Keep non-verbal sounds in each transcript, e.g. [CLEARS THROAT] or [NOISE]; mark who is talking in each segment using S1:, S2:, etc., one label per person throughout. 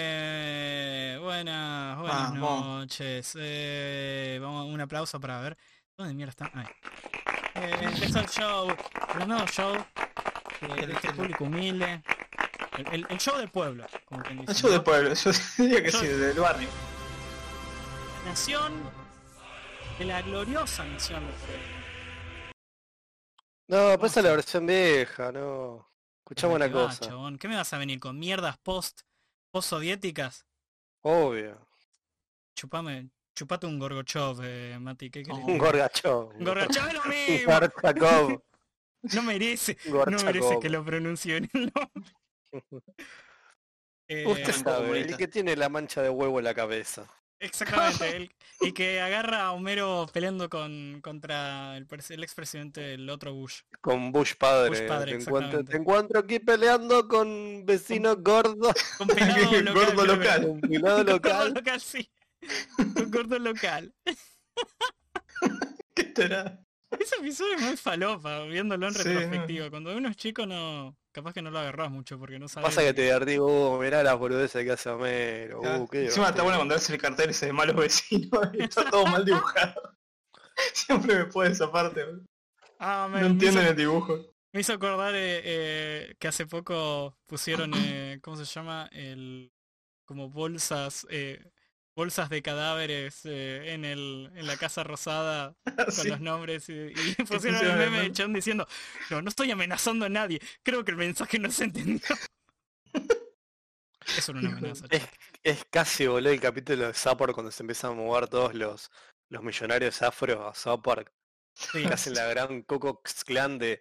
S1: Eh, buenas, buenas
S2: Vamos.
S1: noches. Eh, vamos, un aplauso para ver. ¿Dónde mierda está? Ahí. Eh, empezó el show, el nuevo show de, de este público humilde. El, el- el show del pueblo, como quien dice,
S2: No, yo
S1: ¿no?
S2: de pueblo, [LAUGHS] yo diría que
S1: Yo-
S2: sí, del barrio. [LAUGHS]
S1: Nación, de la gloriosa nación del pueblo.
S3: No, pasa la versión vieja, no. Escuchamos una
S1: Dejate va,
S3: cosa,
S1: Ah, chabón. ¿Qué me vas a venir con mierdas post, post soviéticas?
S3: obvio.
S1: Chupame, chupate un gorgochov, eh, Mati, ¿qué querés?
S2: Oh.
S3: Un gorgachón.
S1: Un gorgochov es lo
S3: [LAUGHS] Un
S1: mismo.
S3: Gorchakov.
S1: No merece,
S3: un
S1: no merece
S3: Gorchakov.
S1: que lo pronuncien el
S3: [LAUGHS]
S1: nombre. Eh,
S3: Usted
S2: Banco
S3: sabe,
S2: comunista.
S3: el que tiene la mancha de huevo en la cabeza.
S1: exactamente. el- y que agarra a Homero peleando con, contra el, pres- el expresidente del otro Bush.
S3: Con Bush padre.
S1: Bush padre,
S3: te, encuentro,
S1: exactamente.
S3: te encuentro aquí peleando con vecino gordo,
S1: [LAUGHS]
S3: [LAUGHS]
S1: Con pelado
S2: Qué
S1: local.
S2: gordo
S1: creo que-
S2: local.
S3: con pilado
S1: Gordo
S3: [LAUGHS] local.
S1: local, sí. Un gordo local.
S2: ¿Qué estará?
S1: Ese episodio es muy falopa, viéndolo en
S2: Sí.
S1: retrospectiva. Cuando uno es chico no. capaz que no lo agarrás mucho porque no sabes.
S3: Pasa que te divertís, uh, mirá las boludeces que hace Homero.
S2: Ah,
S3: Uh, qué
S2: Encima está
S3: divertido.
S2: bueno cuando hace el cartel ese de malos vecinos [LAUGHS] y está todo mal dibujado. [LAUGHS] Siempre me puede esa parte, boludo.
S1: Ah, me,
S2: no
S1: me hizo,
S2: entienden el dibujo. [LAUGHS]
S1: me hizo acordar eh, eh, que hace poco pusieron eh, ¿cómo se llama? el como bolsas eh, bolsas de cadáveres eh, en el en la casa rosada con
S2: Así.
S1: los nombres y, y Ah, [LAUGHS] pusieron el
S2: pusieron el
S1: meme de
S2: meme.
S1: Chon diciendo, "No, no estoy amenazando a nadie. Creo que el mensaje no se [LAUGHS] entendió." Eso era una amenaza.
S3: Es, es casi, boludo, el capítulo de Zapor cuando se empiezan a mover todos los, los millonarios afro a Zapor.
S1: Sí.
S3: que hacen la gran Coco Clan de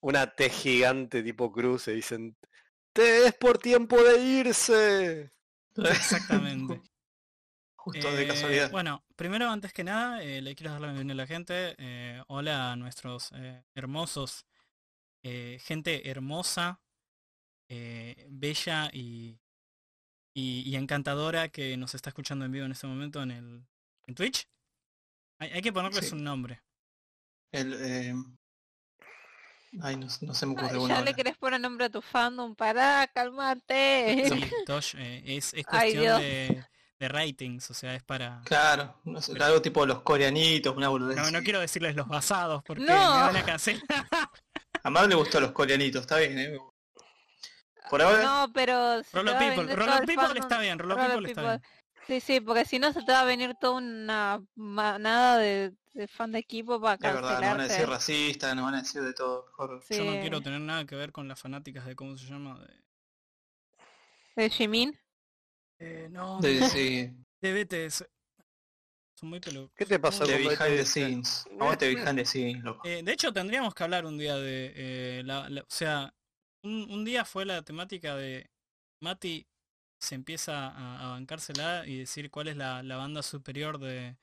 S3: una T gigante tipo cruz y dicen T es por tiempo de irse.
S1: [LAUGHS] Exactamente.
S2: [LAUGHS] Justo
S1: Eh,
S2: de casualidad.
S1: Bueno, primero, antes que nada, eh, le quiero dar la bienvenida a la gente. eh, hola a nuestros eh, hermosos, eh, gente hermosa, eh, bella y, y, y encantadora que nos está escuchando en vivo en este momento en el en Twitch. Hay, hay que ponerles
S2: Sí.
S1: un
S2: [LAUGHS]
S1: nombre.
S2: El, eh... Ay, no, no se me
S1: Pues
S4: Ay,
S2: ocurre
S4: [LAUGHS] ya
S2: bueno.
S4: le querés poner nombre a tu fandom, pará, calmate.
S1: Sí, Tosh, eh, es, es
S4: Ay,
S1: cuestión
S4: Dios.
S1: de, de ratings, o sea, es para...
S2: Claro, no sé, algo tipo los coreanitos, una boludez.
S1: No, no quiero decirles los basados porque me
S4: No.
S1: van a
S4: [LAUGHS]
S1: cancelar.
S2: A Mar le gustó los coreanitos, está bien, eh. Por
S4: [LAUGHS]
S2: ahora,
S4: Ah, No, pero se te
S1: Rolo
S4: va a
S1: People,
S4: venir
S1: Rolo
S4: todo el
S1: People
S4: fandom,
S1: está bien, Rolo
S4: Rolo
S1: People está bien.
S4: People. Sí, sí, porque si no se te va a venir toda una manada de, de fan de equipo para
S2: es verdad, nos van a
S4: cancelarte.
S2: decir racista, nos van a decir de todo. Mejor.
S1: Yo no
S4: Sí.
S1: quiero tener nada que ver con las fanáticas de cómo se llama. De...
S4: De Jimin.
S1: Eh, no,
S2: De,
S1: de,
S2: sí,
S1: BTS. Son muy peludos.
S3: ¿Qué te pasó
S2: de
S3: con
S2: behind the
S3: BTS?
S1: [LAUGHS]
S2: scenes. Vamos de behind the scenes, loco.
S1: Eh, de hecho, tendríamos que hablar un día de... eh, la- la- o sea, un, un día fue la temática de Mati se empieza a, a bancársela y decir cuál es la, la banda superior de...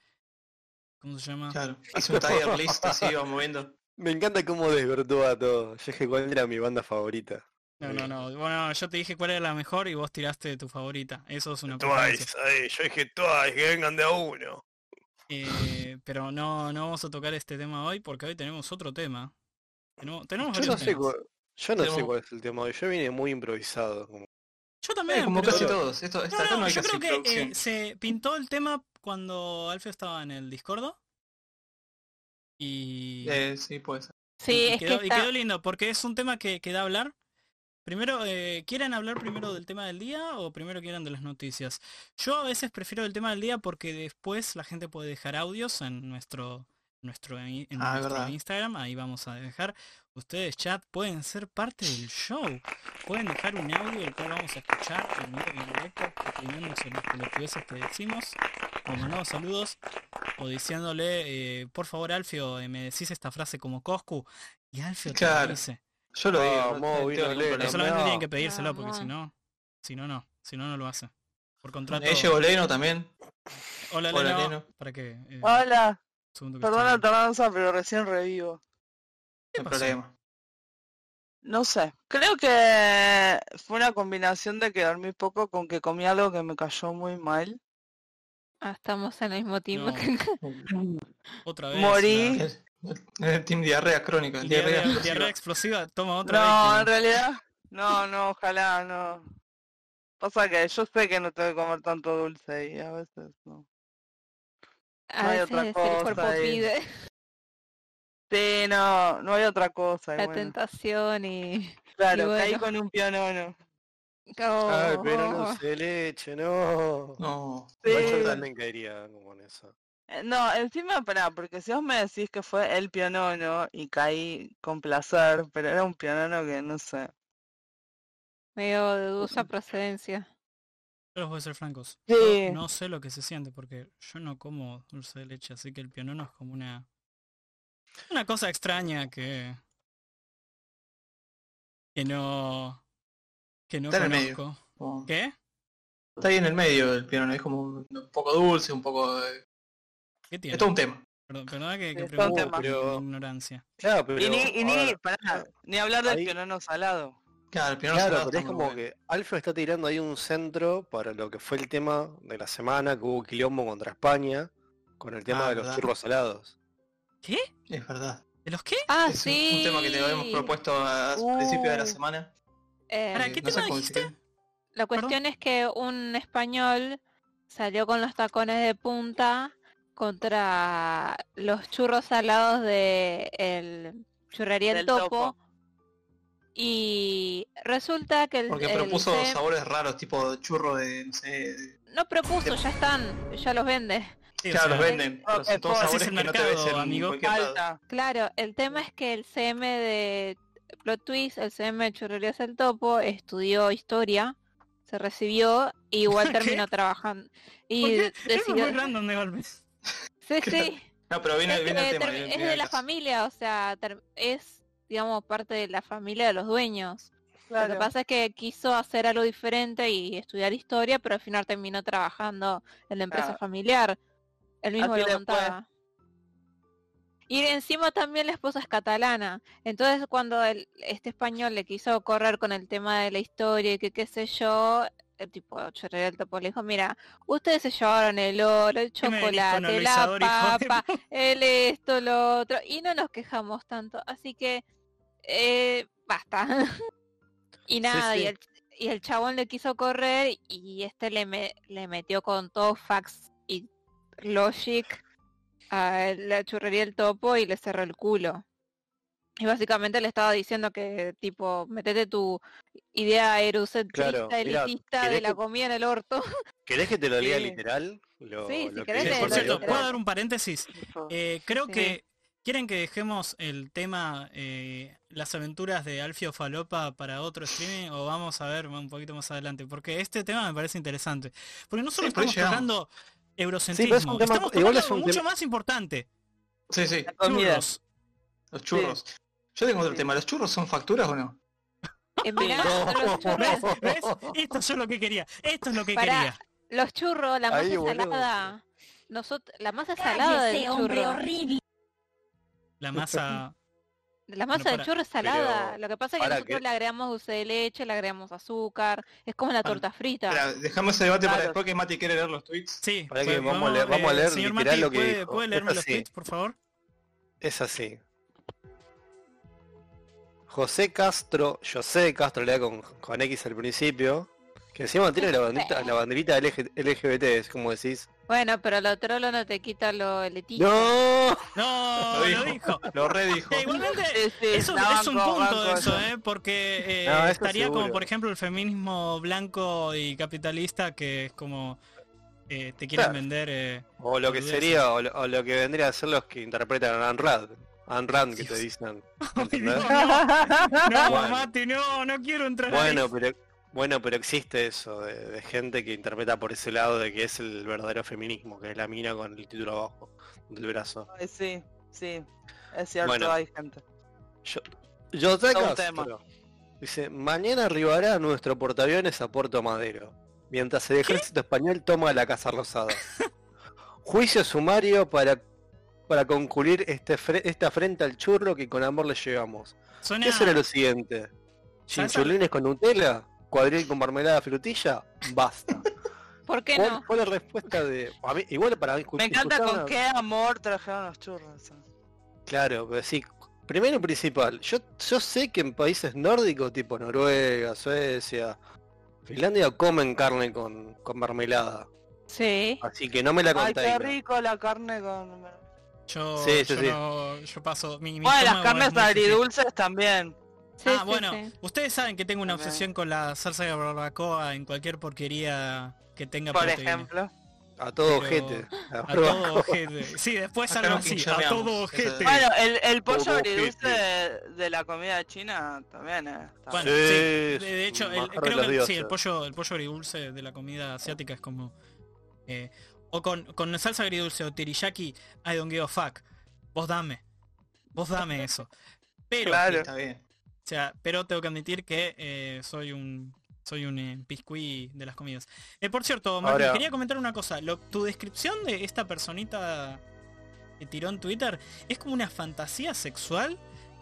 S1: ¿Cómo se llama? [LAUGHS]
S2: Claro, hace un tier list así, va moviendo.
S3: Me encanta cómo desvirtúa todo. Yo dije cuál era mi banda favorita.
S1: No, no, no. Bueno, yo te dije cuál era la mejor y vos tiraste de tu favorita. Eso es una preferencia.
S3: Twice, ahí, yo dije Twice, que vengan de a uno.
S1: Eh, pero no, no vamos a tocar este tema hoy porque hoy tenemos otro tema. Tenemos, tenemos
S3: Yo no
S1: varios
S3: sé
S1: temas.
S3: cuál, yo no sé
S2: Tenemos-
S3: cuál es el tema hoy. Yo vine muy improvisado. como-
S1: Yo también.
S2: Eh, como
S1: pero-
S2: casi todos. Esto,
S1: No,
S2: esta- acá
S1: no,
S2: no hay
S1: yo
S2: casi
S1: creo que
S2: producción.
S1: eh, se pintó el tema cuando Alfio estaba en el Discordo. Y,
S2: Eh, sí, puede ser.
S1: y-
S4: Sí,
S1: y
S4: es
S1: quedó,
S4: que
S1: y
S4: está...
S1: quedó lindo porque es un tema que, que da a hablar. Primero, eh, ¿quieren hablar primero del tema del día o primero quieran de las noticias? Yo a veces prefiero el tema del día porque después la gente puede dejar audios en nuestro, nuestro, i- en
S2: Ah, es
S1: nuestro
S2: verdad.
S1: Instagram. Ahí vamos a dejar. Ustedes, chat, pueden ser parte del show. Pueden dejar un audio el cual vamos a escuchar en vivo y en directo, opinando sobre las pelotudeces que decimos, o mandando saludos, o diciéndole, eh, por favor, Alfio, eh, me decís esta frase como Coscu, y Alfio te la
S2: Claro.
S1: dice.
S2: Yo lo digo.
S3: Vamos,
S2: tengo
S3: vino
S2: ningún
S3: Leno,
S1: Pero
S3: Pero
S2: problema.
S1: solamente
S3: no.
S1: tienen que pedírselo porque si
S4: Vamos.
S1: no, si no, no, si no, no lo hace. Por contrato.
S2: Eh, llegó Leno también.
S1: Hola,
S2: Hola,
S1: Leno.
S2: Leno.
S1: Para que. eh,
S5: Hola,
S1: segundo que
S5: perdona la
S1: estoy-
S5: tardanza, pero recién revivo.
S1: ¿Qué
S2: No
S1: pasó?
S2: problema. [LAUGHS]
S5: No sé, creo que fue una combinación de que dormí poco con que comí algo que me cayó muy mal.
S4: Ah, estamos en el mismo tiempo. [LAUGHS]
S1: No,
S4: que-
S1: Otra vez.
S5: Morí.
S1: la-
S2: El, el team diarrea crónica. el
S1: Diarrea,
S2: diarrea. [LAUGHS]
S1: diarrea explosiva. Toma otra [LAUGHS]
S5: No, en
S1: vez.
S5: realidad, no, no, ojalá, no. Pasa que yo sé que no tengo que comer tanto dulce y a veces no.
S4: A
S5: No hay
S4: veces
S5: otra
S4: el
S5: cosa
S4: cuerpo
S5: ahí.
S4: pide
S5: Sí, no, no hay otra cosa. y
S4: la
S5: bueno,
S4: tentación y... [LAUGHS]
S5: claro,
S4: y
S5: caí
S4: bueno.
S5: con un pionono.
S3: Ay, pero
S4: Oh.
S3: no se leche, no.
S2: No.
S3: Igual
S5: Sí.
S3: Yo también caería como en eso.
S5: Eh, No, encima, pará, porque si vos me decís que fue el pionono y caí con placer, pero era un pionono que no sé.
S4: [LAUGHS] medio de dudosa procedencia.
S1: Yo les voy a ser francos.
S5: Sí.
S1: No sé lo que se siente porque yo no como dulce de leche, así que el pionono es como una una cosa extraña que que no que no
S2: Está en el medio.
S1: conozco.
S2: Como-
S1: ¿Qué?
S2: Está ahí en el medio el piano, es como un, un poco dulce, un poco... eh,
S1: ¿Qué tiene?
S2: Es todo un tema.
S1: Perdón, perdona que, que
S5: Es todo un
S1: pregunte
S5: tema.
S1: por mi
S3: Pero-
S1: ignorancia.
S3: Claro, pero.
S5: Y ni, y
S3: a
S5: ni,
S3: ver,
S5: pará, ni hablar del
S3: Ah, ahí-
S5: pionono salado.
S2: Claro, el piano
S3: Claro,
S2: salado
S3: pero es
S2: está muy
S3: como
S2: bueno.
S3: que Alfa está tirando ahí un centro para lo que fue el tema de la semana, que hubo quilombo contra España, con el tema
S2: Ah,
S3: de los
S2: verdad.
S3: churros salados.
S1: ¿Qué?
S2: Es verdad.
S1: ¿De los qué?
S4: Ah,
S2: es un-
S4: sí.
S2: un tema que te habíamos propuesto a, a principio de la
S5: Uh.
S2: semana.
S4: Eh,
S1: ¿Para
S2: Eh,
S1: qué
S2: no sé
S1: tema
S2: cómo
S1: dijiste?
S2: se llama.
S1: Perdón.
S4: La cuestión es que un español salió con los tacones de punta contra los churros salados de el churrería
S5: Del
S4: El
S5: Topo.
S4: Topo. Y resulta que el,
S2: Porque
S4: el
S2: propuso
S4: chef
S2: sabores raros, tipo churro de, no sé... de-
S4: no propuso, ya están, ya los vende.
S1: Sí, o
S2: claro, los
S1: sea,
S2: venden, pero son todos
S5: Roquefort.
S2: sabores
S1: Ese es
S2: que no te ves
S1: mercado,
S2: en
S1: amigo.
S2: cualquier lado.
S5: Falta.
S4: Claro, el tema es que el CM de Plot Twist, el CM de Churrerías El Topo, estudió historia, se recibió y igual
S1: [LAUGHS] ¿Qué?
S4: terminó trabajando.
S1: ¿por
S4: Y
S1: qué? Eso es
S4: decidió...
S1: muy random de golpe. [LAUGHS]
S4: Sí,
S2: Claro.
S4: sí.
S2: No, pero viene,
S4: es,
S2: viene
S4: eh,
S2: el tema.
S4: termi-
S2: viene-
S4: es
S2: viene
S4: de
S2: el
S4: la
S2: caso.
S4: familia, o sea, ter- es, digamos, parte de la familia de los dueños. Lo que
S5: Claro.
S4: pasa es que quiso hacer algo diferente y estudiar historia, pero al final terminó trabajando en la empresa
S5: Claro.
S4: familiar. Él mismo
S5: Así
S4: lo
S5: le fue.
S4: contaba. Y encima también la esposa es catalana. Entonces cuando el- este español le quiso correr con el tema de la historia y que qué sé yo, el tipo Chorrera del Topo le dijo, mira, ustedes se llevaron el oro, el
S1: Dime del
S4: chocolate, la
S1: colonizador, hijo de
S4: papa, el esto, lo otro, y no nos quejamos tanto, así que eh, basta. [LAUGHS] y nada,
S3: sí.
S4: Y, el, y el chabón le quiso correr y este le, me- le metió con todo fax y logic a la churrería del topo y le cerró el culo. Y básicamente le estaba diciendo que, tipo, metete tu idea erocentrista,
S3: Claro, mirá,
S4: elitista de
S3: ¿querés
S4: la
S3: que-
S4: comida en el orto. [LAUGHS]
S3: ¿Querés que te lo lea
S5: Sí.
S3: literal? Lo,
S4: Sí, si
S3: lo
S4: querés,
S1: Sí,
S4: Dale,
S1: por
S4: dale,
S1: cierto,
S4: dale.
S1: ¿puedo dar un paréntesis?
S5: Hijo.
S1: Eh, creo
S4: Sí.
S1: que quieren que dejemos el tema eh, las aventuras de Alfio Falopa para otro streaming o vamos a ver un poquito más adelante, porque este tema me parece interesante. Porque no solo
S2: Sí, por ahí
S1: estamos
S2: llegamos.
S1: tocando
S3: Sí, pero es
S1: eurocentrismo,
S3: un tema-
S1: estamos tocando
S3: igual es
S1: algo
S3: un
S1: mucho
S3: tema-
S1: más importante.
S2: Sí, sí,
S5: La comida.
S1: Churros.
S2: los churros. Yo tengo otro
S5: Sí.
S2: tema. ¿Los churros son facturas o no?
S4: Eh, mirá,
S1: ¿Ves?
S4: los
S3: [LAUGHS]
S4: churros,
S1: ¿Ves? Esto es lo que quería. Esto es lo que
S4: Pará,
S1: quería.
S4: los churros, la masa
S3: Ahí, boludo.
S4: salada. Nosot la masa salada del
S6: Cállese, hombre
S4: churro.
S6: horrible.
S1: La masa.
S4: La masa
S1: pará,
S4: del churro es salada.
S3: pero
S4: Lo que pasa es que
S3: pará,
S4: nosotros
S3: que-
S4: le agregamos dulce de leche, le agregamos azúcar. Es como la
S2: Bueno,
S4: torta frita.
S2: Espera, dejamos ese debate para
S5: Claro.
S2: después que Mati quiere leer los tweets.
S1: Sí.
S3: Pará que
S1: pues,
S3: vamos a leer- vamos a leer
S1: señor
S3: literal
S1: Mati,
S3: lo que
S1: ¿puede,
S3: dijo.
S1: ¿puede
S3: Es [LAUGHS]
S1: leerme los
S3: así.
S1: tweets, por favor?
S3: Es así. José Castro, José Castro le da con, con X al principio, que encima tiene la banderita, la banderita LG LGBT, es como decís.
S4: Bueno, pero lo trolo no te quita lo elitista.
S3: ¡No!
S1: No,
S2: Lo
S1: lo
S2: dijo.
S3: [LAUGHS]
S1: dijo.
S2: Lo redijo.
S1: Eh, igualmente,
S5: Sí, sí,
S1: Eso
S5: la
S1: es un
S5: banco,
S1: punto
S5: banco
S1: eso,
S5: esa. [LAUGHS]
S1: ¿eh? Porque eh,
S3: No, eso
S1: estaría como,
S3: seguro.
S1: por ejemplo, el feminismo blanco y capitalista, que es como eh, te quieren
S3: Claro.
S1: vender...
S3: [LAUGHS]
S1: eh,
S3: O lo que
S1: Boludeces.
S3: sería, o lo, o lo que vendría a ser los que interpretan a Ayn Rand. Ayn Rand que te
S1: Dios.
S3: dicen.
S1: [LAUGHS] Ay,
S3: ¿entendés?
S1: no, no,
S3: [LAUGHS]
S1: no,
S3: Bueno.
S1: Mati, no, no quiero entrar
S3: Bueno,
S1: ahí.
S3: pero bueno, pero existe eso, de, de gente que interpreta por ese lado de que es el verdadero feminismo, que es la mina con el título abajo del brazo.
S5: Ay, sí, sí. Es cierto,
S3: Bueno.
S5: hay gente.
S3: Yo
S5: Todo un tema.
S3: Dice, mañana arribará nuestro portaaviones a Puerto Madero, mientras el ejército español toma la Casa Rosada. Juicio sumario para, para concluir este fre- esta frente al churro que con amor le llevamos.
S1: Suena,
S3: ¿Qué será lo siguiente?
S1: ¿Sabes
S3: ¿Chinchulines con Nutella? ¿Cuadril con mermelada frutilla?
S5: [LAUGHS]
S3: Basta.
S4: ¿Por qué
S3: ¿Cuál
S4: no?
S3: fue la respuesta de.? a mí- igual para mí.
S5: Me encanta con
S3: Susana-
S5: qué amor trajeron los churros. eh.
S3: Claro, pero sí. Primero y principal, yo, yo sé que en países nórdicos, tipo Noruega, Suecia, Finlandia comen carne con, con mermelada.
S4: Sí.
S3: Así que no me la
S5: Ay, qué
S3: contáis.
S5: rico la carne con...
S1: Yo,
S3: Sí, sí,
S1: yo
S3: sí.
S1: no- yo paso. Mi, mi
S5: Bueno, las
S1: estómago es
S5: carnes
S1: muy sensible.
S5: agridulces también.
S4: sí,
S1: Ah,
S4: sí,
S1: bueno, [LAUGHS]
S4: sí. [LAUGHS]
S1: ustedes saben que tengo una
S5: Ok.
S1: obsesión con la salsa de barbacoa en cualquier porquería que tenga
S5: Por
S1: proteína.
S5: ejemplo.
S3: A todo
S1: Pero-
S3: ojete. [LAUGHS] A
S1: A todo
S3: barbacoa.
S1: ojete. Sí, después
S2: Acá
S1: algo
S2: nos
S1: así. A
S2: pinchorreamos.
S1: todo
S2: Eso es-
S1: ojete.
S5: Bueno, el, el pollo
S3: Todo
S5: agridulce de,
S3: ojete.
S5: la comida china también eh, está
S1: Bueno,
S3: Sí,
S1: sí,
S3: es
S1: de hecho, el,
S3: manjar de
S1: creo
S3: los
S1: que sí,
S3: dioses.
S1: el pollo, el pollo agridulce de la comida asiática es como. eh, o con, con salsa agridulce o teriyaki, I don't give a fuck. Vos dame. Vos dame eso. Pero,
S5: Claro.
S2: Está bien.
S1: o sea, pero tengo que admitir que eh, soy un. Soy un eh, piscuí de las comidas. Eh, por cierto, Martín,
S3: Ahora-
S1: quería comentar una cosa. Lo- tu descripción de esta personita que tiró en Twitter es como una fantasía sexual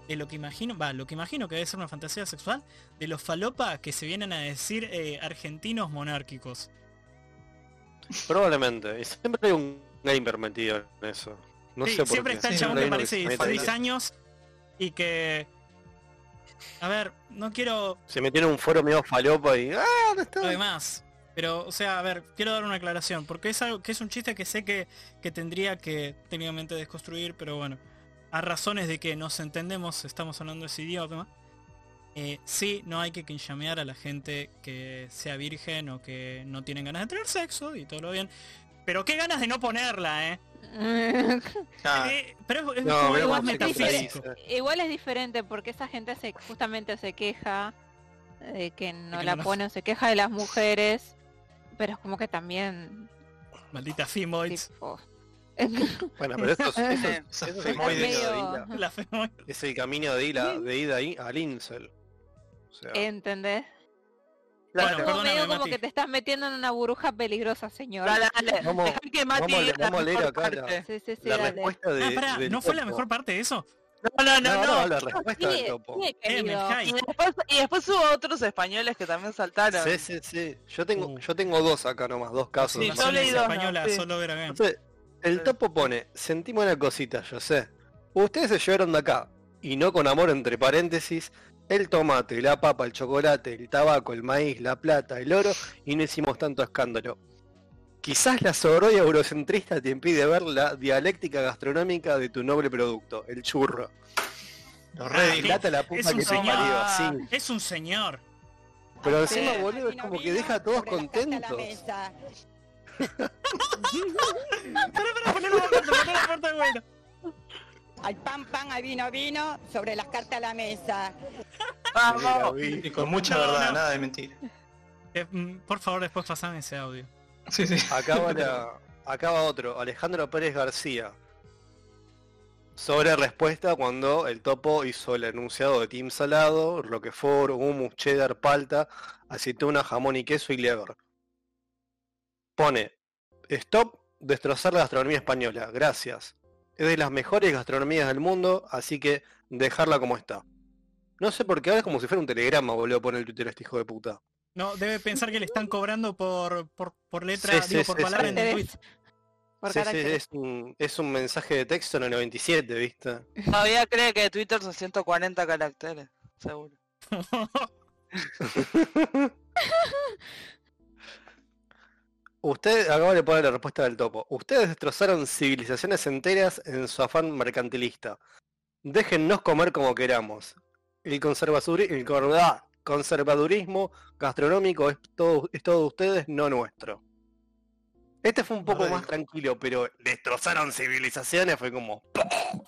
S1: de lo que imagino, va, lo que imagino que debe ser una fantasía sexual de los falopa que se vienen a decir eh, argentinos monárquicos.
S3: Probablemente. Y siempre hay un gamer metido en eso. No
S1: Sí,
S3: sé por
S1: siempre
S3: qué.
S1: está el
S2: Sí,
S1: chabón
S2: no
S1: que
S2: hay uno
S1: parece
S3: se
S1: de
S3: mete ahí.
S1: 16 años y que... A ver, no quiero
S3: Se metió en un foro medio falopa y... ¡Ah! ¿Dónde está?
S1: lo demás. Pero, o sea, a ver, quiero dar una aclaración, porque es algo que es un chiste que sé que, que tendría que técnicamente desconstruir, pero bueno, a razones de que nos entendemos, estamos hablando ese idioma. Eh, sí, no hay que quinchamear a la gente que sea virgen o que no tienen ganas de tener sexo y todo lo bien. Pero qué ganas de no ponerla, ¿eh?
S2: Ah,
S1: Eh, pero es, es
S3: No,
S1: como
S3: veo
S1: algo más
S3: cómo se
S1: metafísico.
S3: contradice.
S4: Igual es diferente porque esa gente se justamente se queja de que no
S1: que
S4: la
S1: no nos-
S4: pone, o se queja de las mujeres, pero es como que también
S1: Maldita Femoids.
S4: tipo [LAUGHS]
S3: Bueno, pero eso, es-
S5: [LAUGHS]
S3: eso es-
S2: esos
S3: eso es el
S2: femoides.
S3: camino de
S4: medio-
S3: ida.
S1: [LAUGHS] La Femoids.
S3: Es el camino de ida, de ida ahí al Incel. O sea,
S4: Eh, ¿entendés?
S1: Bueno,
S4: Como
S1: perdóname,
S4: medio como
S1: Mati.
S4: que te estás metiendo en una burbuja peligrosa, señor.
S5: Dale, dale.
S3: Vamos-
S5: Dejá que Mati
S3: vamos a le-
S5: diga la
S3: vamos a leer
S5: mejor
S3: acá la-
S5: parte.
S4: Sí, sí, sí,
S3: la
S4: dale.
S3: respuesta de...
S1: Ah, pará,
S3: del
S1: ¿no fue la
S3: topo.
S1: mejor parte de eso?
S5: No, no,
S3: No,
S5: no,
S3: no,
S5: no.
S3: la respuesta
S4: Sí,
S3: del topo.
S4: sí,
S1: Eh, me
S4: querido.
S5: Y
S1: hype.
S5: después, y después hubo otros españoles que también saltaron.
S3: Sí, sí, sí. Yo tengo,
S1: Uh.
S3: yo tengo dos acá nomás, dos casos.
S5: Sí,
S1: Las
S5: yo
S1: series
S5: leí dos, ¿no?
S1: españolas,
S5: Sí.
S1: solo ver a Gant.
S3: Entonces, el topo pone, sentimos una cosita, yo sé. Ustedes se llevaron de acá, y no con amor entre paréntesis, el tomate, la papa, el chocolate, el tabaco, el maíz, la plata, el oro, y no hicimos tanto escándalo. Quizás la soberbia eurocentrista te impide ver la dialéctica gastronómica de tu noble producto, el churro.
S2: Lo
S1: Ah,
S2: re
S1: sí.
S2: dijo.
S3: Lata la puta
S1: Es un
S3: que te
S1: señor.
S3: parió, sí.
S1: Es un señor.
S3: Pero
S5: Sí.
S3: encima, boludo, es como que deja a todos
S6: La
S3: contentos.
S6: mesa.
S1: Pará, pará, poné la parte, poné la parte buena.
S6: Al pan, pan, al vino, vino, sobre las cartas a la mesa.
S5: Vamos.
S2: Y con mucha
S1: No,
S2: verdad,
S1: no.
S2: nada de mentira.
S1: Eh, mm, por favor, después pasame ese audio.
S2: Sí, sí.
S3: Acaba, la- acaba otro, Alejandro Pérez García. Sobre respuesta cuando el topo hizo el enunciado de Team Salado, Roquefort, Humus, Cheddar, Palta, aceituna, jamón y queso y lever. Pone, stop, destrozar la gastronomía española, gracias. Es de las mejores gastronomías del mundo, así que dejarla como está. No sé por qué ahora es como si fuera un telegrama, boludo, pone el Twitter este hijo de puta.
S1: No, debe pensar que le están cobrando por, por, por letra,
S3: Sí, sí,
S1: digo, por
S3: sí,
S1: palabra
S3: sí.
S1: en el tweet. [LAUGHS]
S4: Por
S3: Sí, sí,
S4: carácter.
S3: es un, es un mensaje de texto en el 97, ¿viste?
S5: Todavía cree que Twitter son 140 caracteres, seguro.
S3: Usted acaba de poner la respuesta del topo. Ustedes destrozaron civilizaciones enteras en su afán mercantilista. Déjennos comer como queramos. El, conservasuri- el cor- ah, conservadurismo gastronómico es todo, es todo de ustedes, no nuestro. Este fue un poco
S2: Verdad.
S3: más tranquilo, pero destrozaron civilizaciones, fue como...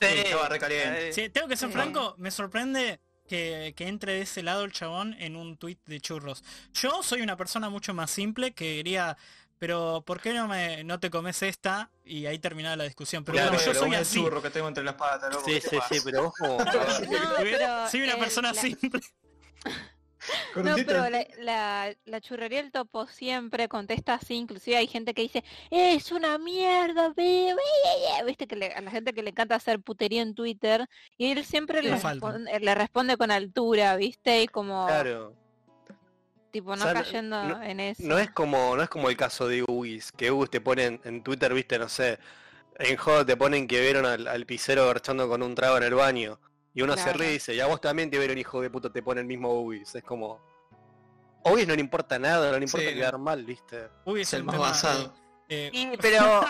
S2: Sí, estaba recaliente.
S5: sí.
S1: Sí, tengo que ser
S5: Sí.
S1: franco, me sorprende que, que entre de ese lado el chabón en un tweet de churros. Yo soy una persona mucho más simple que diría, pero ¿por qué no, me, no te comes esta? Y ahí terminaba la discusión. Pero
S2: Claro,
S1: como yo
S2: pero
S1: soy
S2: vos el
S1: así,
S2: churro que tengo entre las patas, loco,
S3: Sí,
S2: ¿qué
S3: sí, sí,
S2: pasa?
S3: pero vos
S2: [LAUGHS]
S3: como...
S4: No, pero
S1: soy una
S4: el-
S1: persona
S4: Eh, la-
S1: simple.
S2: Con
S4: No,
S2: un tito-
S4: pero la, la, la churrería del topo siempre contesta así, inclusive hay gente que dice, es una mierda, bebé. Viste que le- a la gente que le encanta hacer putería en Twitter, y él siempre
S1: Le
S4: le,
S1: falta.
S4: responde, le responde con altura, viste, y como
S3: Claro.
S4: tipo no
S3: O sea, no-
S4: cayendo
S3: no-
S4: en eso.
S3: No es como, no es como el caso de Ugis, que Ugis te ponen en Twitter, viste, no sé, en joda te ponen que vieron al, al pisero garchando con un trago en el baño. Y uno se
S4: Claro.
S3: ríe y dice, y a vos también te vieron hijo de puta, te pone el mismo Ugis. Es como. Hoy no le importa nada, no le importa
S2: Sí.
S3: quedar mal, ¿viste?
S1: Uy,
S2: Es el
S1: un
S2: más
S1: tema,
S2: basado.
S1: eh, eh,
S5: Sí, pero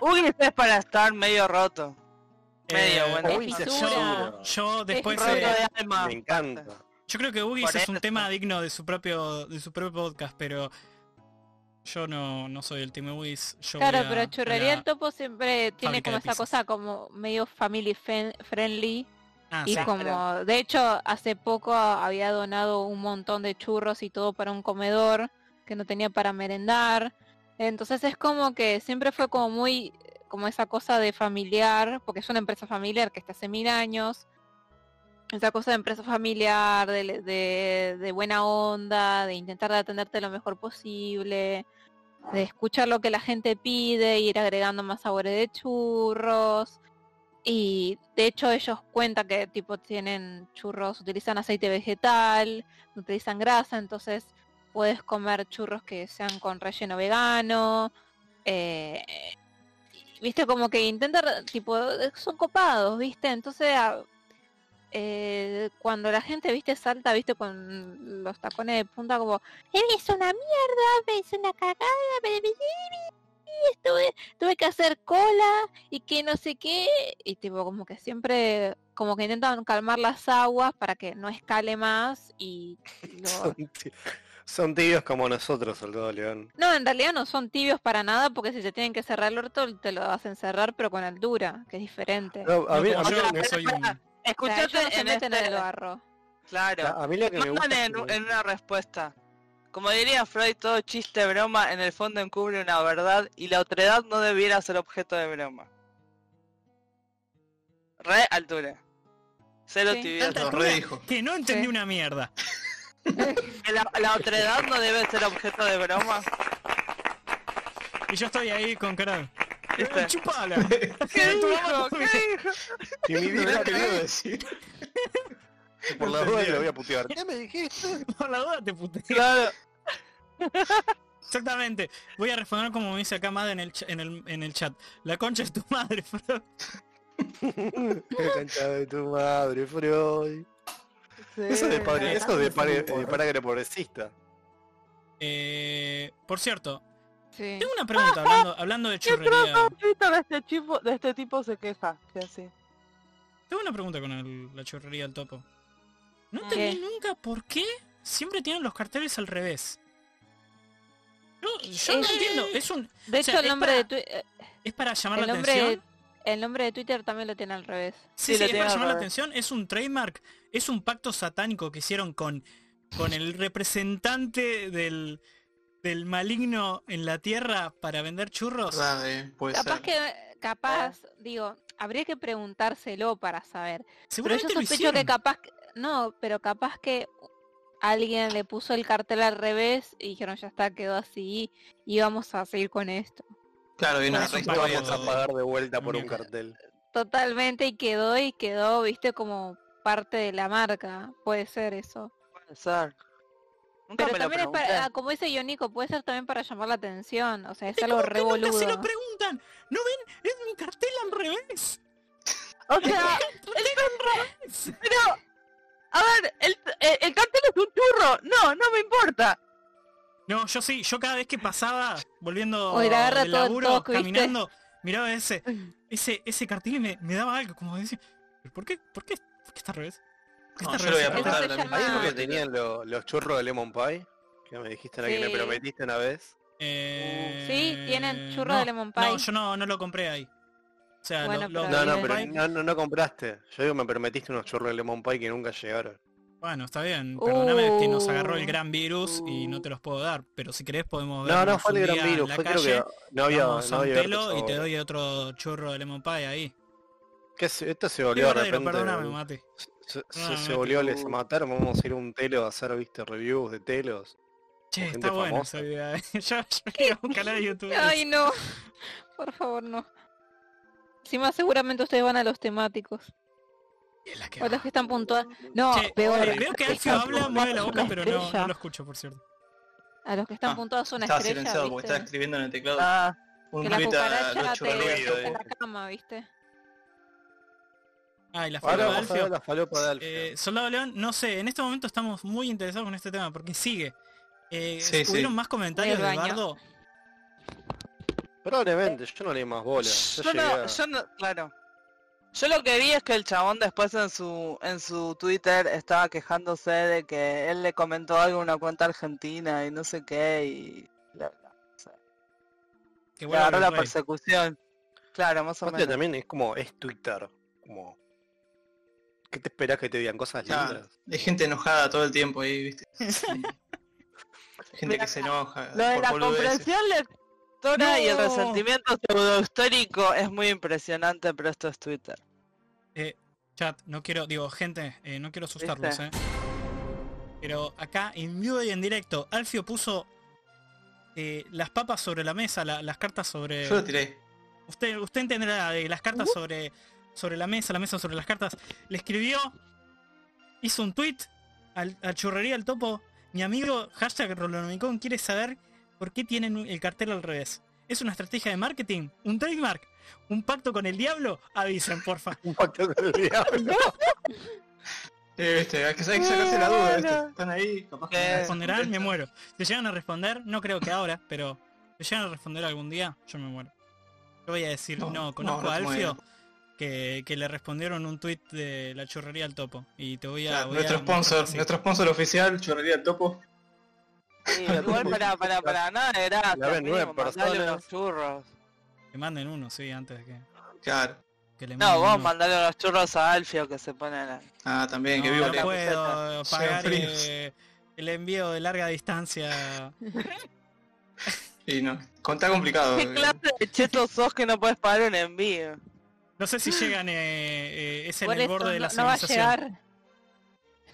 S5: Uy este es para estar medio roto. medio,
S1: eh,
S5: bueno.
S4: Es
S3: Uy, se
S4: fisura.
S3: sobra.
S1: Yo después...
S5: Roto
S1: eh,
S5: de alma.
S3: Me encanta.
S1: Yo creo que Boogie
S5: Por
S1: es un
S5: eso.
S1: tema digno de su propio de su propio podcast, pero yo no, no soy el Team Wiz. Yo
S4: Claro,
S1: voy a-
S4: pero Churrería
S1: voy
S4: el Topo siempre tiene
S1: fábrica
S4: como
S1: de
S4: esa
S1: pizzas.
S4: cosa como medio family fen- friendly.
S1: a- Ah, sí.
S4: Y
S5: Claro.
S4: como, de hecho, hace poco había donado un montón de churros y todo para un comedor que no tenía para merendar. Entonces es como que siempre fue como muy, como esa cosa de familiar, porque es una empresa familiar que está hace mil años. Esa cosa de empresa familiar, de, le- de- de buena onda, de intentar de atenderte lo mejor posible, de escuchar lo que la gente pide, ir agregando más sabores de churros. Y de hecho ellos cuentan que tipo tienen churros, utilizan aceite vegetal, no utilizan grasa, entonces puedes comer churros que sean con relleno vegano. eh, viste como que intentan, tipo, son copados, viste. Entonces a- eh, cuando la gente, viste, salta, viste, con los tacones de punta como, "Eh, es una mierda, me hizo una cagada, me, me- me- me- estuve- tuve que hacer cola y que no sé qué, y tipo como que siempre, como que intentan calmar las aguas para que no escale más y
S3: [LAUGHS]
S4: lo-
S3: [LAUGHS] Son, ti- son tibios como nosotros, Soldado León.
S4: No, en realidad no son tibios para nada porque si te tienen que cerrar el orto te lo hacen cerrar pero con altura, que es diferente.
S3: No, a,
S1: No,
S3: mí, a,
S1: como
S3: mí,
S1: yo,
S5: mí-
S1: que soy un...
S4: O sea,
S5: Escuchate
S4: ellos no se
S5: en
S4: meten en
S5: este-
S4: el barro.
S5: Claro.
S3: a mí lo que me gusta
S5: Mandan
S3: es
S5: en,
S3: que-
S5: en una respuesta. Como diría Freud, todo chiste broma en el fondo encubre una verdad y la otredad no debiera ser objeto de broma. Re altura. Cero
S4: Sí.
S5: tibieza.
S1: Tanta
S2: Lo
S1: altura
S2: redijo.
S1: que no entendí
S4: Sí.
S1: una mierda.
S5: La, la otredad no debe ser objeto de broma.
S1: Y yo estoy ahí con cara. de,
S5: Este.
S1: "Eh, Chupala.
S5: [LAUGHS] ¿Qué
S1: Tu mamá
S5: dijo?
S1: no
S5: ¿Qué
S1: me-
S5: dijo?
S3: Si mi
S2: No
S3: vieja
S2: lo quería
S3: cree,
S2: decir.
S3: por la duda lo voy a putear. ¿Qué me dijiste?
S1: Por la duda te puteo.
S5: Claro.
S1: Exactamente. Voy a responder como me dice acá Mad en el, cha- en el, en el chat. La concha es tu madre, [LAUGHS] Freud.
S3: [LAUGHS] Qué cancha de tu madre, Freud. Eso es de padre,
S2: Ay,
S3: eso es de padre, eh,
S2: por-
S3: de padre progresista.
S1: Eh, por cierto,
S4: Sí.
S1: tengo una pregunta hablando, hablando
S5: [LAUGHS]
S1: de churrería.
S5: de este tipo, de este tipo se queja. que así.
S1: Tengo una pregunta con el- la churrería del topo. No
S4: ¿Qué?
S1: entendí nunca por qué siempre tienen los carteles al revés. Yo, yo no
S4: Es-
S1: entiendo. Es un
S4: De
S1: O sea,
S4: hecho el
S1: es
S4: nombre de
S1: para-
S4: Twi- eh,
S1: es para llamar
S4: el
S1: la
S4: nombre
S1: atención.
S4: de- el nombre de Twitter también lo tiene al revés.
S1: Sí,
S5: Sí,
S1: sí,
S5: lo
S1: es
S5: tiene
S1: para
S5: al
S1: llamar la
S5: revés.
S1: atención. Es un trademark. Es un pacto satánico que hicieron con con el representante del del maligno en la tierra para vender churros.
S2: Ah, eh, puede
S4: Capaz
S2: ser.
S4: que capaz, digo, habría que preguntárselo para saber. Pero yo
S1: Seguramente lo
S4: sospecho que
S1: hicieron.
S4: capaz, que- no, pero capaz que alguien le puso el cartel al revés y dijeron ya está, quedó así y vamos a seguir con esto.
S2: Claro, hay una
S1: Por eso
S3: Te
S2: historia.
S3: vamos a
S2: de-
S3: pagar de vuelta por un
S1: Muñeca.
S3: cartel.
S4: Totalmente y quedó y quedó, viste, como parte de la marca. Puede ser eso.
S5: Puede ser. Nunca
S4: Pero
S5: me lo
S4: también es para, ah,
S5: pregunté.
S4: como dice Ionico, puede ser también para llamar la atención. O sea, es
S1: Es
S4: algo
S1: como que nunca se lo
S4: revoludo.
S1: preguntan. ¿No ven? Es un cartel al revés.
S5: O
S4: Ah,
S5: sea,
S1: Es-
S5: pero... A ver, el, el, el cartel es un churro. No, no me importa.
S1: No, yo sí, yo cada vez que pasaba, volviendo
S4: O la agarra
S1: del
S4: todo el
S1: laburo,
S4: toque, ¿viste? Mm.
S1: caminando, miraba ese, ese, ese cartel y me, me daba algo, como decir, "¿Pero ¿por qué, por qué, por qué está al revés? ¿Por qué
S2: No,
S1: está al
S2: yo lo voy
S1: revés
S2: a
S1: ese cartel?"
S2: apuntar a la
S4: llama-
S3: ¿Hay uno que
S4: Ah.
S3: tenían lo- los churros de Lemon Pie? Que me dijiste que me
S4: Sí.
S3: prometiste una vez.
S4: Sí, tienen churro de
S1: Eh, no,
S4: lemon pie.
S1: No, yo no, no lo compré ahí. O sea, lo-
S4: Bueno,
S1: lo-
S4: pero
S3: No, no,
S4: bien.
S3: pero
S1: Pie-
S3: no, no, no compraste. Yo digo, me prometiste unos churros de Lemon Pie que nunca llegaron.
S1: Bueno, está bien. Perdóname que nos agarró el
S4: Uh.
S1: gran virus y no te los puedo dar. Pero si querés podemos
S3: No,
S1: vernos
S3: no, fue
S1: un
S3: el gran
S1: día en
S3: virus.
S1: la
S3: Fue creo
S1: calle,
S3: que no había,
S1: vamos
S3: no
S1: a un
S3: había
S1: telo
S3: hartos
S1: y te
S3: sabores.
S1: doy otro churro de lemon pie ahí.
S3: ¿Qué se- esto se
S1: Sí,
S3: volvió de
S1: verdadero,
S3: repente.
S1: perdóname, Mate.
S3: se- se,
S1: Perdóname,
S3: se
S1: Mati.
S3: volvió les a matar. Vamos a ir a un telo a hacer, viste, reviews de telos.
S1: Che,
S3: gente
S1: está buena
S3: famosa.
S1: esa idea. eh. [LAUGHS] Yo, yo quiero un canal de YouTube.
S4: Ay, no. [LAUGHS] Por favor, no. Encima seguramente ustedes van a los temáticos.
S1: Y es Eh, la que
S4: O los
S1: va.
S4: que están puntuados. No,
S1: Che,
S4: peor.
S1: eh, veo que Alfio
S4: Están
S1: habla, mueve la
S4: puntuados,
S1: boca,
S4: una
S1: pero no,
S4: estrella.
S1: no lo escucho, por cierto.
S4: A los que están
S2: Ah,
S4: puntados una
S2: Estaba
S4: estrella,
S2: silenciado porque
S4: ¿viste?
S2: estaba escribiendo en el teclado.
S5: Ah,
S2: un
S4: que la
S2: tweet a
S4: cucaracha
S2: los
S4: te
S2: churrerías.
S4: te
S3: eh.
S4: en la cama, ¿viste?
S1: Ah, y la
S3: Ahora
S1: falopa de
S3: vamos a ver
S1: Alfio.
S5: Eh,
S3: la falopa de Alfio.
S1: Eh, Soldado León, no sé, en este momento estamos muy interesados con este tema porque sigue. Eh,
S2: Sí, sí.
S1: ¿Hubieron más comentarios de
S4: Voy al baño.
S1: Bardo?
S3: Probablemente, yo no le di más bola. Yo
S5: Yo
S3: llegué
S5: no,
S3: a-
S5: yo no- claro. Yo lo que vi es que el chabón después en su en su Twitter estaba quejándose de que él le comentó algo a una cuenta argentina y no sé qué y bla, bla.
S1: Que
S5: Le
S1: vuelva
S5: agarró la
S1: Big Ray.
S5: persecución. Claro, más o
S3: Aparte
S5: menos.
S3: también es como, es Twitter. Como, ¿Qué te esperás que te digan cosas
S2: Claro.
S3: lindas? [LAUGHS]
S2: Hay gente enojada todo el tiempo ahí, ¿viste?
S4: [LAUGHS]
S2: gente que se enoja.
S5: Lo de
S2: por
S5: la
S2: boludeces.
S5: comprensión lectora y el
S1: No.
S5: resentimiento pseudohistórico es muy impresionante, pero esto es Twitter.
S1: Chat, no quiero, digo, gente, eh, no quiero asustarlos,
S5: Viste.
S1: eh. Pero acá en vivo y en directo, Alfio puso eh, las papas sobre la mesa, la- las cartas sobre.
S2: Yo lo tiré.
S1: Usted, usted entenderá eh, las cartas sobre, sobre la mesa, la mesa sobre las cartas. Le escribió, hizo un tweet al, a Churrería al Topo. Mi amigo hashtag Rolonomicon quiere saber por qué tienen un- el cartel al revés. ¿Es una estrategia de marketing? ¿Un trademark? ¿Un pacto con el diablo? Avisen, porfa.
S3: Un pacto con el
S5: [LAUGHS]
S3: diablo.
S2: Eh, ¿viste? Hay que, hay que sacarse la duda, ¿viste?
S5: Bueno.
S2: Están ahí, capaz que
S5: Eh,
S2: no
S1: responderán,
S2: contestan.
S1: me muero. Si llegan a responder, no creo que ahora, pero si llegan a responder algún día, yo me muero. Yo voy a decir, no,
S2: No, no,
S1: conozco
S2: no
S1: a
S2: te
S1: Alfio
S2: mueras.
S1: que, que le respondieron un tuit de la churrería al topo. Y te voy a...
S2: Claro,
S1: voy a
S2: nuestro
S1: mostrar
S2: sponsor,
S1: así.
S2: nuestro sponsor oficial, chorrería el topo.
S5: Sí, [LAUGHS] igual para, para, para nada de gratis,
S3: La ven
S5: amigo,
S3: nueve
S5: mandale
S3: personas.
S5: unos churros.
S1: Que manden uno, sí, antes de que,
S2: Claro.
S1: que le manden
S5: No, vos
S1: uno.
S5: mandale unos churros a Alfio que se pone a...
S2: Ah, también, que
S1: No,
S2: vivo
S1: no
S5: la
S2: lejos.
S1: puedo
S2: Sean
S1: pagar
S2: fríos.
S1: eh, el envío de larga distancia.
S2: Y no. Contá
S4: [LAUGHS]
S2: complicado.
S5: ¿Qué
S2: eh.
S5: clase de cheto sos que no puedes pagar un envío?
S1: No
S4: [LAUGHS]
S1: sé si llegan, eh, eh, es en
S4: Por
S1: el
S4: eso
S1: borde de la
S4: no, no va a
S1: civilización.
S4: llegar. [LAUGHS]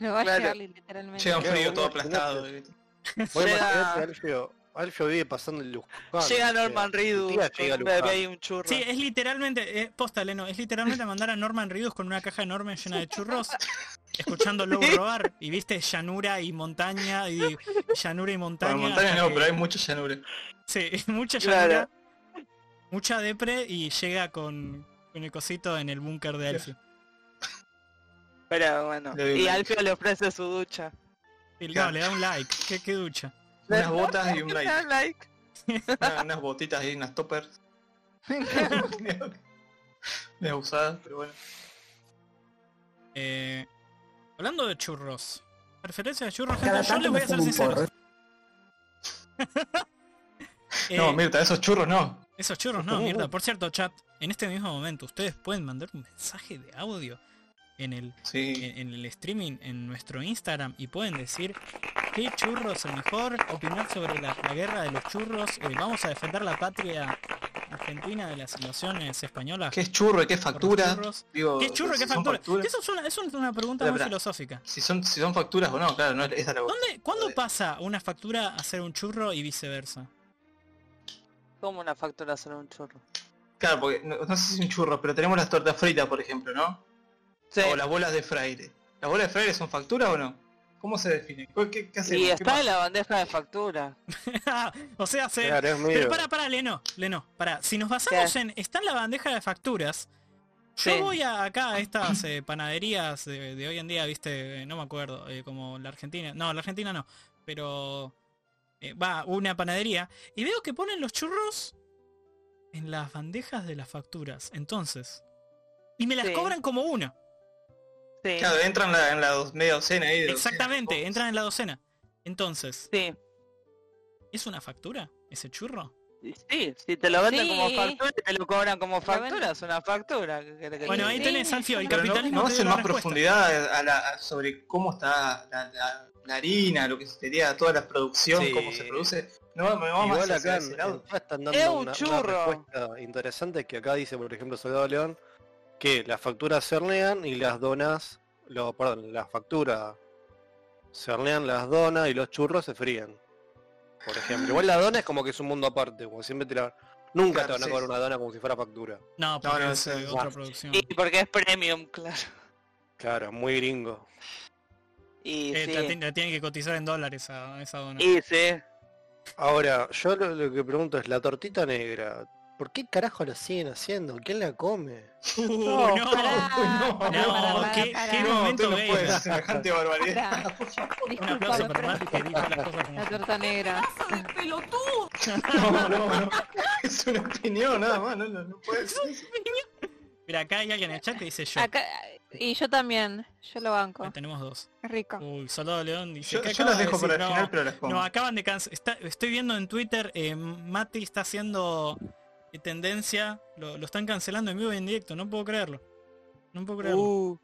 S4: No va a
S5: Claro.
S4: llegar literalmente.
S2: Llegan
S3: Claro,
S2: frío, todo
S3: imagínate.
S2: aplastado. ¿viste?
S3: Voy a
S5: Llega-
S3: imaginarte, Alfio. Alfio vive pasando el Luján.
S5: Llega Norman Reedus,
S3: Llega
S5: con un
S3: Luján.
S5: bebé y un churro.
S1: Sí, es literalmente, eh, posta, Leno, es literalmente mandar a Norman Reedus con una caja enorme llena de
S2: [LAUGHS]
S1: churros, escuchando Lobo robar, y viste llanura y montaña, y llanura y montaña.
S2: Bueno, montaña
S1: hasta
S2: no,
S1: que-
S2: pero hay mucha llanura.
S1: Sí, [LAUGHS] mucha llanura,
S5: Claro.
S1: mucha depre, y llega con, con el cosito en el búnker de Alfio.
S5: Pero bueno,
S2: Le doy un
S5: y
S2: like.
S5: Alfio le ofrece su ducha.
S1: Y No,
S2: Claro.
S1: le da un like, qué, qué ducha.
S2: Unas botas y un
S5: Le
S2: like.
S5: da like.
S2: Una- unas botitas y unas toppers.
S1: [LAUGHS]
S2: Unas usadas, pero bueno.
S1: Eh, hablando de churros, referencia de churros, gente, yo les voy a ser sincero. [LAUGHS] Eh,
S2: No, Mirta, esos churros no.
S1: Esos churros no, mierda. Por cierto, chat, en este mismo momento ustedes pueden mandar un mensaje de audio en el,
S2: Sí.
S1: en, en el streaming, en nuestro Instagram, y pueden decir qué churro es el mejor, opinar sobre la, la guerra de los churros, eh, vamos a defender la patria argentina de las invasiones españolas.
S2: ¿Qué es churro y qué es
S1: por los
S2: factura?
S1: churros.
S2: Digo,
S1: ¿Qué churro?
S2: si
S1: ¿Qué
S2: son
S1: factura?
S2: facturas-
S1: Eso es una, eso es una pregunta
S2: Pará,
S1: muy
S2: pará.
S1: filosófica.
S2: Si son, si son facturas o no, claro, no, esa es la
S1: ¿Dónde, ¿Cuándo
S2: Joder.
S1: pasa una factura a ser un churro y viceversa? [LAUGHS]
S5: Como una factura solo un churro.
S2: Claro, porque no, no sé si es un churro, pero tenemos las tortas fritas, por ejemplo, ¿no?
S5: Sí.
S2: O las bolas de fraile. ¿Las bolas de fraile son facturas o no? ¿Cómo se define? ¿Qué, qué, qué hacemos?
S5: Y
S2: ¿Qué
S5: está
S2: pasa?
S5: en la bandeja de factura.
S1: o sea, se,
S3: Claro, es
S1: Pero
S3: medio.
S1: para, para, Leno, Leno, para. Si nos basamos
S5: ¿Qué?
S1: en. Está en la bandeja de facturas. Yo
S5: Sí.
S1: voy a, acá a estas eh, panaderías de, de hoy en día, viste, eh, no me acuerdo, eh, como la Argentina. No, la Argentina no. Pero. eh, Va, una panadería. Y veo que ponen los churros en las bandejas de las facturas. Entonces. Y me las
S5: Sí.
S1: cobran como una.
S5: Sí,
S2: Claro, entran en la, en la dos- media docena ahí. de docena,
S1: Exactamente,
S2: ¿no?
S1: entran en la docena. Entonces,
S5: sí.
S1: ¿es una factura? ¿Ese churro?
S5: Y Sí, si te lo venden como
S4: Sí.
S5: factura y te lo cobran como
S4: venden.
S5: factura, es una factura. ¿qué querés que
S1: Bueno,
S5: te
S1: ahí
S5: diga?
S1: tenés, Alfio, el
S4: Pero
S2: Pero no-
S1: capitalismo.
S2: no,
S1: te
S2: hacen
S1: dio la
S2: más
S1: respuesta.
S2: profundidad a la, a- sobre cómo está la, la- la harina, lo que sería toda la producción,
S3: Sí.
S2: cómo se produce. No, me vamos
S3: Igual
S2: a
S3: acá
S2: hacer
S3: en-
S2: ese
S3: en
S2: lado.
S3: chat están
S5: Es
S3: eh, dando
S5: un
S3: una, una
S5: churro.
S3: respuesta interesante que acá dice, por ejemplo, Soldado León, que las facturas se hornean y las donas, lo, perdón, las facturas se hornean, las donas y los churros se fríen. Por ejemplo, igual la dona es como que es un mundo aparte, como siempre te la... Nunca te
S2: Ah. Claro,
S3: van a
S2: sí,
S3: cobrar
S2: sí.
S3: una dona como si fuera factura.
S1: No, porque
S2: no,
S1: es
S2: eso
S1: eh,
S2: es-
S1: otra
S3: no.
S1: producción.
S5: Y porque es premium, claro.
S3: Claro, muy gringo.
S5: Y
S1: Eh,
S5: sí.
S1: la, tien- la tienen que cotizar en dólares [LAUGHS] a, a esa dona.
S5: Y sí.
S3: Ahora, yo lo, lo que pregunto es, la tortita negra, ¿Por qué carajo lo siguen haciendo? ¿Quién la come?
S1: Uh,
S2: [LAUGHS]
S5: No,
S1: no,
S4: pará.
S2: no,
S1: no,
S4: pará,
S1: qué,
S4: pará,
S1: qué
S4: pará.
S2: No,
S1: momento
S2: tú no
S1: gamer.
S2: puedes
S1: [LAUGHS]
S2: semejante barbaridad.
S4: Pará.
S1: Un
S4: Disculpa,
S1: aplauso
S4: me
S1: para
S4: parece
S1: Mati que dijo las cosas como
S4: [LAUGHS] la torta negra.
S2: No, no, no. Es una opinión nada más, no, no, no puede ser.
S1: Mira, acá hay alguien en el chat que dice yo.
S4: Acá, y yo también, yo lo banco.
S1: Ahí tenemos dos.
S4: Rico.
S1: Uy, Soldado León dice.
S2: Yo,
S1: ¿qué
S2: yo
S1: acabas
S2: las
S1: de
S2: dejo
S1: decir?
S2: para el
S1: No,
S2: final, pero las pongo.
S1: No, acaban de cancelar. Estoy viendo en Twitter, eh, Mati está haciendo eh, tendencia. Lo, lo están cancelando en vivo y en directo, no puedo creerlo. No puedo creerlo.
S5: Uh,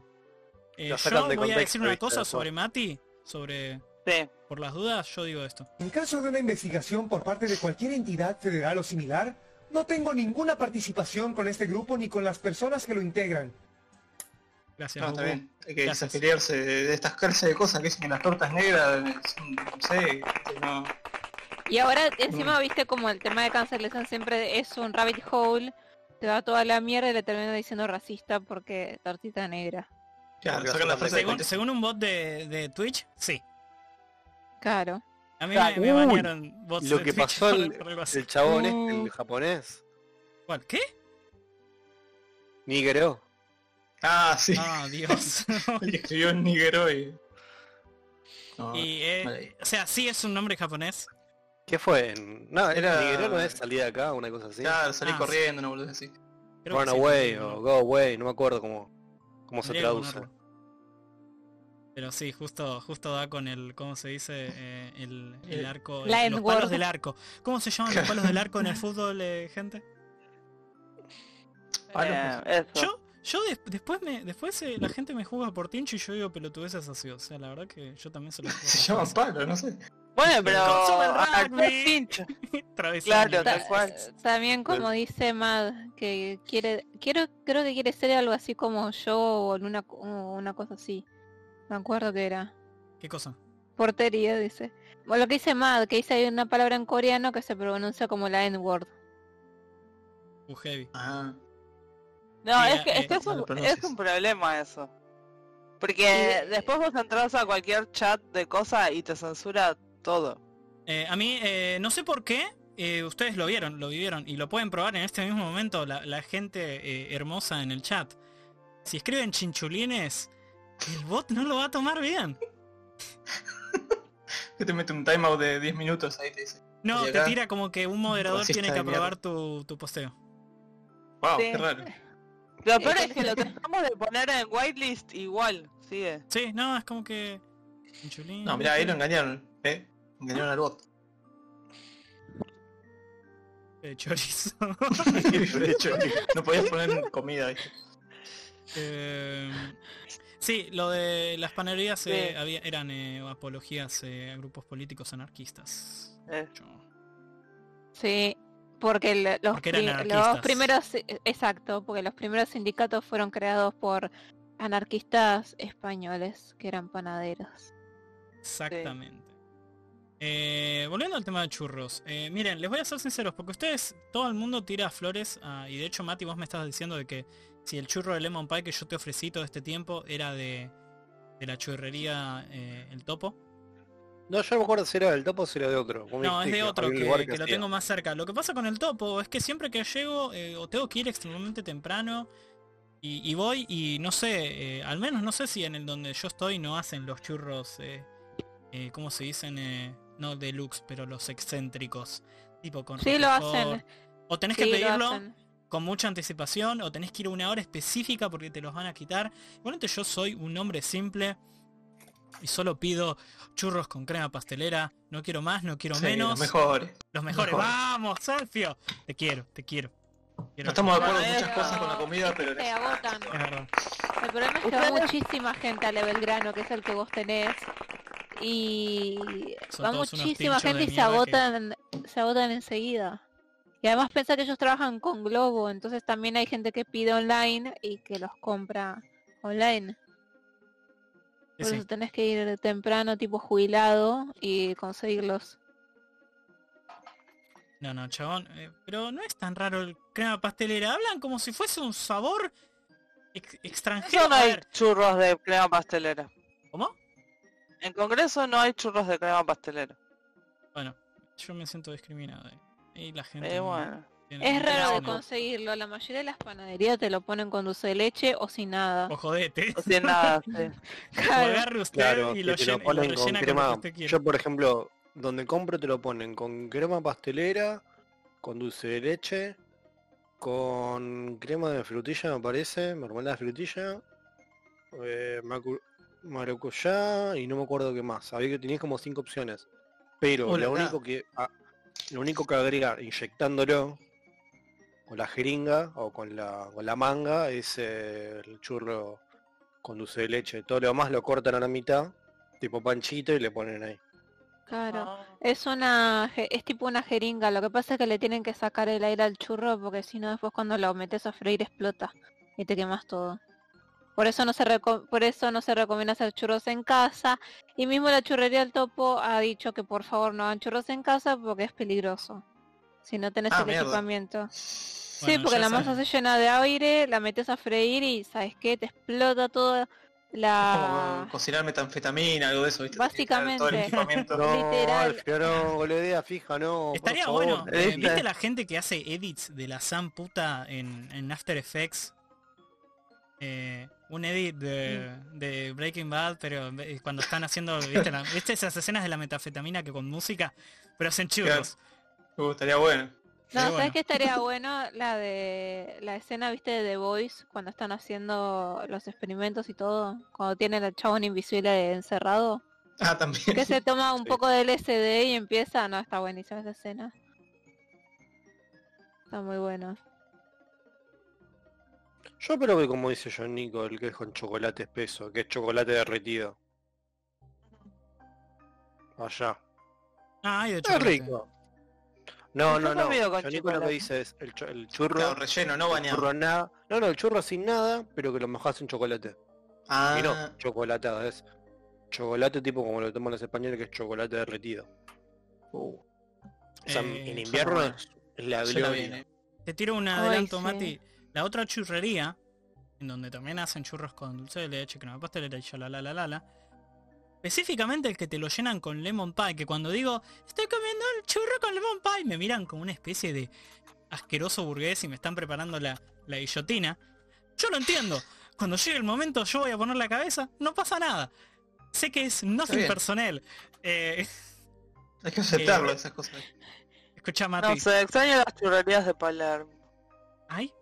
S1: Eh,
S3: lo
S1: yo
S3: sacan
S1: voy
S3: de
S1: a decir
S3: contexto,
S1: una
S3: ¿viste?
S1: cosa
S3: Eso.
S1: sobre Mati, sobre.
S5: sí.
S1: Por las dudas, yo digo esto.
S7: En caso de una investigación por parte de cualquier entidad federal o similar, no tengo ninguna participación con este grupo ni con las personas que lo integran.
S1: Gracias.
S2: No, está
S1: Goku.
S2: bien. Hay que
S1: Gracias.
S2: desafiliarse de, de estas clases de cosas que dicen que las tortas negras eh, son, no sé, este, no.
S4: Y ahora encima viste como el tema de cancelación siempre es un rabbit hole, te va toda la mierda y le termina diciendo racista porque tortita negra.
S2: Ya,
S3: Porque
S2: sacan la
S3: solamente
S2: frase de
S1: Según,
S2: contexto.
S1: según un bot de, de Twitch, sí.
S4: Claro.
S1: A mí
S5: Claro.
S1: me, me
S3: Uy,
S1: bañaron bots
S3: lo
S1: de
S3: que
S1: Twitch [LAUGHS]
S3: pasó
S1: por-
S3: el-
S1: por algo así.
S3: El chabón este,
S5: No.
S2: Uh.
S3: el japonés.
S1: ¿Cuál? ¿Qué?
S3: Nigero.
S2: Ah, sí.
S1: Ah,
S3: [LAUGHS]
S1: Dios.
S2: El que escribió en Nigero y. No,
S1: y, eh,
S2: vale.
S1: o sea, sí es un nombre japonés.
S3: ¿Qué fue? No,
S2: Era-
S3: era... Nigero no es salir de acá, una cosa así.
S2: Claro, salí
S1: Ah, sí.
S2: corriendo, no boludo así. [LAUGHS]
S1: Creo que
S3: Run
S1: sí,
S3: away
S1: no,
S3: o
S1: no,
S3: go away, no me acuerdo cómo, cómo se
S1: tendría que
S3: traduce.
S1: ponerlo. Pero sí, justo, justo da con el, ¿cómo se dice? Eh, el, el
S2: Eh,
S1: arco,
S4: la
S1: el- los
S4: N-word.
S1: palos del arco. ¿Cómo se llaman los palos del arco en el fútbol, eh, gente?
S5: Eh, eso.
S1: Yo, yo des- después me, después eh, la gente me juzga por tincho y yo digo pelotudeces así. O sea, la verdad que yo también se lo
S2: [LAUGHS] Se llaman palos, no sé.
S5: Bueno, pero...
S1: consumo el
S5: ah,
S1: rugby.
S5: qué pincho. Claro,
S1: Claro,
S5: tal cual.
S4: También como dice Mad, que quiere, quiero, creo que quiere ser algo así como yo o en una, o una cosa así. Me acuerdo que era.
S1: ¿Qué cosa?
S4: Portería, dice. Bueno, lo que dice Mad, que dice hay una palabra en coreano que se pronuncia como la N-word.
S1: Uh, heavy.
S2: Ah,
S5: No,
S1: Mira,
S5: es que, es,
S1: eh,
S5: que es
S2: no
S5: un,
S2: lo pronuncies.
S5: es un problema eso. Porque después vos entras a cualquier chat de cosa y te censura todo.
S1: Eh, a mí, eh, no sé por qué, eh, ustedes lo vieron, lo vivieron y lo pueden probar en este mismo momento la, la gente eh, hermosa en el chat. Si escriben chinchulines, el bot no lo va a tomar bien.
S2: que te mete un timeout de 10 minutos ahí te dice.
S1: No,
S2: Y
S1: te
S2: acá,
S1: tira como que un moderador
S2: racista
S1: tiene que
S2: de mierda.
S1: aprobar tu, tu posteo.
S2: Wow,
S5: Sí.
S2: qué raro.
S5: Lo peor es que lo tratamos de poner en whitelist igual, sigue.
S1: Sí, no, es como que... Chinchulines...
S2: No, mirá, ahí lo engañaron, eh. Engañaron
S1: [LAUGHS]
S2: al bot.
S1: eh,
S2: [LAUGHS]
S1: chorizo.
S2: De hecho, no podías poner comida, ¿viste?
S1: Eh, sí, lo de las panaderías eh,
S5: Sí.
S1: había- eran eh, apologías eh, a grupos políticos anarquistas.
S5: Eh.
S1: Yo-
S4: Sí, porque el- los,
S1: Porque eran
S4: pri-
S1: anarquistas.
S4: los primeros, eh, exacto, porque los primeros sindicatos fueron creados por anarquistas españoles que eran panaderos.
S1: Exactamente. Eh, volviendo al tema de churros. eh, miren, les voy a ser sinceros, porque ustedes, todo el mundo tira flores, ah, y de hecho Mati, vos me estabas diciendo de que si el churro de Lemon Pie que yo te ofrecí todo este tiempo era de, de la churrería eh, El Topo.
S3: No, yo no me acuerdo si era del topo o si era de otro. Vos me
S1: No, es
S3: dijiste
S1: de otro,
S3: había un
S1: que,
S3: lugar
S1: que lo
S3: hacía.
S1: tengo más cerca. Lo que pasa con el topo es que siempre que llego, eh, o tengo que ir extremadamente temprano, y, y voy y no sé, eh, al menos no sé si en el donde yo estoy no hacen los churros, eh, eh, ¿cómo se dicen? Eh, no deluxe, pero los excéntricos. Tipo con
S4: Sí, lo
S1: roquefort.
S4: hacen.
S1: O tenés
S4: sí,
S1: que
S4: lo
S1: pedirlo
S4: hacen.
S1: con mucha anticipación, o tenés que ir a una hora específica porque te los van a quitar. Igualmente yo soy un hombre simple. Y solo pido churros con crema pastelera. No quiero más, no quiero
S2: Sí,
S1: menos.
S2: los mejores.
S1: Los mejores.
S2: Mejor.
S1: ¡Vamos, Sergio! Te quiero, te quiero. Quiero-
S2: No estamos de acuerdo en
S5: Pero-
S2: muchas cosas con la comida, pero...
S4: Se agotan.
S1: Es verdad.
S4: El problema es que va muchísima gente a Belgrano, que es el que vos tenés. Y
S1: Son
S4: va
S1: todos unos
S4: muchísima
S1: pinchos de
S4: gente y se
S1: mierda que-
S4: agotan, se agotan enseguida. Y además pensá que ellos trabajan con Globo, entonces también hay gente que pide online y que los compra online.
S1: Sí,
S4: Por
S1: sí.
S4: eso tenés que ir temprano, tipo jubilado, y conseguirlos.
S1: No, no, chabón. eh, pero no es tan raro el crema pastelera. Hablan como si fuese un sabor ex- extranjero.
S5: Eso no
S1: A
S5: hay
S1: ver,
S5: churros de crema pastelera.
S1: ¿Cómo?
S5: En Congreso no hay churros de crema pastelera.
S1: Bueno, yo me siento discriminado. eh. Y la gente...
S5: Eh,
S1: no-
S5: bueno.
S1: Tiene-
S4: Es raro de
S1: tiene-
S4: conseguirlo. La mayoría de las panaderías te lo ponen con dulce de leche o sin nada. [LAUGHS]
S1: O jodete.
S5: O sea, nada, sí.
S1: O
S4: Claro.
S1: agarre usted
S3: Claro,
S1: y
S3: que
S1: lo,
S3: te lo
S1: llena- y lo
S3: ponen con
S1: rellena con lo que
S3: crema.
S1: usted quiera.
S3: Yo, por ejemplo, donde compro te lo ponen con crema pastelera, con dulce de leche, con crema de frutilla, me parece, mermelada de frutilla, eh, macu- maracuyá y no me acuerdo qué más. Sabía que tenías como cinco opciones. Pero
S1: Oh, la
S3: lo
S1: verdad.
S3: único que ah, lo único que agregar inyectándolo con la jeringa o con la, con la manga es eh, el churro con dulce de leche. Todo lo demás lo cortan a la mitad, tipo panchito, y le ponen ahí.
S4: Claro.
S5: Ah.
S4: Es una, je- es tipo una jeringa, lo que pasa es que le tienen que sacar el aire al churro porque si no después cuando lo metes a freír explota y te quemas todo. Por eso no se reco- por eso no se recomienda hacer churros en casa y mismo la churrería del topo ha dicho que por favor no hagan churros en casa porque es peligroso. Si no tenés
S2: Ah,
S4: el
S2: mierda.
S4: equipamiento. sí,
S1: Bueno,
S4: porque
S1: ya
S4: la masa
S1: saben.
S4: se llena de aire, la metes a freír y ¿sabes qué? Te explota toda la
S2: Como cocinar metanfetamina, algo de eso, ¿viste? Todo el
S4: Ah. Básicamente.
S2: equipamiento.
S3: No,
S4: Literal.
S3: Alfio, no, boludo, idea fija, no. por
S1: Estaría
S3: favor.
S1: bueno. eh,
S5: Esta-
S1: ¿Viste la gente que hace edits de la Sam puta en, en After Effects? Eh, un edit de,
S4: Mm.
S1: de Breaking Bad, pero en vez- cuando están haciendo, ¿viste, la- viste esas escenas de la metafetamina que con música, pero hacen churros?
S2: Uh, estaría bueno.
S4: No,
S1: Pero
S4: ¿sabes
S1: bueno.
S4: qué estaría bueno? La de la escena, viste, de The Voice, cuando están haciendo los experimentos y todo, cuando tienen al chabón invisible encerrado,
S2: Ah, también.
S4: que
S1: [LAUGHS]
S4: se toma un
S3: Sí.
S4: poco del SD y empieza, no, está buenísima esa escena. Está muy bueno. [LAUGHS]
S3: Yo creo que como dice John Nico, el que es con chocolate espeso, que es chocolate derretido. Allá.
S1: Ah, hay de
S3: Es
S1: chocolate.
S3: rico. No,
S5: Yo
S3: no,
S5: he
S3: no.
S5: comido con
S3: John Nico lo
S5: chocolate.
S3: que dice es el, cho- el churro.
S2: Claro, relleno, no
S3: el churro
S2: bañado.
S3: nada. No, no, el churro sin nada, pero que lo mojás en chocolate. Y
S2: Ah,
S3: no, chocolatado, es chocolate tipo como lo toman los españoles, que es chocolate derretido.
S2: uh,
S3: O sea,
S1: Eh,
S3: en invierno
S2: suena
S3: es es la
S2: suena
S3: gloria.
S2: bien, ¿eh?
S1: Te tiro un
S4: Ay,
S1: adelanto,
S4: sí.
S1: Mati. La otra churrería, en donde también hacen churros con dulce de leche, crema pastelera y la la la la la. Específicamente el que te lo llenan con lemon pie, que cuando digo, estoy comiendo el churro con lemon pie, me miran como una especie de asqueroso burgués y me están preparando la, la guillotina. Yo lo entiendo. Cuando llegue el momento yo voy a poner la cabeza, no pasa nada. Sé que es nothing
S2: bien.
S1: personal. Eh, [LAUGHS]
S2: Hay que aceptarlo, esas cosas.
S1: escucha Mati.
S5: No sé, extraño las churrerías de Palermo.
S1: ¿Ay?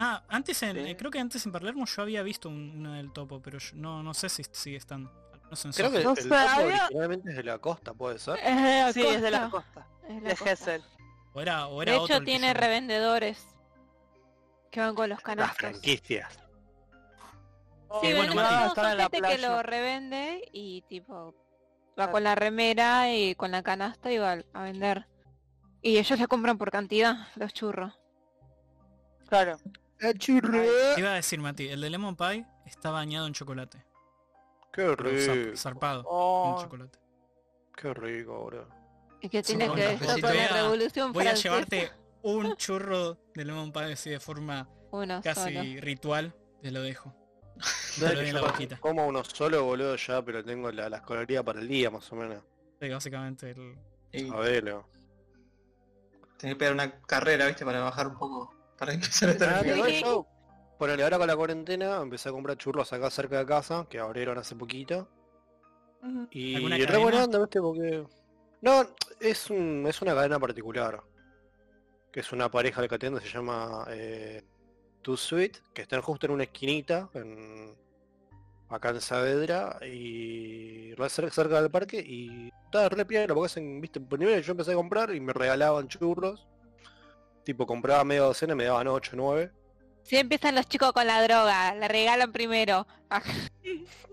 S1: Ah, antes en,
S5: Sí.
S1: eh, creo que antes en Palermo yo había visto un- una del topo, pero yo- no, no sé si sigue estando. Al menos en
S3: Creo
S1: Soho.
S3: que
S5: No
S3: el
S5: sé,
S3: topo
S5: había-
S3: originalmente es de la costa, puede ser.
S4: Es de la
S5: Sí, es de la
S4: costa,
S5: costa,
S4: es la
S5: de
S4: costa.
S5: Gessel.
S1: O era, o era
S4: De
S1: otro
S4: hecho,
S1: el que
S4: tiene
S1: yo-
S4: revendedores que van con los
S3: Las
S4: canastos.
S3: franquicias.
S1: Sí,
S4: Sí,
S1: bueno,
S4: bueno,
S1: Mati.
S4: no,
S5: Estaba
S4: son
S5: en la
S4: gente que
S5: playa.
S4: lo revende y tipo va
S5: Claro.
S4: con la remera y con la canasta y va al- a vender. Y ellos la compran por cantidad, los churros.
S5: Claro.
S1: Te Iba a decir, Mati, el de Lemon Pie está bañado en chocolate.
S3: Qué
S1: pero zar-
S3: rico.
S1: zarpado en
S5: Oh,
S1: chocolate.
S3: Qué rico, bro.
S4: Y que
S1: Sí,
S4: tiene
S1: con
S4: que ver esto
S2: cafecito.
S4: con
S1: Voy
S4: la
S1: a-
S4: revolución
S1: Voy a
S4: francesa.
S1: llevarte un churro de Lemon Pie así de forma
S4: uno
S1: casi
S4: solo.
S1: ritual. Te lo dejo. Te
S3: Dale,
S1: lo doy en
S3: yo
S1: la boquita.
S3: Como uno solo, boludo, ya, pero tengo la, las calorías para el día, más o menos.
S1: Sí, básicamente el-
S2: Y
S3: A ver, no.
S2: tener que pegar una carrera, ¿viste? Para bajar un poco. Para empezar a estar
S3: Ah,
S2: en
S3: pero
S2: vivo.
S3: yo, ponele, ahora con la cuarentena, empecé a comprar churros acá cerca de casa, que abrieron hace poquito.
S5: ujú.
S3: Y
S1: ¿Alguna
S3: re
S1: cadena?
S3: buena onda, ¿viste? Porque... No, es, un, es una cadena particular. Que es una pareja de que atiende, se llama eh, Too Sweet, que están justo en una esquinita, en, acá en Saavedra, y re cer- cerca del parque, y estaba re piola, porque hacen, viste, primero yo empecé a comprar y me regalaban churros. Tipo, compraba media docena y me daban 8, 9.
S4: Si empiezan los chicos con la droga, la regalan primero. Ajá.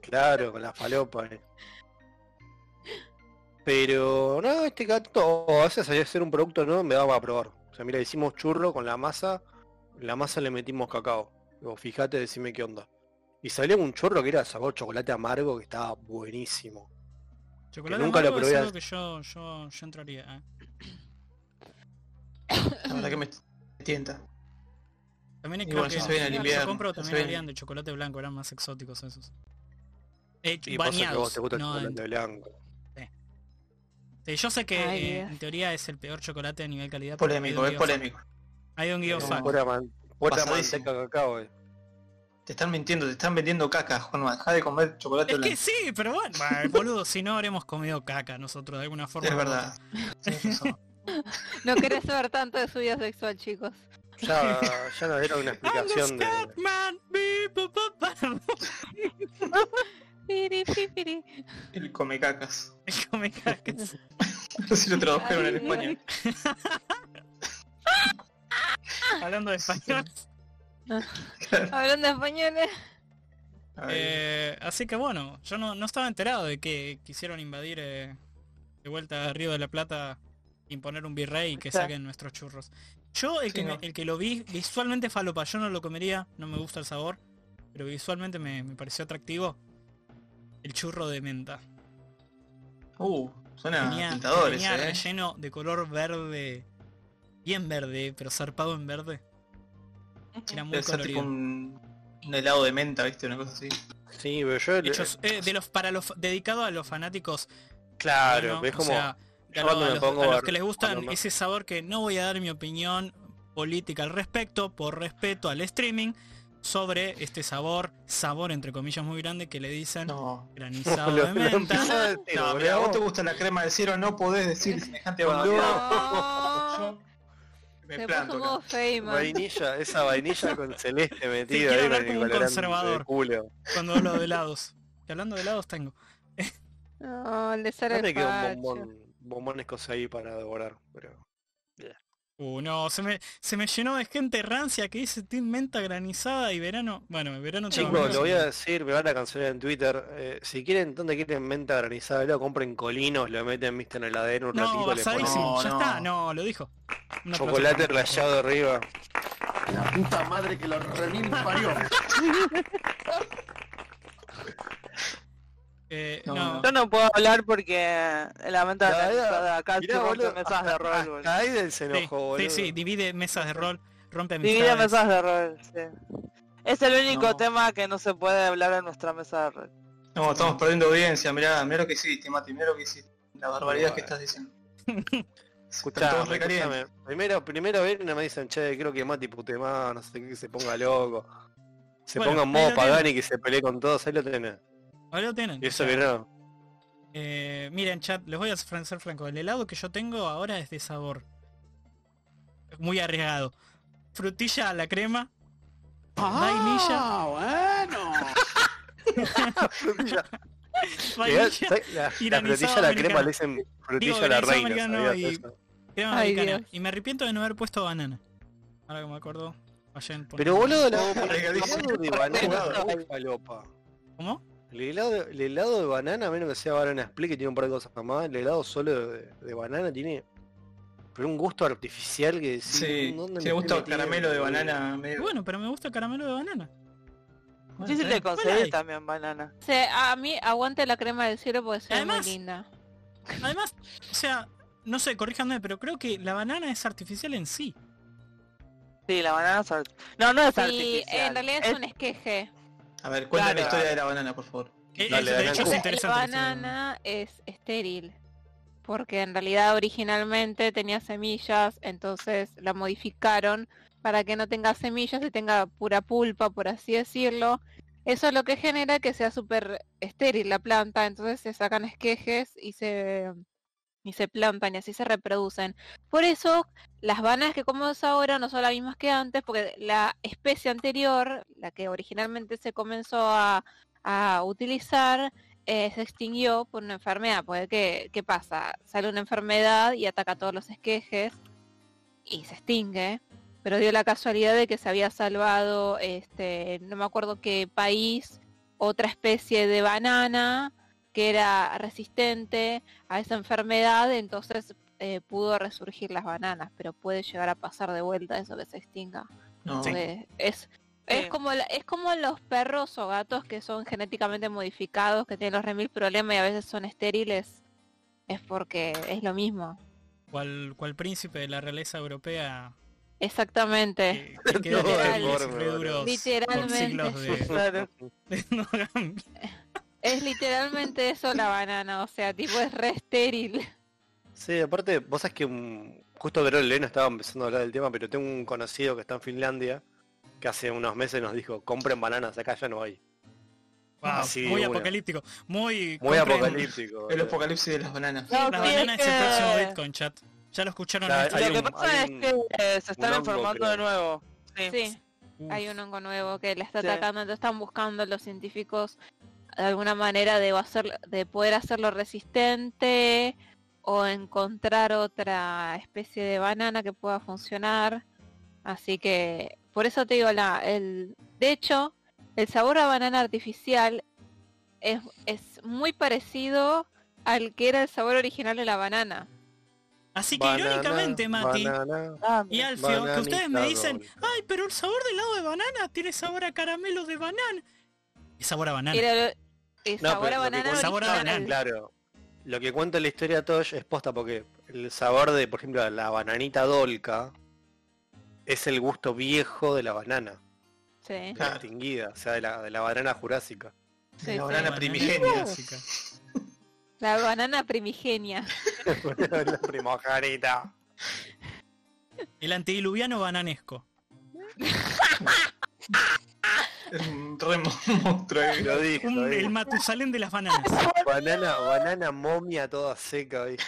S3: Claro, con la falopa. eh. Pero no, este gato a veces sabía hacer un producto nuevo me daba a probar. O sea, mira, hicimos churro con la masa, en la masa le metimos cacao. Digo, fíjate, decime qué onda. Y salió un churro que era sabor chocolate amargo que estaba buenísimo.
S1: chocolate
S3: nunca lo
S1: amargo es
S3: probé
S1: algo
S3: al-
S1: que yo, yo, yo entraría. eh.
S2: La verdad que me tienta.
S1: También es
S2: Y
S1: creo
S2: bueno, ya
S1: que
S2: se viene el
S1: yo
S2: invierno,
S1: compro
S2: ya se
S1: también
S2: viene.
S1: habían de chocolate blanco, eran más exóticos esos. Eh,
S3: Y pasa que a
S1: bañados.
S3: vos te gusta el
S1: no
S3: chocolate
S1: en-
S3: blanco.
S1: Sí, yo sé que
S4: Ay,
S1: eh,
S4: Dios.
S1: en teoría eh, es el peor chocolate a nivel calidad. pero
S2: Polémico,
S1: hay un
S2: es
S1: Dios.
S2: polémico.
S1: Hay un guión
S2: Exacto.
S3: Pura, Eh, man- pura
S2: Pasadísimo.
S3: manteca cacao. eh.
S2: Te están mintiendo, te están vendiendo caca, Juanma. Deja de comer chocolate
S1: Es que
S2: blanco.
S1: sí, pero
S2: [LAUGHS]
S1: bueno, bah, boludo, si no habremos comido caca nosotros de alguna forma.
S2: Es verdad. [LAUGHS] Tienes razón.
S4: No
S1: [LAUGHS]
S4: querés saber tanto de su vida sexual, chicos.
S3: Ya, ya nos dieron una
S1: I'm the
S3: explicación de.
S1: Scatman, beep, bu, bu, [LAUGHS] bam.
S4: Piri, pi, piri.
S2: El come cacas. [LAUGHS]
S1: Come cacas.
S2: No sé si lo tradujeron en
S4: Ay, Dios.
S2: español.
S1: Hablando de español.
S4: Hablando españoles.
S2: Ay,
S1: Eh, así que bueno, yo no, no estaba enterado de que quisieron invadir eh, de vuelta a Río de la Plata, imponer un virrey y que
S5: Está.
S1: saquen nuestros churros. Yo, el,
S2: Sí,
S1: que me-
S2: no.
S1: el que lo vi, visualmente falopa, yo no lo comería, no me gusta el sabor, pero visualmente me, me pareció atractivo. El churro de menta.
S2: Uh, suena
S1: Tenía,
S2: tentador
S1: tenía
S2: ese, eh.
S1: relleno de color verde, bien verde, pero zarpado en verde. Era muy
S2: Debe ser
S1: colorido.
S2: tipo un, un helado de menta, viste, una cosa así.
S3: Sí, pero yo. le-
S1: Hechos, eh, de los, para los, dedicado a los fanáticos
S3: claro,
S1: Bueno,
S3: pero es
S1: o
S3: como.
S1: sea,
S3: yo
S1: a,
S3: cuando me
S1: los,
S3: pongo
S1: a los
S3: a-
S1: que les gustan
S3: cuando me-
S1: ese sabor que no voy a dar mi opinión política al respecto, por respeto al streaming, sobre este sabor, sabor entre comillas muy grande que le dicen
S2: No.
S3: [LAUGHS]
S1: granizado
S3: [LAUGHS] Lo-
S1: de
S3: lo empezó
S1: menta.
S3: a decir,
S2: No,
S3: boludo.
S2: mira, a vos te gusta la crema del cielo, no podés
S1: Eh,
S2: decir semejante barbaridad.
S4: No.
S2: Yo me
S4: Se
S2: planto
S4: puso
S2: acá.
S4: modo Feynman.
S3: Vainilla, esa vainilla con celeste metida
S1: quiero
S3: ahí
S1: hablar
S3: con el
S1: como un
S3: colorante
S1: conservador.
S3: de culo.
S1: Cuando hablo de helados. Que hablando de helados tengo.
S4: No, le sale
S3: No te
S4: el
S3: queda un
S4: facho.
S3: bombón, bombón escocés ahí para devorar, pero.
S1: Uh, no, se me, se me llenó de gente rancia que dice Team Menta granizada y verano. Bueno, verano tengo
S3: Chicos,
S1: amigos.
S3: lo voy a decir, me van a cancelar en Twitter. eh, si quieren, ¿dónde quieren menta granizada? Lo compren colinos, lo meten, viste, en el heladero un
S1: No,
S3: ratito, le ponen
S1: basadísimo,
S2: No,
S1: ya
S2: no.
S1: está, no, lo dijo. Una
S3: chocolate
S1: plataforma.
S3: rallado arriba.
S8: La puta madre que lo remil parió.
S1: Eh,
S2: No,
S1: no,
S2: no.
S5: Yo no puedo hablar porque eh, la venta
S3: Ya,
S5: de
S3: ya.
S5: la acá
S3: Mirá,
S5: churro
S3: boludo,
S5: que mesas de
S3: Ah,
S5: rol, boludo.
S3: Hasta Aiden se
S1: Sí,
S3: enojó, boludo.
S1: sí, sí, divide mesas de rol, rompe
S5: Divide
S1: amistades.
S5: mesas de rol, sí. Es el único
S2: No.
S5: tema que no se puede hablar en nuestra mesa de rol.
S2: No, estamos perdiendo audiencia, mirá, mirá lo que hiciste, Mati, mirá lo que hiciste. La barbaridad que
S3: Bueno.
S2: estás
S3: [LAUGHS]
S2: diciendo. Están todos
S3: Escuchame,
S2: recalientes.
S3: escuchame. Primero, primero vienen y me dicen, che, creo que Mati putemá, no sé qué, que se ponga loco. Se
S1: Bueno,
S3: ponga en
S1: ahí
S3: modo
S1: lo tienen.
S3: pagani que se pelee con todos, ahí lo tenés.
S1: Ahí lo tienen.
S3: Y eso que no.
S1: Eh, miren, chat, les voy a fran- ser franco. El helado que yo tengo ahora es de sabor. Muy arriesgado. Frutilla a la crema. Vainilla.
S8: Ah, bueno.
S3: [LAUGHS] Legal,
S1: Vainilla.
S3: ¿sabes? La, la
S1: Granizado
S3: frutilla a la crema
S1: americano.
S3: le dicen frutilla
S1: Digo,
S3: a la
S1: granizado
S3: reina.
S1: americano
S3: ¿sabías
S1: y-
S3: eso?
S1: Crema
S4: Ay,
S1: americana.
S4: Dios.
S1: Y me arrepiento de no haber puesto banana. Ahora que me acuerdo. Vayan por
S3: Pero boludo, la,
S2: Oh, regalísimo.
S3: el helado [LAUGHS] de banana
S2: Jugado.
S3: es falopa.
S1: ¿Cómo?
S3: El helado, el helado de banana, a menos que sea banana split, que tiene un par de cosas más, el helado solo de, de banana tiene pero un gusto artificial que decís, "Mm,
S2: Sí,
S3: ¿dónde
S2: tiene
S3: me
S2: gusto a
S3: estoy metiendo,
S2: caramelo de
S3: boludo?
S2: banana medio.
S1: Bueno, pero me gusta el caramelo de banana.
S2: Bueno,
S5: Difícil de
S2: está
S1: hay?
S5: conseguir también banana.
S4: Se- a mí aguante la crema del cielo porque se ve muy
S1: Además-
S4: linda.
S1: Además, o sea, no sé, corríjanme, pero creo que la banana es artificial en sí.
S5: Sí, la banana es art- No, no es
S4: Sí,
S5: artificial.
S4: en realidad es
S5: Es-
S4: un esqueje.
S2: bien. A ver, cuéntame la
S5: Claro.
S2: historia de la banana, por favor.
S1: Eh,
S3: Dale,
S1: eh, de
S3: dale,
S1: hecho es
S3: dale.
S4: La-
S1: interesante.
S4: La
S1: eso.
S4: banana es estéril, porque en realidad originalmente tenía semillas, entonces la modificaron para que no tenga semillas y tenga pura pulpa, por así decirlo. Eso es lo que genera que sea súper estéril la planta, entonces se sacan esquejes y se, y se plantan y así se reproducen. Por eso las bananas que comemos ahora no son las mismas que antes, porque la especie anterior, la que originalmente se comenzó a, a utilizar, eh, se extinguió por una enfermedad. Porque, ¿qué, qué pasa? Sale una enfermedad y ataca todos los esquejes y se extingue. Pero dio la casualidad de que se había salvado, este, no me acuerdo qué país, otra especie de banana que era resistente a esa enfermedad, entonces eh, pudo resurgir las bananas, pero puede llegar a pasar de vuelta eso que se extinga.
S2: No,
S4: Porque es, es
S5: Sí.
S4: como la- es como los perros o gatos que son genéticamente modificados, que tienen los remil problemas y a veces son estériles. Es porque es lo mismo.
S1: cual, cual príncipe de la realeza europea
S4: Exactamente.
S1: que, que
S3: [LAUGHS]
S1: quedó
S4: Literal.
S1: estéril y
S3: Enorme,
S1: sufrió duros por
S4: Eh. Literalmente.
S1: siglos de,
S5: Claro.
S1: de [LAUGHS] endogamia.
S4: Es literalmente eso la banana, o sea, tipo es re estéril.
S3: Sí, aparte, vos sabés que un- justo Verón y Leno estaban empezando a hablar del tema, pero tengo un conocido que está en Finlandia que hace unos meses nos dijo, compren bananas, acá ya no hay.
S1: Wow,
S3: Sí,
S1: muy
S3: una.
S1: apocalíptico. Muy,
S3: Muy
S1: compren-
S3: apocalíptico.
S2: El
S3: boludo.
S2: apocalipsis de las bananas.
S5: No,
S1: La
S5: sí,
S1: banana
S5: es
S1: es el próximo
S5: que-
S1: Bitcoin chat. Ya lo escucharon
S3: Claro,
S1: en este
S3: hay
S5: Lo
S1: show.
S5: que
S3: un-
S5: pasa
S3: hay
S5: es
S3: un-
S5: que eh, se están
S3: hongo,
S5: informando
S3: creo.
S5: de nuevo. Sí.
S4: Sí,
S1: Uf,
S4: hay un hongo nuevo que la está
S5: Sí.
S4: atacando, entonces están buscando los científicos de alguna manera de, hacer, de poder hacerlo resistente o encontrar otra especie de banana que pueda funcionar. Así que por eso te digo, la, el, de hecho, el sabor a banana artificial es, es muy parecido al que era el sabor original de la banana.
S1: Así que
S3: Banana,
S1: irónicamente, Mati
S3: banana,
S1: y Alfio, que ustedes me
S3: bananita
S1: dicen,
S3: doble.
S1: ay, pero el sabor del helado de banana tiene sabor a caramelo de banana. Es sabor a banana.
S4: Era el, el
S3: No,
S4: sabor,
S3: pero lo
S4: a
S3: que
S4: banana
S3: cuenta-
S1: Sabor a
S4: original.
S1: banana.
S3: Claro. Lo que cuenta la historia Tosh es posta porque el sabor de, por ejemplo, la bananita dolca es el gusto viejo de la banana,
S4: Sí,
S3: de la
S1: Ah.
S2: Claro.
S3: extinguida, o sea, de la, de la banana jurásica. [LAUGHS]
S4: sí, sí.
S2: la banana primigenia.
S1: primigenia. chica.
S4: La banana primigenia.
S3: la primogénita.
S1: El antidiluviano bananesco.
S2: Es un re [LAUGHS] monstruo.
S3: [LAUGHS]
S2: eh.
S3: Lo dije,
S1: Un-
S3: lo dije.
S1: el Matusalén de las bananas.
S3: Banana, banana momia toda seca, ¿viste?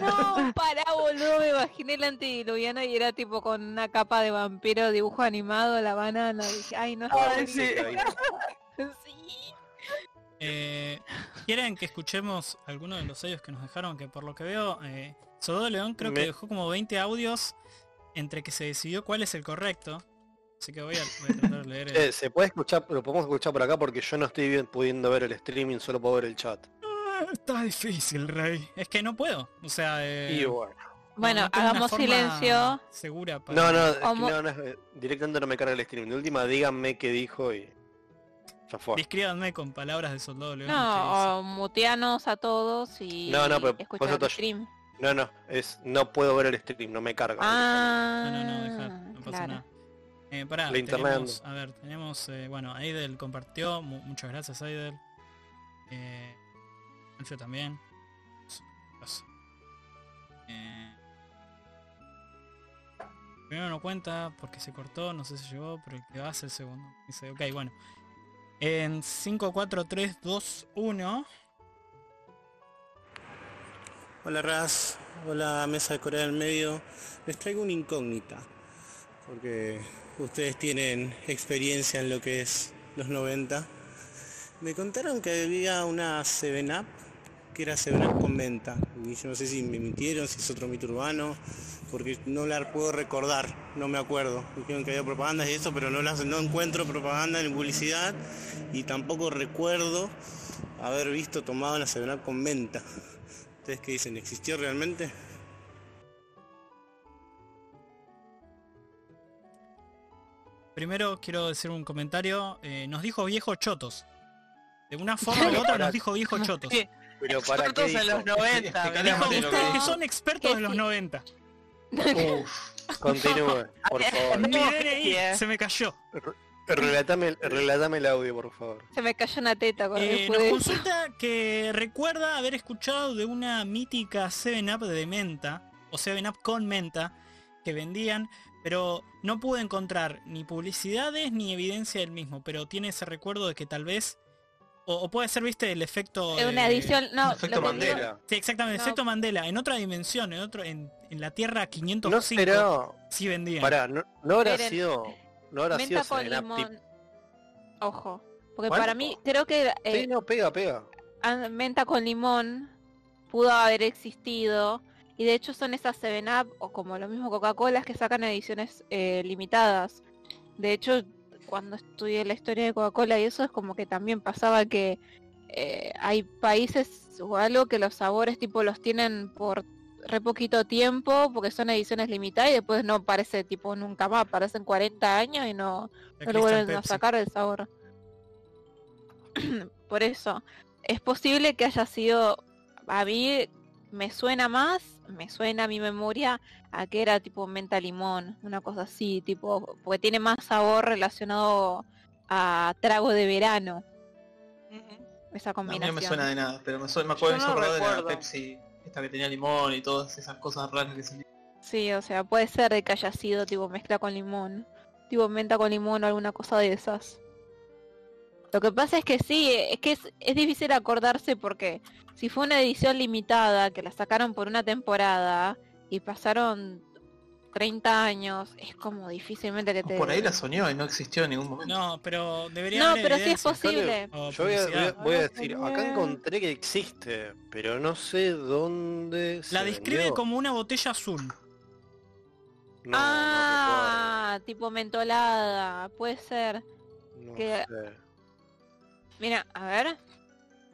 S4: No, pará, boludo, me imaginé el antidiluviano y era tipo con una capa de vampiro, dibujo animado, la banana. Dije, ay, no
S1: Ah,
S3: Toda
S4: sé.
S3: seca, ¿viste?
S4: [LAUGHS] Sí.
S1: Eh, ¿Quieren que escuchemos alguno de los sellos que nos dejaron? Que por lo que veo, eh, Sodó de León creo
S3: Me-
S1: que dejó como 20 audios entre que se decidió cuál es el correcto. Así que voy a, voy a tratar de leer el-
S3: [LAUGHS] Eh, se puede escuchar, lo podemos escuchar por acá porque yo no estoy bien pudiendo ver el streaming, solo puedo ver el chat.
S1: Ah, Está difícil, Rey. Es que no puedo. O sea, eh,
S3: Y bueno.
S1: no- no tengo
S4: Bueno,
S1: una
S4: hagamos
S1: forma
S4: silencio.
S1: Segura para...
S3: No, no, es que
S4: Homo-
S3: no, no es- eh, directamente no me carga el streaming. De última, díganme qué dijo y ya fue.
S1: Descríbanme con palabras de soldado león.
S4: No, o muteanos a todos y
S3: No, no, pero
S4: escuchar
S3: vos
S4: el
S3: sos-
S4: stream.
S3: No, no, es no puedo ver el stream, no me carga.
S1: ¿qué
S4: Ah,
S1: dice? no, no, no, dejar, no pasa
S4: claro.
S1: nada. Eh, pará,
S3: La internet.
S1: tenemos, a ver, tenemos, eh, bueno, Aidel compartió, mu- muchas gracias Aidel. Eh, Alfio también. Los- eh, primero no cuenta porque se cortó, no sé si llegó, pero el que va es el segundo. Dice, ok, bueno. En 5, 4, 3, 2, 1.
S9: Hola Raz, hola Mesa de Corea del Medio. Les traigo una incógnita, porque ustedes tienen experiencia en lo que es los 90. Me contaron que había una 7-Up, que era 7-Up con venta. Y yo no sé si me mintieron, si es otro mito urbano, porque no la puedo recordar, no me acuerdo. Dijeron que había propagandas y eso, pero no, las, no encuentro propaganda ni publicidad y tampoco recuerdo haber visto tomado una 7-Up con venta. ¿Ustedes qué dicen? ¿Existió realmente?
S1: Primero quiero decir un comentario. eh, nos dijo viejo chotos. De una forma u otra nos dijo viejo chotos.
S5: Sí,
S3: Pero para qué
S5: expertos en
S3: dijo?
S5: los 90.
S2: Explicale a
S5: ¿verdad?
S2: Mati lo que
S1: Ustedes que
S2: dijo.
S1: son expertos
S4: Que
S1: de los
S4: sí.
S1: 90.
S2: Uf,
S4: [LAUGHS]
S3: Continúe, por favor.
S1: Mi
S5: No,
S1: DNI
S5: sí, eh.
S1: se me cayó.
S3: Relatame, relatame el audio, por favor.
S4: Se me cayó una teta cuando
S1: Eh, nos
S4: pude-
S1: consulta que recuerda haber escuchado de una mítica 7-Up de menta, o 7-Up con menta, que vendían, pero no pude encontrar ni publicidades ni evidencia del mismo, pero tiene ese recuerdo de que tal vez, o, o puede ser, viste, el efecto...
S4: Es una
S1: de-
S4: edición, no,
S2: efecto
S4: lo que digo-
S2: Mandela.
S3: Mira,
S1: Sí, exactamente,
S4: No.
S1: efecto Mandela, en otra dimensión, en otro en, en la Tierra
S3: no
S1: 505,
S3: será.
S1: sí vendían.
S3: Pará, no, no habrá
S4: Esperen.
S3: sido. No habrá sido
S4: menta con
S3: Seven Up
S4: limón. Ojo, porque
S3: Bueno.
S4: para mí creo que
S3: tip-
S4: eh,
S3: Sí, no, pega, pega.
S4: a- menta con limón pudo haber existido y de hecho son esas 7 Up o como lo mismo Coca-Cola que sacan ediciones eh, limitadas. De hecho, cuando estudié la historia de Coca-Cola y eso es como que también pasaba que eh, hay países o algo que los sabores tipo los tienen por re poquito tiempo porque son ediciones limitadas y después no parece tipo nunca más, parecen 40 años y no
S1: La
S4: no lo
S1: Crystal
S4: vuelven a
S1: Pepsi.
S4: sacar el sabor. [CLEARS THROAT] Por eso, es posible que haya sido, a mí me suena más, me suena a mi memoria a que era tipo menta limón, una cosa así, tipo, porque tiene más sabor relacionado a trago de verano,
S5: Mm,
S4: esa
S2: a mí no
S4: combinación.
S2: me suena de nada, pero me, suena, me acuerdo,
S5: Yo
S2: yo
S5: no
S2: me acuerdo de la
S5: recuerdo.
S2: Pepsi, esta que tenía limón y todas esas cosas raras que se
S4: Sí, o sea, puede ser de que haya sido tipo mezcla con limón. Tipo menta con limón o alguna cosa de esas. Lo que pasa es que sí, es que es, es difícil acordarse porque si fue una edición limitada que la sacaron por una temporada y pasaron 30 años, es como difícilmente que te...
S2: Por ahí la soñó y no existió en ningún momento.
S1: No, pero debería
S4: No,
S1: haber
S4: pero sí es
S1: evidencia.
S4: posible.
S1: O
S3: Yo voy a, voy a-
S1: publicidad.
S3: voy a
S4: Ahora
S3: decir,
S4: sería-
S3: acá encontré que existe, pero no sé dónde. se
S1: La describe
S3: vendió.
S1: como una botella azul.
S3: No, no
S4: ah, tipo mentolada, puede ser.
S3: recuerdo, no
S4: que-
S3: sé.
S4: Mira, a ver.
S1: ¿Sabes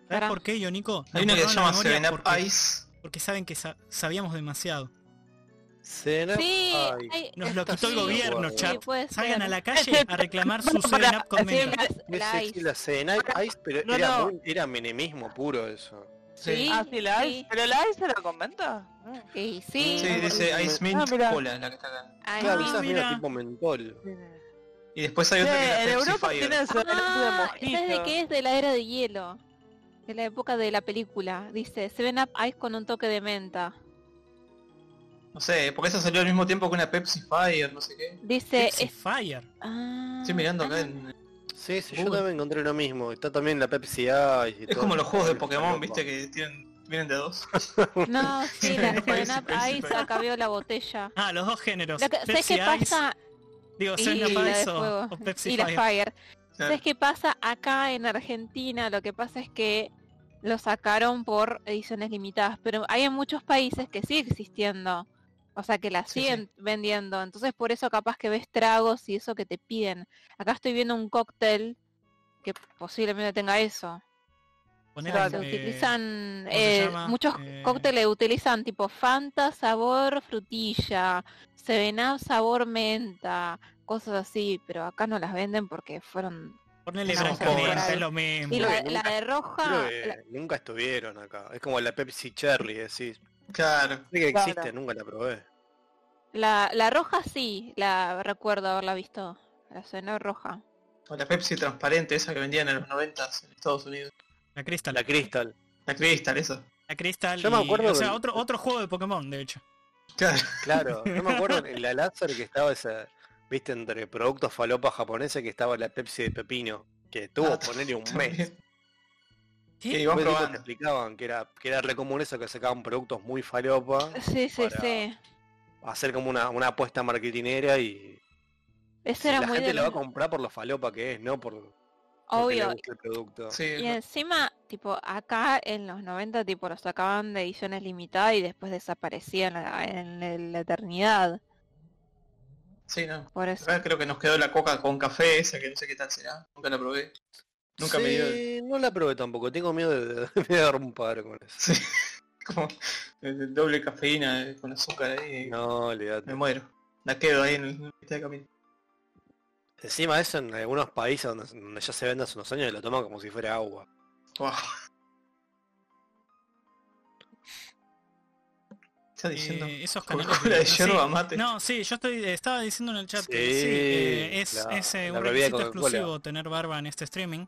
S4: Pará.
S1: por qué, Ionico?
S2: Hay una que se llama
S1: memoria
S2: Seven Up
S1: porque,
S2: Ice.
S1: porque saben que sa- sabíamos demasiado.
S3: Cena-
S4: Sí,
S3: ay,
S4: hay-
S1: Nos lo
S3: Esta
S1: quitó el
S3: sí,
S1: gobierno,
S3: guarda.
S1: chat.
S4: sí, puede
S1: Salgan
S4: ser.
S1: a la calle a
S4: [LAUGHS]
S1: reclamar su
S5: Pará,
S1: 7 Up con
S5: así
S1: menta.
S5: me-
S4: La-
S3: Ese
S4: la
S3: sí,
S4: ice.
S3: la cena ice, pero
S5: No,
S3: era,
S5: no.
S3: muy- era menemismo puro eso.
S4: Sí,
S5: Ah, sí, la
S4: sí.
S5: Ice. ¿Pero la Ice era con menta? Ah.
S4: Y sí,
S2: Sí, dice Ice Mint
S5: Ah, mira.
S2: Cola, la que está acá.
S4: ahí
S3: claro,
S1: Ah,
S3: esa es medio
S1: mira.
S3: tipo mentol.
S2: Y después hay otra que es la
S5: Che, en
S2: Pepsi
S5: Europa
S2: Fire.
S5: tiene ese
S4: Ah, ¿sabes de
S5: de
S4: qué es? De la era de hielo. De la época de la película. Dice, Seven Up Ice con un toque de menta.
S2: No sé, porque esa salió al mismo tiempo que una Pepsi Fire, no sé qué.
S4: Dice,
S1: Pepsi
S4: es-
S1: Fire.
S4: ah,
S5: Mm,
S2: Estoy mirando acá
S4: ah,
S2: en...
S3: Sí, sí, yo
S2: Uy.
S3: también encontré lo mismo. Está también la Pepsi Ice y
S2: Es
S3: todo
S2: como
S3: eso.
S2: los juegos de
S3: Ay,
S2: Pokémon,
S3: falopa.
S2: viste, que tienen... Vienen de a dos. [LAUGHS]
S4: No, sí, la
S2: Ice,
S4: Seven Up
S2: Pepsi
S4: Ice
S2: Fire.
S4: acá veo la botella.
S1: Ah, los dos géneros.
S4: Lo que- ¿Sabes
S1: Pepsi
S4: qué
S1: Ice,
S4: pasa?
S1: digo,
S4: Y
S1: Seven
S4: la
S1: Up
S4: de
S1: Ice o,
S4: fuego.
S1: o Pepsi
S4: Y la
S1: Fire.
S4: Fire.
S2: Claro.
S4: ¿Sabes qué pasa? Acá en Argentina lo que pasa es que lo sacaron por ediciones limitadas, pero hay en muchos países que sigue existiendo, o sea, que la
S2: Sí, sí.
S4: siguen vendiendo, entonces por eso capaz que ves tragos y eso que te piden. Acá estoy viendo un cóctel que posiblemente tenga eso. O
S1: Poner,
S4: sea,
S5: Claro.
S4: se
S1: eh,
S4: utilizan
S1: ¿cómo se
S4: eh,
S1: llama?
S4: muchos
S1: Eh,
S4: cócteles utilizan tipo Fanta sabor frutilla, Seven Up sabor menta, cosas así, pero acá no las venden porque fueron
S1: Ponele
S4: Una
S1: branca
S2: cosa
S1: menta,
S4: por
S1: es lo mismo.
S4: y
S3: Creo
S4: la,
S3: que
S4: la
S3: nunca-
S4: de
S3: Creo
S4: roja,
S3: que
S4: la-
S3: nunca estuvieron acá. Es como la Pepsi Cherry, decís.
S2: Claro.
S3: Sé que
S5: Claro.
S3: existe, nunca la probé.
S4: la, la roja sí, la recuerdo haberla visto. La suena roja.
S2: O la Pepsi transparente, esa que vendían en los 90 en Estados Unidos.
S1: La Crystal.
S3: La Crystal.
S2: La Crystal, esa.
S1: La Crystal.
S3: Yo me
S1: y-
S3: acuerdo
S1: o sea,
S3: del-
S1: otro, otro juego de Pokémon, de hecho.
S2: Claro.
S3: Claro, no me
S2: [LAUGHS]
S3: acuerdo en la Láser que estaba esa, viste, entre productos falopa japonesa que estaba la Pepsi de Pepino, que tuvo
S2: Ah,
S3: ponerle un mes.
S2: También.
S1: ¿Qué?
S2: Y van
S3: Después tipo, te
S2: probando.
S3: explicaban que era, que era re común eso que sacaban productos muy falopa,
S4: Sí, sí,
S3: Para-
S4: sí.
S3: hacer como una, una apuesta marketinera y y
S4: Eso era
S3: la
S4: muy
S3: gente
S4: de
S3: lo va a
S4: los-
S3: comprar por lo falopa que es, no por lo que le
S4: obvio.
S3: gusta el producto.
S2: Sí,
S4: Y encima, tipo, acá en los 90, tipo, lo sacaban de ediciones limitadas y después desaparecían a- en, el- la eternidad.
S2: sí, no.
S4: Por eso.
S2: Acá creo que nos quedó la coca con café, esa que no sé qué tal será. Nunca la probé. Nunca me dio...
S3: Sí, no la probé tampoco, tengo miedo de, de dar un paro con
S2: Sí.
S3: eso.
S2: [LAUGHS] Como eh, doble cafeína eh, con azúcar ahí.
S3: No, olvidate.
S2: Me muero. La quedo ahí en el en la mitad de camino.
S3: Encima de eso en algunos países donde, donde ya se vende hace unos años lo toman como si fuera agua.
S2: Wow. Está diciendo.
S1: Eh, esos
S2: [LAUGHS]
S1: canales
S2: Coca-Cola de
S1: sí.
S2: yerba mate.
S1: No, sí, yo estoy, estaba diciendo en el chat que
S3: Sí,
S1: sí, eh, es,
S3: la-
S1: es, eh,
S3: la
S1: un
S3: bebida
S1: requisito
S3: Coca-Cola.
S1: exclusivo tener barba en este streaming.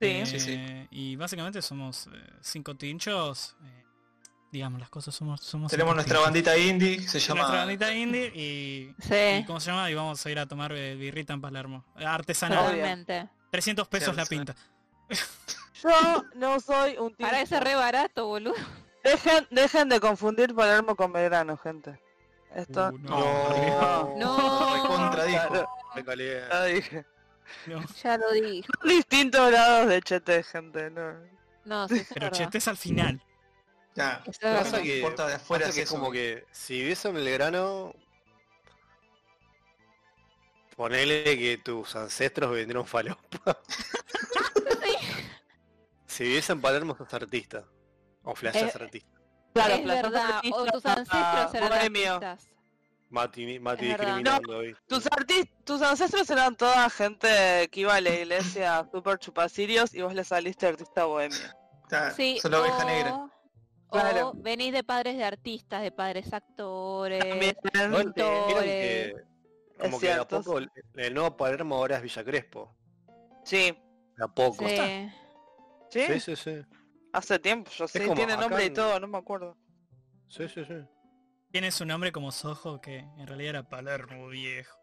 S5: Sí.
S2: Sí, sí.
S1: Eh, Y básicamente somos eh, cinco tinchos. eh, digamos, las cosas somos... somos
S2: Tenemos
S1: cinco
S2: nuestra
S1: tinchos.
S2: bandita indie, que se
S1: Nuestra
S2: llama.
S1: bandita indie y...
S4: Sí,
S1: y ¿Cómo se llama? Y vamos a ir a tomar eh, birrita en Palermo. Artesanal.
S5: Obvio.
S4: totalmente.
S1: 300 pesos la
S2: Artesanal.
S1: pinta.
S5: Yo no soy un tío.
S4: Para eso es re barato, boludo.
S5: Dejen, dejen de confundir Palermo con Belgrano, gente. Esto
S1: Uh,
S2: No,
S3: Oh,
S4: No. No.
S2: recontradijo.
S3: Recalé.
S5: lo dije.
S1: no.
S4: Ya lo dije.
S5: Distintos grados de chete, gente. No.
S4: No, sí, eso es
S1: Pero
S4: verdad.
S1: chetes al final.
S2: Ya.
S4: Eso es
S2: Pasa
S4: verdad.
S2: que- importa de afuera
S3: pasa
S2: es
S3: que es
S2: eso.
S3: como que si vives en Belgrano, ponele que tus ancestros vendieron falopa. si vives en Palermo sos artista. O flashás
S4: Eh,
S3: artista.
S5: Claro,
S4: es verdad, o tus
S5: ah,
S4: ancestros eran
S5: bohemio.
S4: artistas.
S3: Mati, Mati
S4: es verdad.
S3: discriminando, ¿viste?
S5: Tus, artis- tus ancestros eran toda gente que iba a la iglesia super chupacirios y vos le saliste
S4: [LAUGHS]
S5: artista bohemio.
S2: Ya,
S4: Sí, Oh.
S2: Solo Ah, oveja
S4: o-
S2: negra.
S4: o
S5: Claro.
S4: venís de padres de artistas, de padres actores.
S5: También, eh,
S3: Igual,
S4: pintores.
S3: vieron que como
S5: Es
S3: que de a
S5: cierto,
S3: poco el, el nuevo Palermo ahora es Villa Crespo.
S5: sí.
S3: De a poco.
S4: Sí.
S5: sí.
S3: Sí, sí, sí.
S5: Hace tiempo, yo sé.
S3: como
S5: Tiene
S3: acá
S5: nombre y
S3: en-
S5: todo, no me acuerdo.
S3: Sí, sí, sí.
S1: Tiene su nombre como Sojo, que en realidad era Palermo Viejo.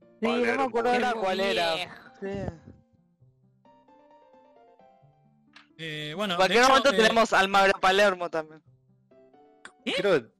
S5: Sí, no me
S2: Palermo.
S5: acuerdo ahora cuál era.
S4: Viejo.
S5: Sí.
S1: Eh, bueno, de
S5: En cualquier
S1: hecho,
S5: momento
S1: eh,
S5: tenemos Almagro Palermo también.
S3: Creo que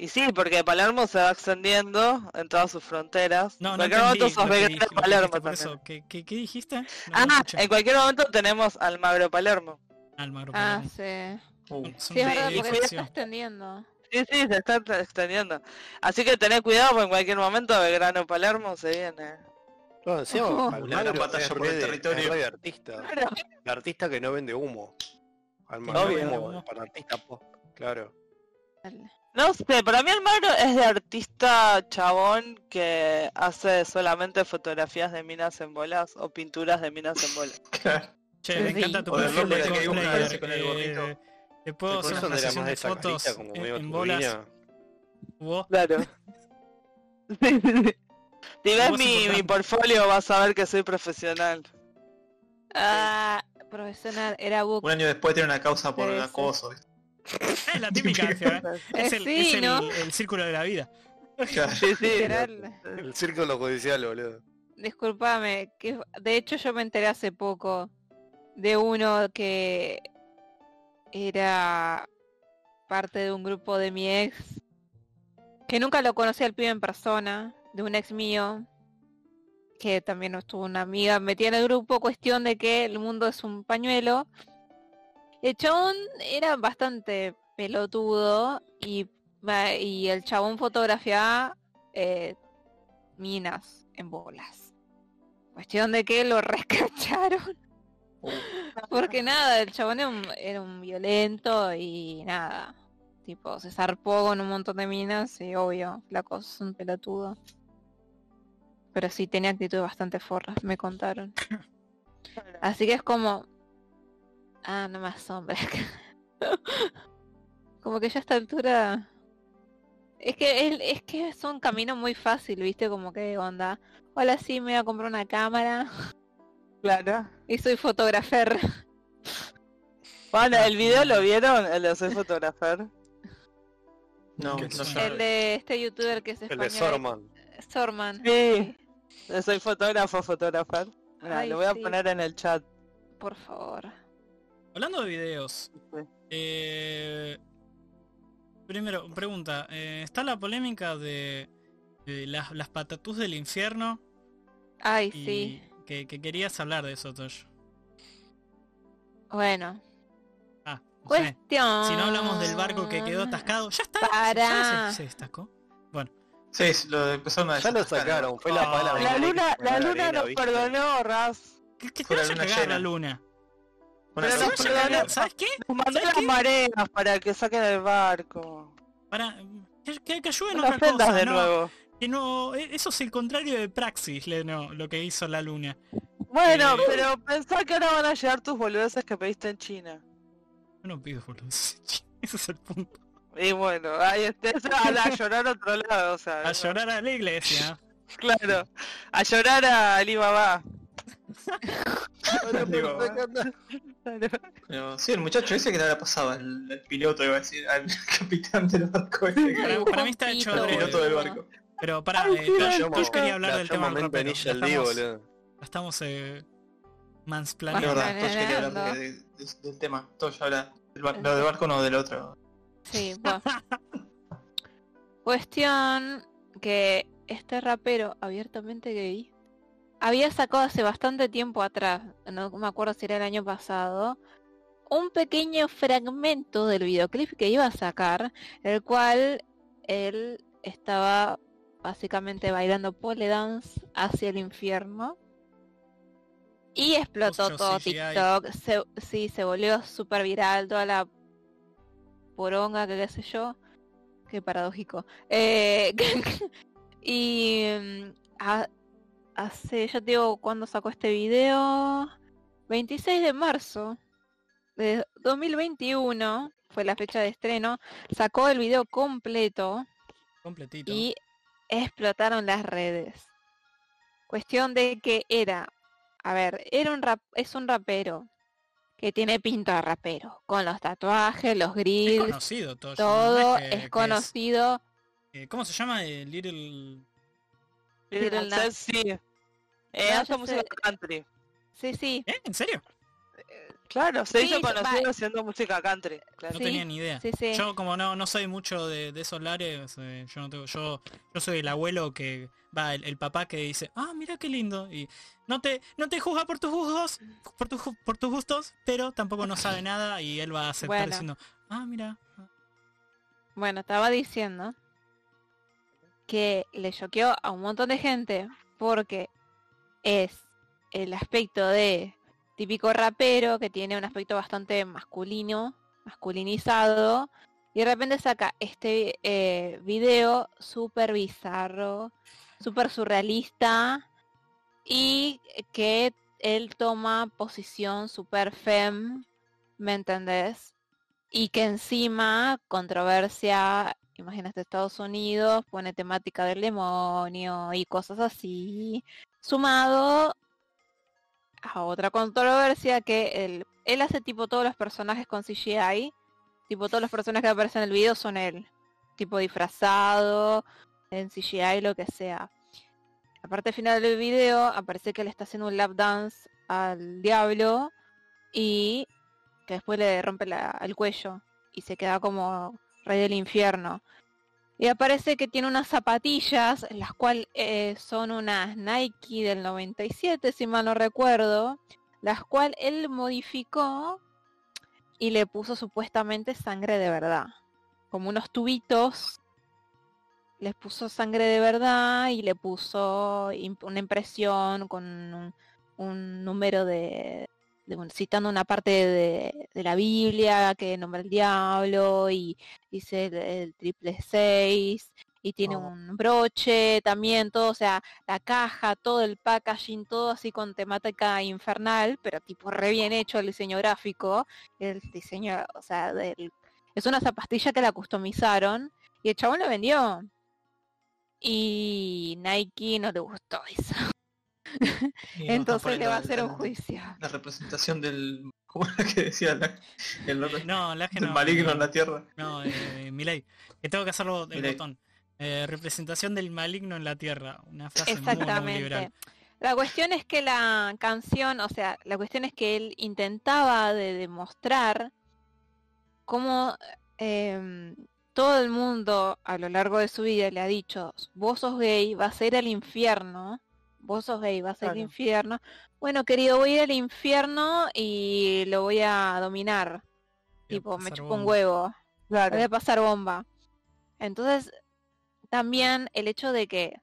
S5: Y sí, porque Palermo se va extendiendo en todas sus fronteras.
S1: No, no
S5: en cualquier
S1: entendí
S5: momento sos
S1: lo que
S5: Belgrano
S1: dij- lo que
S5: Palermo
S1: dijiste por
S5: también.
S1: eso. ¿Qué, qué, qué dijiste? No,
S5: ah,
S1: no escuché.
S4: eh,
S5: en cualquier momento tenemos Almagro Palermo.
S1: Almagro
S4: Ah,
S1: Palermo.
S4: sí.
S2: Uh, [LAUGHS]
S1: Son
S4: Sí, es
S1: de
S4: verdad, porque se está [LAUGHS]
S1: edificio.
S4: extendiendo.
S5: Sí, sí, se está t- extendiendo. Así que tened cuidado porque en cualquier momento Belgrano Palermo se viene.
S3: No, encima,
S4: [LAUGHS] Ojo.
S3: Almagro
S2: Una gran
S3: es
S2: batalla por el
S3: re de-
S2: territorio.
S3: es re de artista.
S5: Claro.
S3: de artista que no vende humo. Almagro
S5: Obvio.
S3: humo, para artista pop. Claro.
S4: Dale.
S5: No sé, para mí Almagro es de artista chabón que hace solamente fotografías de minas en bolas o pinturas de minas en bolas.
S2: claro.
S1: Che, me
S4: Sí.
S1: encanta tu
S2: O de
S1: perfil
S2: Robert
S1: de
S2: que dibuja
S1: cosplayer.
S2: ese con el
S1: eh,
S2: gorrito.
S1: Te puedo
S3: Y por
S1: hacer
S3: eso
S1: una
S3: no era
S1: sesión
S3: más de
S1: de
S3: esa
S1: fotos
S3: carita como
S1: en,
S3: medio
S1: en bolas.
S3: turbina.
S2: [LAUGHS]
S1: Vos,
S5: Claro. Sí, sí, sí. Si ves
S1: Lo más
S5: mi, mi
S1: importante.
S5: portfolio vas a ver que soy profesional.
S4: Ah, profesional, era Book.
S2: Un año después tiene una causa por
S4: Sí, sí.
S2: acoso. ¿viste?
S1: es la típica, ¿eh? Es,
S4: Eh,
S1: el,
S4: sí,
S1: es el-
S4: ¿no?
S1: el círculo de la vida.
S2: Claro.
S5: Sí, sí.
S4: Literal.
S3: El círculo judicial, boludo.
S4: Disculpame, que de hecho yo me enteré hace poco de uno que era parte de un grupo de mi ex, que nunca lo conocí al pibe en persona, de un ex mío, que también estuvo una amiga metida en el grupo, cuestión de que el mundo es un pañuelo. El chabón era bastante pelotudo y, va- y el chabón fotografiaba eh, minas en bolas. Cuestión de que lo [LAUGHS] rescacharon. Porque nada, el chabón era un, era un violento y nada. Tipo, se zarpó con un montón de minas y obvio, flaco, es un pelotudo. Pero sí, tenía actitud bastante forra, me contaron. Así que es como... Ah, no más hombres. [LAUGHS] como que ya a esta altura... Es que es, es que es un camino muy fácil, ¿viste? Como que onda. Hola, sí, me voy a comprar una cámara [LAUGHS]
S5: Claro.
S4: y soy fotógrafer.
S5: Bueno, el video lo vieron, el de soy fotógrafer.
S2: No,
S1: Qué
S2: no
S1: suerte.
S2: sé.
S4: El de este youtuber que es
S3: El de
S4: español.
S3: Sorman.
S4: Sorman.
S5: Sí. de Soy fotógrafo, fotógrafer. Mirá,
S4: Ay,
S5: lo voy a
S4: sí.
S5: poner en el chat.
S4: Por favor.
S1: Hablando de videos. eh, primero, pregunta. eh, ¿Está la polémica de, eh, las, las patatús del infierno?
S4: Ay,
S1: Y
S4: sí.
S1: que, que querías hablar de eso, Tosh.
S4: Bueno.
S1: Ah, no sé.
S4: Cuestión.
S1: Si no hablamos del barco que quedó atascado. Ya está.
S4: Ah. Pará.
S1: ¿Se, se destacó?
S2: Sí, es- lo empezaron a
S3: Ya lo
S2: desatascar, ¿no?
S3: sacaron, fue la
S1: Ah.
S3: palabra.
S5: La luna, la luna
S3: no
S5: nos perdonó, Raz.
S1: Que, que te
S2: Fue la
S1: vaya a
S2: luna
S1: cagar la
S2: llena.
S1: luna.
S2: Una
S5: Pero
S1: Se
S5: no
S2: causa
S1: vaya a
S5: perdonó.
S2: legal.
S1: cagar, ¿Sabes qué?
S5: Nos mandó
S1: ¿Sabes
S5: las
S1: qué?
S5: mareas para que saquen el barco.
S1: Para, que, que, que ayuden
S5: No
S1: otra
S5: ofendas
S1: cosa,
S5: de
S1: ¿no?
S5: nuevo.
S1: Que no, e- eso es el contrario de Praxis, Leno, lo que hizo la luna.
S5: Bueno,
S1: Eh.
S5: pero pensá que ahora van a llegar tus boludeces que pediste en China.
S1: Yo no pido boludeces, [LAUGHS] che, Ese es el punto.
S5: Y bueno, ahí estés a, a llorar a otro lado, o sea.
S1: A llorar a la iglesia.
S5: Claro. A llorar a [LAUGHS] Alibaba.
S2: Digo, no, Sí, el muchacho ese que te la pasaba, el, el piloto iba a decir, al [LAUGHS] capitán del barco ese, que
S1: Para,
S2: era
S1: para mí está hecho
S4: Juancito,
S2: el
S1: adrede.
S2: piloto del barco.
S1: Pero para,
S5: Ay,
S1: eh,
S5: qué
S1: Tosh-
S5: gracioso.
S1: Tosh quería hablar del tema del
S3: momento
S1: rapero.
S3: Ninja
S1: La
S3: el Divo,
S1: estamos, la
S3: boludo.
S1: estamos eh,
S2: Es
S1: mansplaneando.
S2: verdad, Tosh quería
S4: Planeando.
S2: hablar de- de- de- del tema. Tosh habla del barco, no, del barco no, del otro.
S1: [LAUGHS]
S4: Sí, bueno. Cuestión que este rapero abiertamente gay había sacado hace bastante tiempo atrás, no me acuerdo si era el año pasado, un pequeño fragmento del videoclip que iba a sacar, el cual él estaba básicamente bailando pole dance hacia el infierno. Y explotó
S1: Mucho
S4: todo
S1: CGI.
S4: TikTok, se, sí, se volvió súper viral toda la poronga, que qué sé yo. Qué paradójico. Eh, [LAUGHS] y mm, ha- hace, ya te digo, cuando sacó este video, 26 de marzo de 2021 fue la fecha de estreno, sacó el video completo
S1: Completito.
S4: y explotaron las redes. Cuestión de que era, a ver, era un rap, es un rapero que tiene pinta de rapero, con los tatuajes, los
S1: Es
S4: grills,
S1: conocido Toyo.
S4: todo
S1: no que- que
S4: es conocido.
S1: eh, ¿Cómo se llama? Eh, Little.
S4: Little
S5: Little
S4: Nas-
S5: Nas, sí. Eh,
S4: No,
S5: hace
S4: ya
S5: música
S4: sé.
S5: country.
S4: Sí, sí,
S1: ¿Eh? ¿En serio?
S5: Claro, se
S4: Sí,
S5: hizo
S4: va-
S5: conocido haciendo música country. claro.
S1: No
S4: Sí,
S1: tenía ni idea.
S4: sí, sí.
S1: Yo como no, no soy mucho de, de esos lares, eh, yo no tengo, yo, yo soy el abuelo que va, el, el papá que dice, ah, mira qué lindo. Y no te, no te juzga por tus gustos, por tus ju- por tus gustos, pero tampoco no sabe nada y él va a aceptar
S4: Bueno.
S1: diciendo, ah, mira.
S4: Bueno, estaba diciendo que le choqueó a un montón de gente porque es el aspecto de típico rapero que tiene un aspecto bastante masculino, masculinizado, y de repente saca este eh, video súper bizarro, súper surrealista, y que él toma posición súper fem, ¿me entendés? Y que encima, controversia, imagínate Estados Unidos, pone temática del demonio y cosas así, sumado a otra controversia que él, él hace tipo todos los personajes con CGI, tipo todos los personajes que aparecen en el video son él, tipo disfrazado, en CGI, lo que sea. La parte final del video aparece que le está haciendo un lap dance al diablo y que después le rompe la- el cuello y se queda como rey del infierno. Y aparece que tiene unas zapatillas, las cuales eh, son unas Nike del 97, si mal no recuerdo, las cuales él modificó y le puso supuestamente sangre de verdad. Como unos tubitos, les puso sangre de verdad y le puso imp- una impresión con un, un número de, de un- citando una parte de, de la Biblia que nombra el diablo y dice el, el triple seis y tiene
S1: Oh.
S4: un broche también, todo, o sea, la caja, todo el packaging, todo así con temática infernal, pero tipo re bien hecho el diseño gráfico, el diseño, o sea, del- es una zapatilla que la customizaron y el chabón la vendió. Y Nike no le gustó eso.
S2: Y
S4: [LAUGHS]
S2: nos están
S4: Entonces le
S2: poniendo
S4: va a
S2: el-
S4: hacer un
S2: el-
S4: juicio.
S2: La representación del... ¿Cómo era que decía? La, el,
S1: Eh, no, la que
S2: del
S1: no.
S2: maligno
S1: no,
S2: en la tierra.
S1: No, eh, Milei, que tengo que hacerlo el
S2: Milei.
S1: botón. Eh, representación del maligno en la tierra, una frase muy, muy liberal.
S4: Exactamente. La cuestión es que la canción, o sea, la cuestión es que él intentaba de demostrar cómo em, todo el mundo a lo largo de su vida le ha dicho, vos sos gay, vas a ir al infierno, vos sos gay, vas a ir al
S5: Claro.
S4: infierno. Bueno, querido, voy a ir al infierno y lo voy a
S1: Voy
S4: dominar.
S1: a
S4: Tipo, me
S1: pasar
S4: chupo un
S1: bomba.
S4: huevo.
S5: Claro.
S4: Voy a pasar bomba. Entonces, también el hecho de que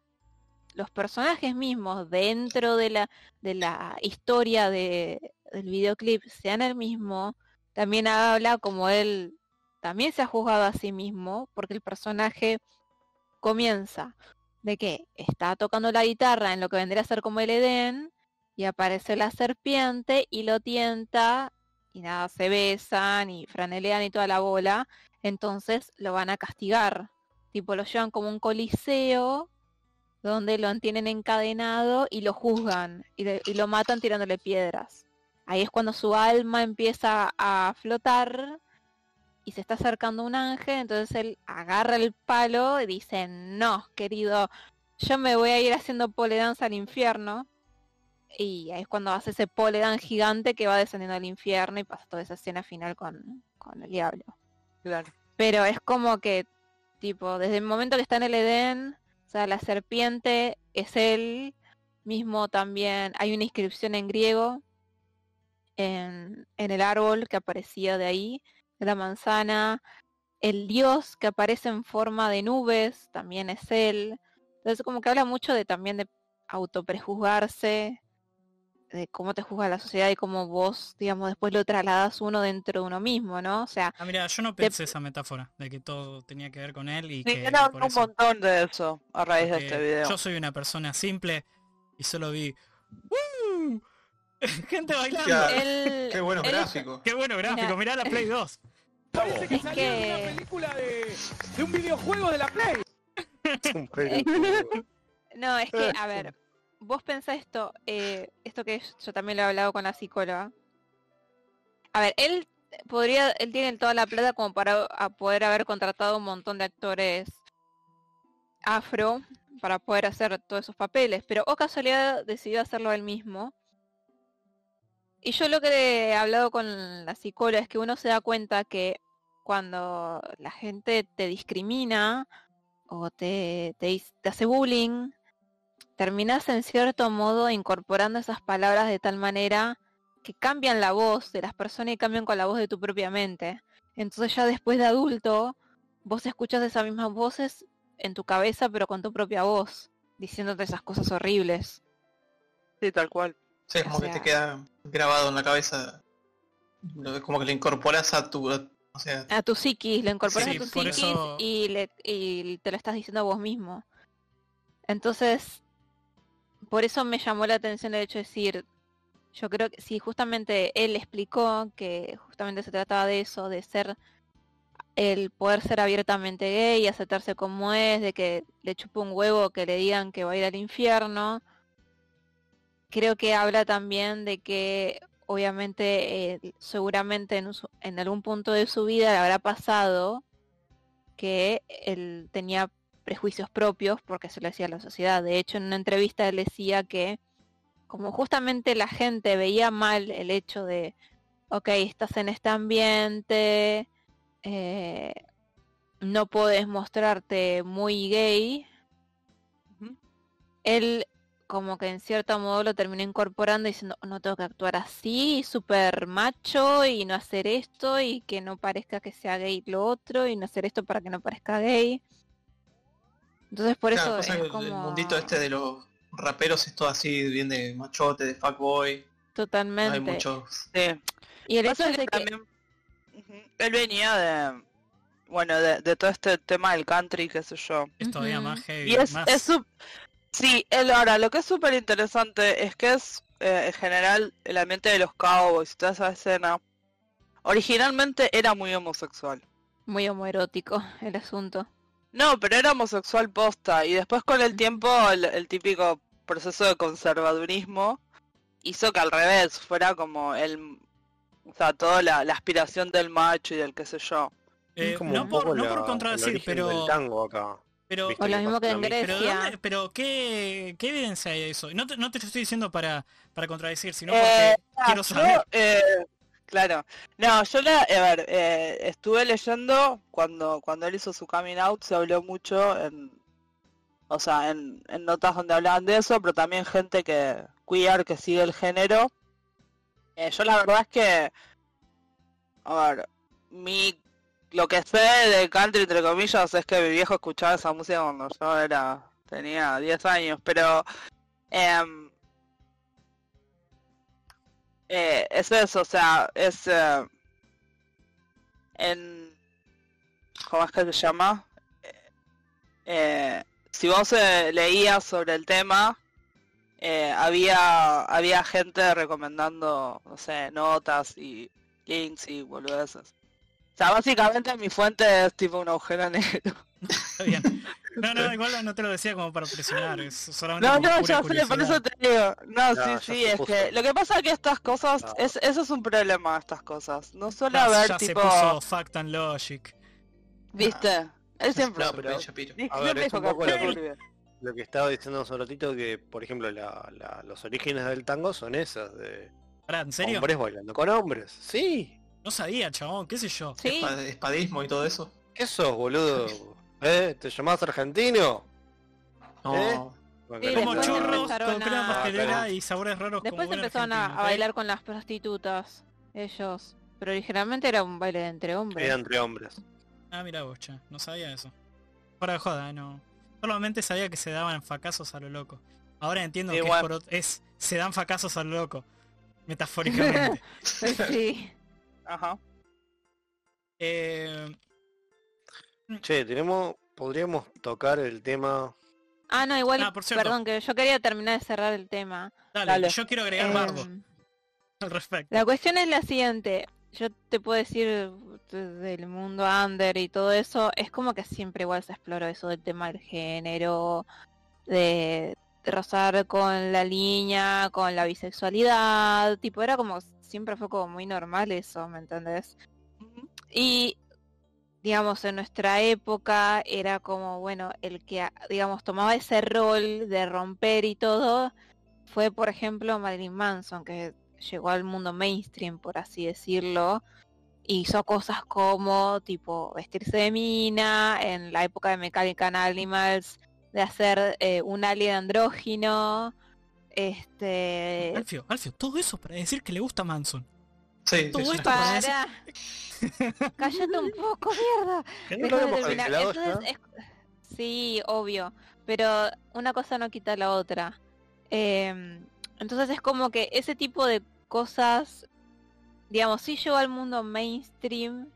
S4: los personajes mismos dentro de la, de la historia de, del videoclip sean el mismo, también habla como él también se ha juzgado a sí mismo, porque el personaje comienza de que está tocando la guitarra en lo que vendría a ser como el Edén, y aparece la serpiente y lo tienta, y nada, se besan y franelean y toda la bola, entonces lo van a castigar. Tipo, lo llevan como un coliseo donde lo tienen encadenado y lo juzgan y, de- y lo matan tirándole piedras. Ahí es cuando su alma empieza a flotar y se está acercando un ángel, entonces él agarra el palo y dice, no, querido, yo me voy a ir haciendo pole dance al infierno. Y ahí es cuando hace ese pole dance gigante que va descendiendo al infierno y pasa toda esa escena final con, con el diablo.
S5: Claro.
S4: Pero es como que, tipo, desde el momento que está en el Edén, o sea, la serpiente es él mismo también. Hay una inscripción en griego en, en el árbol que aparecía de ahí, de la manzana. El dios que aparece en forma de nubes también es él. Entonces como que habla mucho de también de autoprejuzgarse, de cómo te juzga la sociedad y cómo vos, digamos, después lo trasladas uno dentro de uno mismo, ¿no? O sea,
S1: Ah, mira, yo no pensé esa metáfora de que todo tenía que ver con él y
S5: Sí,
S1: que
S5: era
S1: por
S5: un
S1: eso-
S5: montón de eso a raíz de
S1: que
S5: este video.
S1: Yo soy una persona simple y solo vi ¡Uh! [LAUGHS] gente bailando.
S2: Ya.
S4: él...
S2: [LAUGHS] Qué buenos
S4: él-
S2: gráficos.
S1: Qué bueno gráfico, mirá la Play 2.
S8: Parece
S4: Es que...
S3: Un
S1: Eh,
S3: pelotudo.
S4: [LAUGHS] No, es que, a ver, vos pensá esto, eh, esto que yo también lo he hablado con la psicóloga. A ver, él podría, él tiene toda la plata como para a poder haber contratado un montón de actores afro para poder hacer todos esos papeles, pero o casualidad decidió hacerlo él mismo. Y yo lo que he hablado con la psicóloga es que uno se da cuenta que cuando la gente te discrimina o te, te, hiz- te hace bullying, terminas en cierto modo incorporando esas palabras de tal manera que cambian la voz de las personas y cambian con la voz de tu propia mente. Entonces ya después de adulto, vos escuchas esas mismas voces en tu cabeza, pero con tu propia voz, diciéndote esas cosas horribles.
S5: Sí, tal cual.
S2: Sí, como
S4: O
S2: que te
S4: sea-
S2: queda grabado en la cabeza. Lo- Como que le incorporas a tu. a- o sea,
S4: A tu psiquis, lo incorporas
S1: Sí,
S4: a
S1: por
S4: tu psiquis
S1: eso-
S4: y, le- y te lo estás diciendo a vos mismo. Entonces, por eso me llamó la atención el hecho de decir, yo creo que si justamente él explicó que justamente se trataba de eso, de ser el poder ser abiertamente gay, aceptarse como es, de que le chupa un huevo que le digan que va a ir al infierno. Creo que habla también de que obviamente eh, seguramente en, su- en algún punto de su vida le habrá pasado que él tenía prejuicios propios porque se lo decía la sociedad. De hecho, en una entrevista él decía que como justamente la gente veía mal el hecho de, ok, estás en este ambiente, eh, no podés mostrarte muy gay,
S5: Ujú.
S4: él como que en cierto modo lo terminó incorporando diciendo, no tengo que actuar así, súper macho y no hacer esto y que no parezca que sea gay lo otro y no hacer esto para que no parezca gay. Entonces por
S2: claro,
S4: eso
S2: pasa
S4: es
S2: que el-
S4: como
S2: el mundito este de los raperos es todo así, bien de machote, de fuckboy. No
S4: totalmente.
S2: hay muchos.
S5: Sí.
S4: Y el hecho
S5: Pasa
S4: de
S5: que
S4: que
S5: también, Ujú. él venía de, bueno, de, de todo este tema del country, qué sé yo.
S1: Es todavía más
S4: Ujú.
S1: heavy.
S5: Y es,
S1: más.
S5: es su- Sí, él ahora, lo que es súper interesante es que es, eh, en general, el ambiente de los cowboys y toda esa escena, originalmente era muy homosexual.
S4: muy homoerótico [LAUGHS] el asunento.
S5: No, pero era homosexual posta, y después con el tiempo, el, el típico proceso de conservadurismo hizo que al revés, fuera como el... O sea, toda la, la aspiración del macho y del qué sé yo.
S1: Eh,
S3: Es como
S1: no
S3: un
S1: por,
S3: poco
S1: no
S3: la-
S1: por
S3: el
S1: contradecir,
S3: origen
S1: pero,
S3: del tango acá.
S1: pero,
S3: ¿viste?
S4: O lo mismo que
S3: Para
S4: en
S3: mí-
S1: pero,
S4: Grecia.
S1: ¿dónde- pero ¿qué, qué evidencia hay de eso? Y No te, no te estoy diciendo para, para contradecir, sino porque
S5: Eh,
S1: quiero
S5: yo,
S1: saber.
S5: eh, claro. No, yo la, a ver, eh, estuve leyendo cuando cuando él hizo su coming out se habló mucho en o sea, en, en notas donde hablaban de eso, pero también gente que queer que sigue el género. Eh, yo la verdad es que a ver, mi lo que sé de country entre comillas es que mi viejo escuchaba esa música cuando yo era tenía 10 años, pero em, eh, es eso, o sea, es eh, en ¿cómo es que se llama? Eh, eh, si vos eh, leías sobre el tema, eh, había había gente recomendando, no sé, notas y links y boludeces. O sea, básicamente mi fuente es tipo un agujero negro.
S1: Está bien. No, no, igual no te lo decía como para presionar, es solamente
S5: No,
S1: como
S5: no,
S1: pura
S5: ya sé, por
S1: curiosidad.
S5: eso te digo. No,
S3: Ya, ya
S5: sí, sí,
S3: se
S5: es
S3: puso.
S5: que lo que pasa es que estas cosas,
S3: No.
S5: es, eso es un problema, estas cosas. No suele
S1: Ya-
S5: haber
S1: ya
S5: tipo,
S1: se puso Fact and Logic.
S5: viste, es siempre...
S3: No,
S2: Super
S3: pero-
S2: Ben Shapiro.
S5: Ni-
S3: A
S5: siempre
S1: [LAUGHS]
S3: ver, es
S5: dijo
S3: un
S5: que
S3: poco lo
S5: era
S3: que-
S4: [LAUGHS]
S5: turbio.
S3: Lo que estaba diciendo hace un ratito, que por ejemplo la- la- los orígenes del tango son esas, de
S1: Pará, ¿en serio?
S3: hombres bailando con hombres. Sí,
S1: No sabía, chabón, qué sé yo.
S4: Sí,
S2: Pa- Espadismo y todo eso.
S3: ¿qué sos,
S1: [LAUGHS]
S3: boludo? ¿Eh? ¿Te llamás argentino?
S2: No.
S3: ¿Eh? Bueno,
S4: Sí,
S3: que no
S1: Como
S3: te-
S4: después
S1: churros,
S4: empezaron
S1: con crema
S4: a-
S1: pastelera y sabores raros
S4: después
S1: como buen
S4: empezaron a,
S1: argentino,
S4: a
S1: ¿ok?
S4: bailar con las prostitutas, ellos. Pero originalmente era un baile de entre hombres.
S3: Era entre hombres.
S1: Ah, mira vos, che, no sabía eso. Para de joda, no. Solamente sabía que se daban fracasos a lo loco. Ahora entiendo
S5: Sí,
S1: que
S5: bueno.
S1: es por ot- es se dan fracasos a lo loco.
S4: [LAUGHS]
S1: Metafóricamente.
S4: [LAUGHS] Sí.
S5: Ajá.
S1: Eh,
S3: Che, tenemos, podríamos tocar el tema.
S4: Ah, no, igual,
S1: Ah, por cierto.
S4: perdón, que yo quería terminar de cerrar el tema.
S1: dale,
S5: Dale.
S1: yo quiero agregar
S4: Em,
S1: bardo al respecto.
S4: La cuestión es la siguiente. Yo te puedo decir de- del mundo under y todo eso. Es como que siempre igual se exploró eso del tema del género, de, rozar con la línea, con la bisexualidad, tipo, era como, siempre fue como muy normal eso, ¿me entendés? Y, digamos, en nuestra época era como, bueno, el que, ah, digamos, tomaba ese rol de romper y todo, fue, por ejemplo, Marilyn Manson, que llegó al mundo mainstream, por así decirlo, y hizo cosas como, tipo, vestirse de mina, en la época de Mechanical Animals, de hacer eh, un alien andrógino, este...
S1: Alfio, Alfio, todo eso para decir que le gusta Manson.
S2: Sí,
S1: Todo
S2: sí, sí.
S1: esto para decir-
S4: Para. [LAUGHS] Cállate un poco, mierda.
S3: ¿Qué
S4: Déjame terminar. Entonces, es- Sí, obvio. Pero una cosa no quita la otra. Eh, entonces es como que ese tipo de cosas, digamos, sí llegó al mundo mainstream,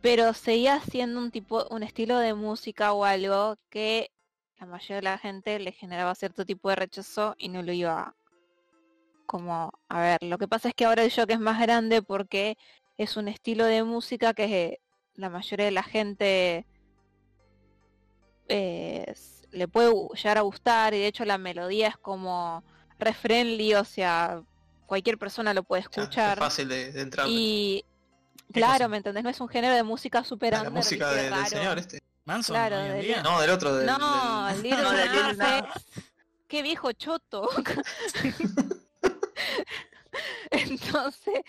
S4: pero seguía haciendo un tipo, un estilo de música o algo que la mayoría de la gente le generaba cierto tipo de rechazo y no lo iba a- como a ver. Lo que pasa es que ahora el shock es más grande porque es un estilo de música que la mayoría de la gente eh, s- le puede gu- llegar a gustar y de hecho la melodía es como re friendly, o sea, cualquier persona lo puede
S2: Ya,
S4: escuchar.
S2: Es fácil de, de entrar.
S4: y
S1: ¿Qué
S4: claro,
S1: cosa?
S4: ¿me entendés? No es un género de música super
S2: Ah, la
S4: under,
S2: música
S4: ¿viste?
S2: de- del
S4: Raro.
S2: señor este.
S1: Manson
S4: Claro,
S1: hoy en
S4: del-
S1: día.
S2: No, del otro. Del,
S4: No,
S2: del- [LAUGHS]
S4: Lil
S5: No, de Lil
S4: Nas X. Qué viejo choto. [LAUGHS] Entonces,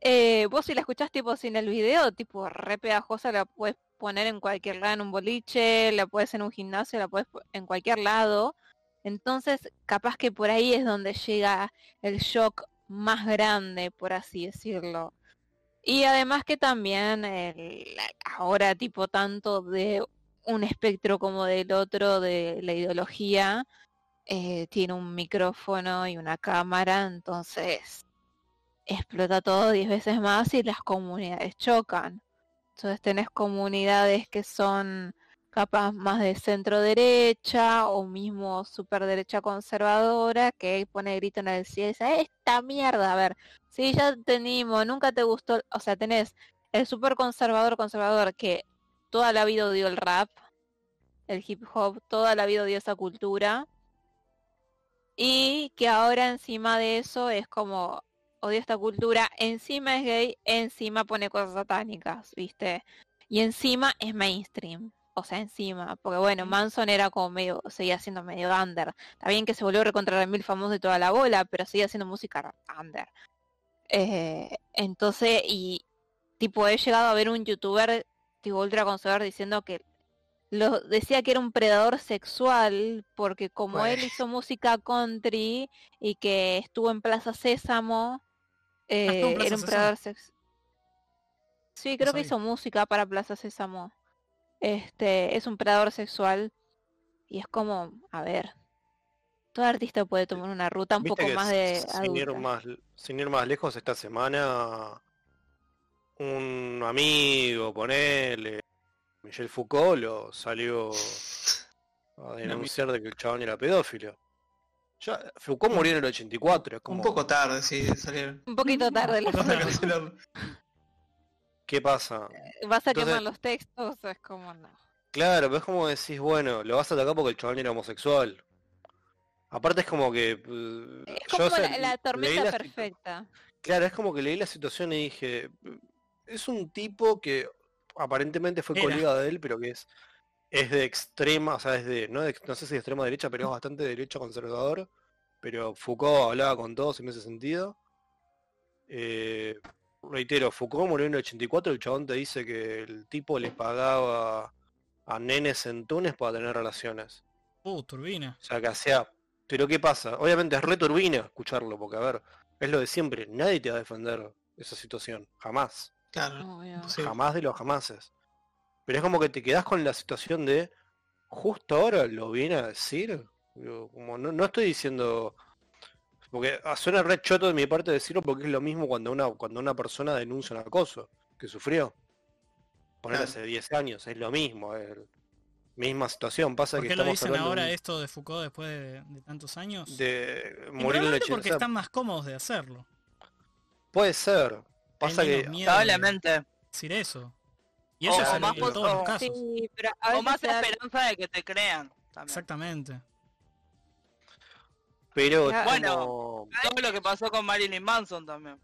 S4: eh, vos si la escuchás tipo sin el video, tipo re pegajosa, la puedes poner en cualquier lado, en un boliche, la puedes en un gimnasio, la puedes en cualquier lado. Entonces, capaz que por ahí es donde llega el shock más grande, por así decirlo. Y además que también el- ahora tipo tanto de un espectro como del otro de la ideología eh, tiene un micrófono y una cámara, entonces explota todo 10 veces más y las comunidades chocan. Entonces tenés comunidades que son capaz más de centro derecha o mismo super derecha conservadora que pone grito en el cielo y dice, esta mierda, a ver, si ya tenemos, nunca te gustó, o sea, tenés el super conservador conservador que toda la vida odió el rap, el hip hop, toda la vida odió esa cultura. Y que ahora encima de eso es como odio esta cultura, encima es gay, encima pone cosas satánicas, ¿viste? Y encima es mainstream. O sea, encima, porque bueno, Manson era como medio, seguía siendo medio under. Está bien que se volvió recontra remil famoso de toda la bola, pero seguía haciendo música under. Eh, entonces, y tipo, he llegado a ver un youtuber tipo ultra conservador diciendo que lo decía que era un predador sexual porque como
S2: Bueno.
S4: él hizo música country y que estuvo en Plaza Sésamo eh,
S1: estuvo en Plaza
S4: era un
S1: Sésamo.
S4: predador sexual sí creo que
S1: sabía.
S4: hizo música para Plaza Sésamo este es un predador sexual y es como a ver todo artista puede tomar una ruta un
S3: Viste
S4: poco
S3: que
S4: más de
S3: sin ir
S4: adulta.
S3: más, sin ir más lejos esta semana un amigo, ponele, Michel Foucault lo salió
S4: [LAUGHS]
S3: a denunciar de que el chabón era pedófilo. Ya, Foucault murió en el 84, es como
S2: Un poco tarde, sí,
S4: [LAUGHS]
S2: salieron.
S4: un poquito
S3: [LAUGHS]
S4: tarde la-
S2: Vamos a cancelarlo.
S3: ¿qué pasa?
S4: vas a
S3: Entonces-
S4: quemar los textos es como no
S3: Claro, pero es como decís, bueno, lo vas a atacar porque el chabón era homosexual. Aparte es como que eh,
S4: es
S3: yo,
S4: como
S3: o sea,
S4: la,
S3: leí
S4: la tormenta
S3: la situ-
S4: perfecta
S3: Claro, es como que leí la situación y dije, "Mm, es un tipo que aparentemente fue
S1: Era.
S3: colega de él, pero que es, es de extrema, o sea, es de, no, de- no sé si de extrema derecha, pero es bastante derecho conservador, pero Foucault hablaba con todos en ese sentido. Eh, reitero, Foucault murió en el 84, el chabón te dice que el tipo le pagaba a nenes en Túnez para tener relaciones.
S1: Uh, turbina.
S3: O sea, que hacía. Pero ¿qué pasa? Obviamente es re turbina escucharlo, porque a ver, es lo de siempre, nadie te va a defender esa situación, jamás,
S2: Claro.
S3: Ah,
S4: Obvio.
S2: Sí.
S3: jamás de los jamases. Pero es como que te quedás con la situación de, justo ahora lo viene a decir, Digo, como no, no estoy diciendo, porque ah, suena re choto de mi parte decirlo porque es lo mismo cuando una, cuando una persona denuncia un acoso que sufrió. Poner
S2: Claro.
S3: hace 10 años, es lo mismo, es misma situación, pasa
S1: ¿Por
S3: que
S1: qué lo
S3: estamos
S1: dicen
S3: hablando de
S1: ahora
S3: un-
S1: esto de Foucault después de, de tantos años?
S3: de
S1: Y
S3: morir en el
S1: probablemente
S3: 80.
S1: porque están más cómodos de hacerlo.
S3: Puede ser. Pasa
S1: menos
S3: que
S1: miedo de
S5: Probablemente.
S1: decir eso. Y
S5: O-
S1: eso
S5: o
S1: es en,
S5: más
S1: en
S5: por-
S1: todos los
S5: o-
S1: casos.
S4: Sí, pero a
S5: O
S4: veces
S5: más
S4: se da-
S5: esperanza de que te crean. también.
S1: Exactamente.
S3: Pero
S4: Claro.
S5: Bueno.
S3: como-
S5: Todo lo que pasó con Marilyn Manson también.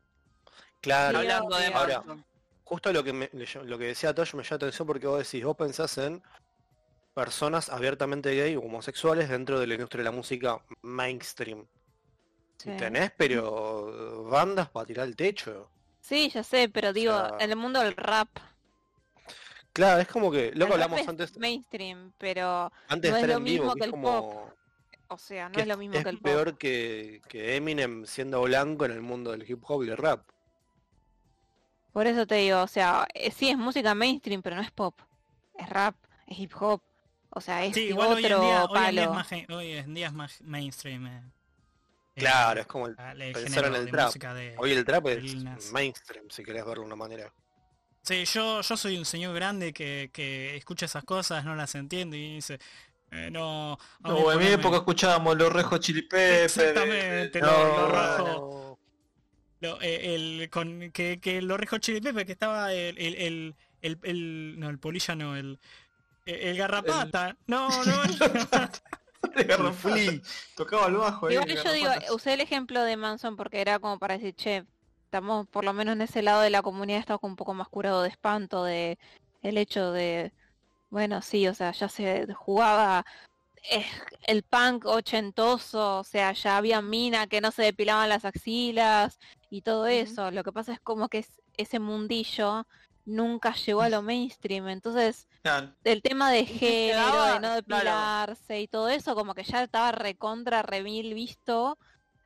S3: claro,
S5: Hablando de
S4: obvio.
S3: Ahora,
S5: Manson.
S3: justo lo que, me- lo que decía Tosh me llama la atención porque vos decís, vos pensás en personas abiertamente gay o homosexuales dentro de la industria de la música mainstream.
S4: Sí.
S3: Tenés, pero bandas para tirar el techo.
S4: Sí, ya sé, pero digo,
S3: sea,
S4: en el mundo del rap.
S3: Claro, es como que,
S4: El
S3: loco,
S4: rap
S3: hablamos
S4: es
S3: antes,
S4: Mainstream, pero,
S3: antes
S4: no
S3: de
S4: es
S3: estar
S4: lo
S3: en vivo,
S4: mismo
S3: que es
S4: que el
S3: como...
S4: o sea, no
S3: que
S4: es lo mismo que el pop.
S3: peor que, que Eminem siendo blanco en el mundo del hip hop y el rap.
S4: Por eso te digo, o sea, eh, sí es música mainstream, pero no es pop. Es rap, es hip hop. O sea, es
S1: Sí,
S4: tipo
S1: igual hoy en,
S4: otro
S1: día, hoy en día es
S4: palo.
S1: más, gen- hoy en día es más mainstream. eh, eh,
S3: Claro, es como el,
S1: el, el
S3: pensar
S1: género
S3: en el
S1: de
S3: trap.
S1: música de...
S3: hoy el trap es
S1: Lil Nas.
S3: mainstream, si querés verlo de una manera.
S1: Sí, yo, yo soy un señor grande que, que escucha esas cosas, no las entiende y dice, eh, no... a mí
S2: No, en mi
S1: poneme-
S2: época escuchábamos los rejos chili Peppers,
S1: Exactamente,
S2: eh,
S1: lo- lo rajo.
S3: no.
S1: Lo- eh, el, con, que, que lo rejo Chili Pepe, que estaba el, el, el, el- el- no, el polilla no, el, el, el garrapata. No,
S2: [LAUGHS]
S1: no, el-
S2: de garrapatas. Tocaba el bajo, eh,
S4: Igual
S2: de
S4: yo digo,
S2: garrapatas.
S4: usé el ejemplo de Manson porque era como para decir, che, estamos por lo menos en ese lado de la comunidad, estamos un poco más curado de espanto, de el hecho de, bueno, sí, o sea, ya se jugaba eh, el punk ochentoso, o sea, ya había mina que no se depilaban las axilas y todo eso. Lo que pasa es como que es- ese mundillo nunca llegó a lo mainstream, entonces
S2: Claro.
S4: el tema de género,
S5: daba-
S4: de no
S5: claro.
S4: depilarse y todo eso, como que ya estaba recontra, remil visto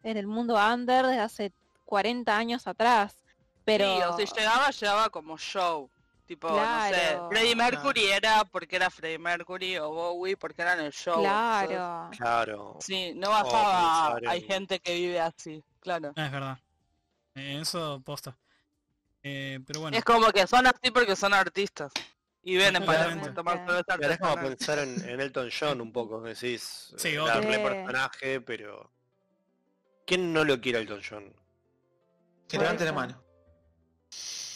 S4: en el mundo under desde hace 40 años atrás. Pero
S5: Sí, o sea, llegaba, llegaba como show. Tipo,
S4: Claro.
S5: no sé, Freddie Mercury era porque era Freddie Mercury o Bowie porque eran el show. entonces-
S4: claro,
S3: Claro.
S5: Sí, no bajaba.
S3: Oh, pensar en-
S5: Hay gente que vive así, claro.
S1: No, es verdad. Eh, eso posta. Eh, pero bueno,
S5: Es como que son así porque son artistas. Y vienen para
S1: Totalmente.
S5: tomar todo
S3: Claro, es como
S5: arte.
S3: pensar en, en Elton John un poco, decís,
S1: Sí,
S3: eh,
S1: obvio.
S3: darle
S4: Sí.
S3: personaje, pero... ¿Quién no lo quiere a Elton John?
S2: Que
S4: Por
S2: levante la
S4: eso.
S2: mano.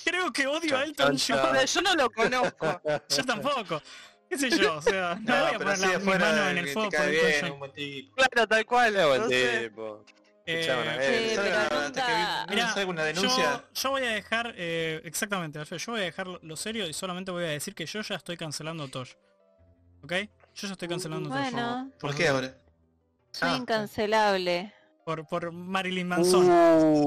S1: creo que odio a
S3: Chan,
S1: Elton
S3: chan,
S1: John.
S5: Pero yo no lo conozco.
S1: Yo tampoco. ¿Qué sé yo? O sea, no,
S2: [LAUGHS] No,
S1: voy a
S2: pero
S1: poner
S2: así
S1: la,
S2: de
S1: mis
S2: fuera
S1: manos en
S2: que
S1: el
S2: te
S1: fuego por
S2: cae
S1: Elton
S2: bien,
S1: John.
S2: un buen tipo.
S5: Claro, tal cual.
S3: Qué buen
S5: entonces-
S3: tipo.
S1: Eh,
S3: Echaban a
S2: Eh,
S3: él.
S4: Sí,
S2: ¿sabe
S4: pero
S2: una-
S4: nunca-
S2: que-
S1: Mirá,
S2: ¿sabe alguna
S1: yo-
S2: denuncia?
S1: Yo, voy a dejar, eh, exactamente, Alfredo, yo voy a dejar lo, lo serio y solamente voy a decir que yo ya estoy cancelando Tosh. ¿Ok? Yo ya estoy cancelando Tosh.
S4: bueno,
S2: ¿Por qué ahora?
S4: soy
S2: Ah,
S4: incancelable.
S1: Por, por Marilyn Manson.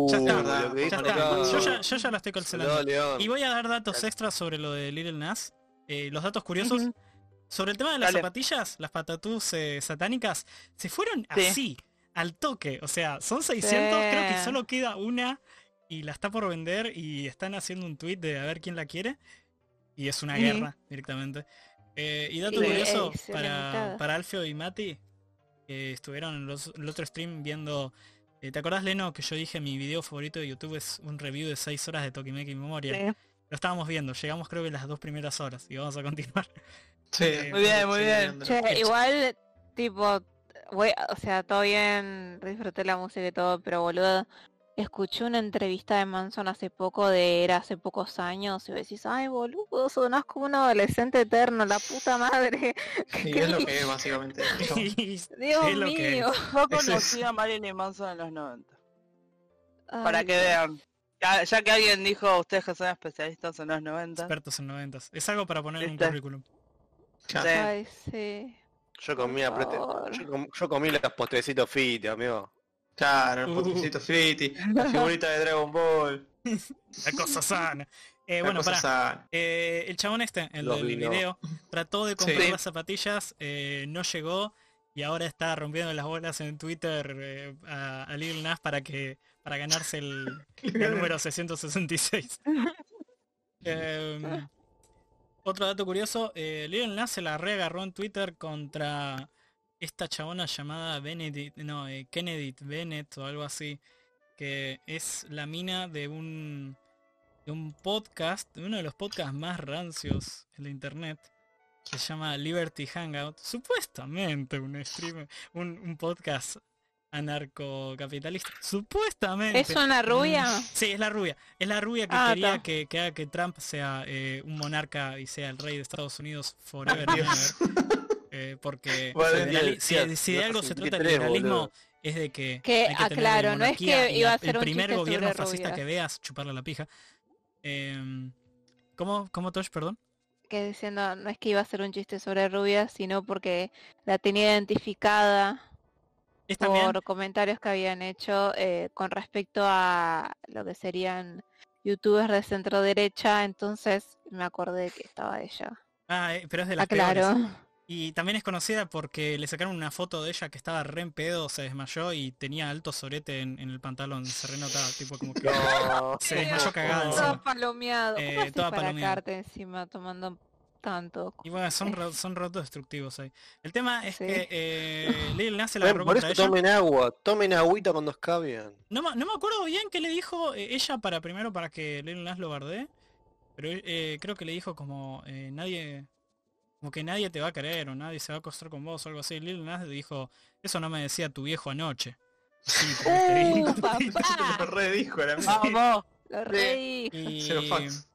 S1: ya está,
S2: verdad,
S3: Uh, lo que
S1: ya
S3: dijo
S1: está.
S3: acá.
S1: Yo ya, yo ya la estoy cancelando.
S3: Soldado León.
S1: Y voy a dar datos extras sobre lo de Little Nas. eh, los datos curiosos.
S4: Ujú.
S1: Sobre el tema de las
S5: Dale.
S1: zapatillas, las patatús eh, satánicas, se fueron
S5: Sí.
S1: así, al toque. O sea, son 600, creo que
S4: Sí.
S1: solo queda una y la está por vender y están haciendo un tweet de a ver quién la quiere. Y es una
S4: Ujú.
S1: guerra directamente. Eh, y dato
S4: Sí,
S1: curioso
S4: es
S1: para,
S4: limitada.
S1: para Alfio y Mati, que estuvieron en los, el otro stream viendo... eh, ¿Te acordás, Leno, que yo dije mi video favorito de YouTube es un review de 6 horas de Tokimeki Memorial?
S4: Sí.
S1: Lo estábamos viendo, llegamos creo que las dos primeras horas y vamos a
S2: [LAUGHS]
S1: continuar.
S2: Sí,
S1: Muy
S5: bien, muy
S2: sí,
S5: bien.
S2: Leandro.
S4: Che,
S1: Hecho.
S4: igual, tipo, voy- o sea, todo bien, disfruté la música y todo, pero boludo, escuché una entrevista de Manson hace poco, de era hace pocos años, y vos decís, ay, boludo, sonás como un adolescente eterno, la puta madre. [LAUGHS]
S2: Y es lo que
S1: [LAUGHS]
S2: es básicamente.
S1: Y-
S4: Dios
S1: Es lo que
S4: mío.
S5: Yo
S2: Ese es-
S5: conocí a Marilyn Manson en los 90. Para
S4: Ay,
S5: que vean. Ya, ya que alguien dijo, ustedes que son especialistas en los 90.
S1: Expertos en noventas. Es algo para poner en un
S5: Está.
S1: currículum.
S2: eh.
S5: sí.
S4: Ay, sí.
S3: Yo comí,
S4: Por
S3: aprete-
S4: favor.
S3: yo, com- yo comí las postrecitos fit, amigo.
S2: Claro, el
S1: Uh.
S2: potecito Fritty, la figurita de Dragon Ball,
S1: La cosa sana. Eh,
S2: la
S1: bueno,
S2: cosa
S1: pará.
S2: sana.
S1: Eh, el chabón este, el
S3: Los
S1: del
S3: vino.
S1: video, trató de comprar
S2: Sí.
S1: las zapatillas, eh, no llegó y ahora está rompiendo las bolas en Twitter eh, a, a Lil Nas para que para ganarse el, [LAUGHS] el
S2: [LAUGHS]
S1: número 666. [LAUGHS] Em, otro dato curioso, eh, Lil Nas se la reagarró en Twitter contra esta chabona llamada Benedict, no, eh, Kennedy Bennett o algo así, que es la mina de un de un podcast, de uno de los podcasts más rancios en la internet, que se llama Liberty Hangout, supuestamente un streamer, un, un podcast anarcocapitalista, supuestamente.
S4: ¿Es una rubia?
S1: Sí, es la rubia. Es la rubia que
S4: Ah,
S1: quería
S4: ta.
S1: que, que haga que Trump sea eh, un monarca y sea el rey de Estados Unidos forever. and
S2: Dios.
S1: ever. Eh, porque
S2: Bueno,
S1: si de la-
S3: bien,
S1: si,
S3: bien.
S1: si de
S3: No
S1: algo
S3: sé
S1: se
S3: en qué
S1: trata el
S3: tres,
S1: liberalismo,
S3: boludo.
S1: es de que...
S4: Que,
S1: hay que
S4: ah,
S1: tener
S4: claro, no es
S1: monarquía
S4: que
S1: y
S4: iba
S1: la-
S4: a ser
S1: El
S4: un
S1: primer
S4: chiste
S1: gobierno
S4: sobre
S1: fascista
S4: rubias.
S1: que veas, chuparle la pija. Em, ¿Cómo, cómo Tosh, perdón?
S4: que diciendo no es que iba a ser un chiste sobre rubias, sino porque la tenía identificada
S1: Es también...
S4: por comentarios que habían hecho eh, con respecto a lo que serían youtubers de centro derecha, entonces me acordé que estaba ella.
S1: Ah, eh, pero es de las
S4: Ah, claro.
S1: peores. Y también es conocida porque le sacaron una foto de ella que estaba re en pedo, se desmayó y tenía alto sorete en, en el pantalón. Se renotaba, tipo como
S3: [LAUGHS]
S1: que [LAUGHS] se desmayó cagada encima.
S4: Toda palomeado. ¿Cómo
S1: Ah, Eh,
S4: haces
S1: toda
S4: para
S1: palomeada.
S4: cagarte encima tomando tanto?
S1: Y bueno, son, ro- son rotos destructivos ahí. El tema es
S4: Sí.
S1: que eh, Lil Nas se la
S3: Ven, por
S1: pregunta a
S3: eso
S1: ella.
S3: tomen agua, tomen agüita cuando escabian.
S1: No, ma- no me acuerdo bien qué le dijo eh, ella para primero para que Lil Nas lo bardee. Pero eh, creo que le dijo como eh, nadie. Como que nadie te va a querer o nadie se va a acostar con vos o algo así. Lil Nas le dijo, eso no me decía tu viejo anoche. Así, como que le
S3: [LAUGHS]
S1: dijo.
S6: Ah.
S2: Lo redijo la
S5: Ah,
S2: mía.
S5: Vamos.
S4: Lo redijo.
S1: Y,
S2: Cero fax.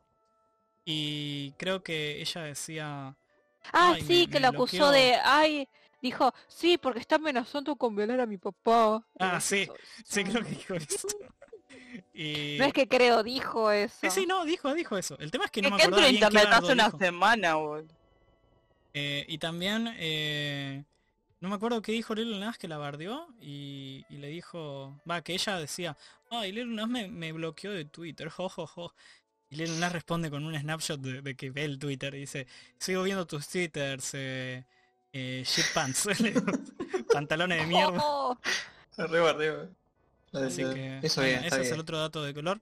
S1: y creo que ella decía. [LAUGHS]
S4: Ah,
S1: Ay,
S4: sí,
S1: me-
S4: que
S1: me
S4: lo acusó
S1: bloqueó.
S4: de, ay, dijo, sí, porque está amenazando con violar a mi papá.
S1: Ah,
S4: Y
S1: sí,
S4: yo,
S1: Sí,
S4: "Ah".
S1: creo que dijo
S4: [LAUGHS]
S1: esto. Y...
S4: No es que creo, dijo eso.
S1: Sí, sí, no, dijo, dijo eso. El tema es que no
S5: que
S1: me
S5: entro
S1: acordaba
S5: a
S1: bien qué
S5: internet
S1: bardo
S5: hace una
S1: dijo.
S5: semana, boludo.
S1: Eh, y también, eh, no me acuerdo qué dijo Lil Nas que la bardeó y, y le dijo, va, que ella decía, ay, Lil Nas me, me bloqueó de Twitter, [LAUGHS] jojojo. Y Lil Nas responde con un snapshot de, de que ve el Twitter y dice, sigo viendo tus Twitters, eh, eh, shit pants, [LAUGHS] le digo, pantalones de mierda.
S4: Oh,
S2: Re bardeo. La de-
S1: Así que eh,
S2: Eso
S1: bueno,
S2: bien,
S1: ese
S2: está
S1: es el
S2: bien.
S1: otro dato de color.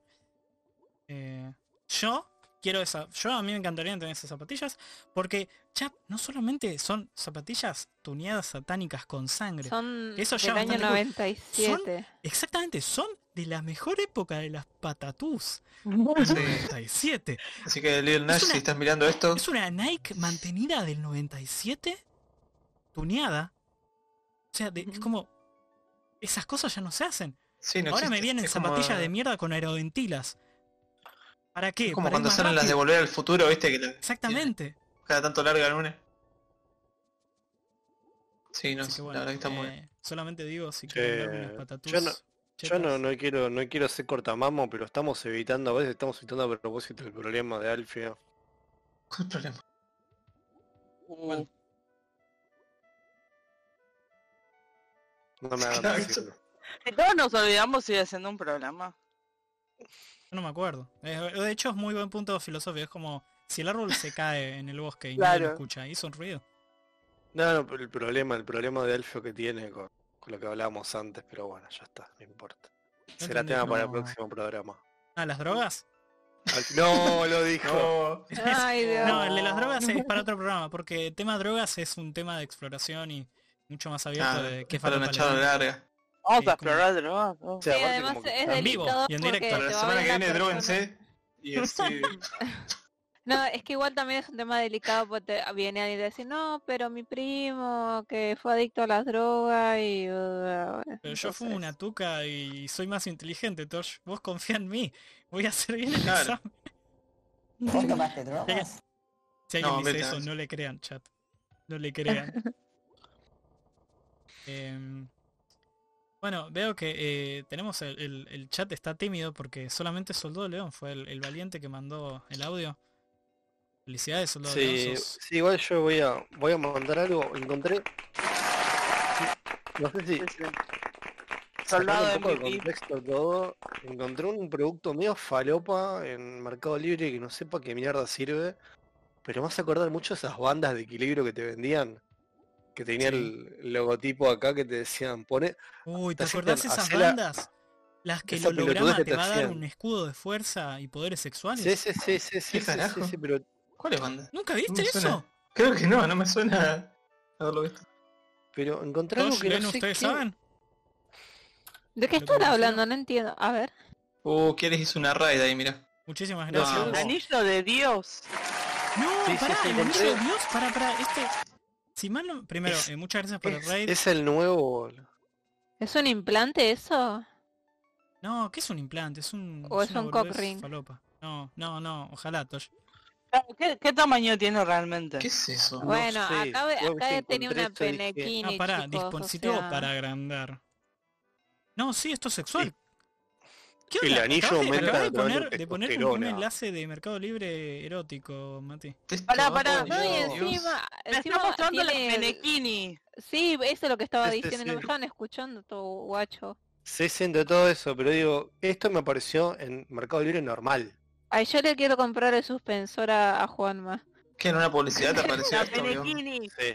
S1: Eh, yo quiero esa. Yo a mí me encantaría tener esas zapatillas. Porque ya no solamente son zapatillas tuneadas satánicas con sangre.
S4: son
S1: Eso ya
S4: del año
S1: bastante cool. [LAUGHS]
S4: 97.
S1: Exactamente, son de la mejor época de las patatús.
S2: Sí.
S1: 97.
S2: Así que Lil Nash,
S1: Es una-
S2: si estás mirando esto,
S1: Es una Nike mantenida del 97. Tuneada. O sea, de- es como. Esas cosas ya no se hacen.
S2: sí, no
S1: Ahora
S2: existe.
S1: me vienen
S2: Es como-
S1: zapatillas de mierda con aerodentilas. ¿Para qué?
S2: Es como
S1: Para
S2: cuando
S1: ir más
S2: salen las de
S1: rápido.
S2: Volver al Futuro, viste, que la-
S1: Exactamente.
S2: cada tanto largan una. Sí, no,
S1: Así que bueno,
S2: la verdad que está muy...
S1: eh, solamente digo si
S3: Sí,
S1: quieren darme unas patatús.
S3: yo no- Yo no,
S1: chetas.
S3: no quiero, no quiero ser cortamamo, pero estamos evitando, a veces estamos evitando a propósito el problema de Alfia.
S2: ¿Cuál es [LAUGHS] el problema?
S5: Bueno,
S3: No [LAUGHS] me hagan
S2: Claro,
S3: decirlo.
S5: Si todos nos olvidamos, sigue siendo un problema.
S1: Yo no me acuerdo. Eh, De hecho es muy buen punto filosófico. Es como si el árbol se cae en el bosque y nadie
S5: Claro.
S1: lo escucha. Hizo un ruido.
S3: No, no, pero el problema, el problema de Alfio que tiene con, con lo que hablábamos antes, pero bueno, ya está, no importa. Será
S1: entendí,
S3: tema para el
S1: no.
S3: próximo programa.
S1: Ah, ¿las drogas?
S3: Alf- No, lo dijo.
S2: No,
S4: Ay, Dios.
S1: No, el de las drogas es para otro programa. Porque el tema drogas es un tema de exploración y mucho más abierto
S2: claro,
S1: de qué
S2: para
S1: falta
S2: una charla larga.
S5: Vamos
S1: Sí,
S5: a
S1: como-
S5: explorar drogas. ¿no?
S3: O sea,
S4: Sí,
S3: aparte
S4: además
S3: como que-
S4: es
S1: en vivo
S4: delicado
S1: y en
S4: porque
S1: directo.
S4: Eh,
S2: Para
S4: te
S2: la
S4: va a
S2: semana
S4: ver
S2: que
S4: la
S2: viene,
S4: persona.
S2: droguense.
S4: [LAUGHS]
S2: Y este, así...
S4: No, es que igual también es un tema delicado porque te viene alguien y te dice, no, pero mi primo que fue adicto a las drogas y... uh, bueno,
S1: Pero yo fui
S4: entonces-
S1: una tuca y soy más inteligente, Tosh. Vos confía en mí. Voy a hacer bien el
S2: Claro.
S1: examen.
S6: ¿Vos tomaste drogas?
S1: Si alguien
S2: No,
S1: dice
S2: meta,
S1: eso,
S2: es-
S1: no le crean, chat. No le
S3: [LAUGHS]
S1: crean. Em, bueno, veo que eh, tenemos el, el- el chat está tímido porque solamente Soldado León fue el, el valiente que mandó el audio. Felicidades, Soldado
S3: Sí,
S1: León. sos-
S3: sí, igual yo voy a, voy a mandar algo, encontré. No sé si
S5: Sí, sí.
S3: sacando
S5: Soldado
S3: un poco de
S5: MVP.
S3: contexto todo, encontré un producto medio falopa en Mercado Libre que no sé para qué mierda sirve, pero me hace acordar mucho a esas bandas de equilibrio que te vendían, que tenían el logotipo acá que te decían, pone,
S1: Uy, ¿te
S3: Hacete-
S1: acordás esas
S3: hacela-
S1: bandas? Las que el
S3: esa pelotudez
S1: holograma
S3: que
S1: te
S3: te
S1: va a dar
S3: hacían.
S1: un escudo de fuerza y poderes sexuales.
S3: sí, sí, sí, sí, sí, sí, sí,
S2: carajo?
S3: sí, pero
S2: ¿Cuál es banda?
S1: ¿Nunca viste
S3: Mm,
S2: me suena.
S1: eso?
S2: Creo que no, no me suena haberlo visto.
S3: Pero encontré algo
S1: Tosh,
S3: que no
S1: Len,
S3: sé
S1: ¿ustedes
S3: qué-
S1: saben?
S4: ¿De qué
S1: Lo que
S4: están
S1: me
S4: hablando? No entiendo. A ver.
S2: Uh, ¿quieres hizo una raid ahí, mira.
S1: Muchísimas
S3: No,
S1: gracias.
S3: no.
S5: El anillo de Dios.
S1: No,
S3: Sí, sí,
S1: pará,
S3: sí,
S1: el anillo
S3: encontré.
S1: de Dios, pará, pará, este. Si mal no. Primero,
S3: Es-
S1: eh, muchas gracias por el
S3: Es,
S1: raid.
S3: es el nuevo.
S4: ¿Es un implante eso?
S1: No, ¿qué es un implante? Es un.
S4: O es
S1: una
S4: un cock
S1: boludez
S4: ring.
S1: falopa. No, no, no, ojalá, Tosh.
S5: ¿Qué, qué tamaño tiene realmente?
S2: ¿Qué es eso?
S3: No
S4: bueno,
S3: sé,
S4: acá,
S3: yo,
S4: acá
S3: viste, encontré
S4: tenía una
S3: esto y dije,
S4: penequini,
S1: No, pará,
S4: chicos, o
S1: dispositivo
S4: sea,
S1: para agrandar. No, sí, esto es sexual. ¿Qué
S3: El
S1: onda?
S3: anillo
S1: Acabas de,
S3: aumenta
S1: acabas de
S3: el tamaño
S1: poner,
S3: de
S1: de poner como un
S3: testosterona.
S1: enlace de Mercado Libre erótico, Mati.
S4: Pará, pará.
S2: Oh,
S4: No, y
S2: Dios.
S4: encima,
S5: Me
S4: encima
S5: está mostrando la
S4: tiene-
S5: Menekini.
S4: Sí, eso es lo que estaba
S3: Sí, sí,
S4: diciendo, no
S3: sí.
S4: me estaban escuchando todo guacho.
S3: Sí, siento todo eso, pero digo, esto me apareció en Mercado Libre normal.
S4: Ay, yo le quiero comprar el suspensor a, a Juanma.
S2: Que en una publicidad te apareció
S5: La
S2: esto, Dios.
S5: Menekini.
S3: Sí.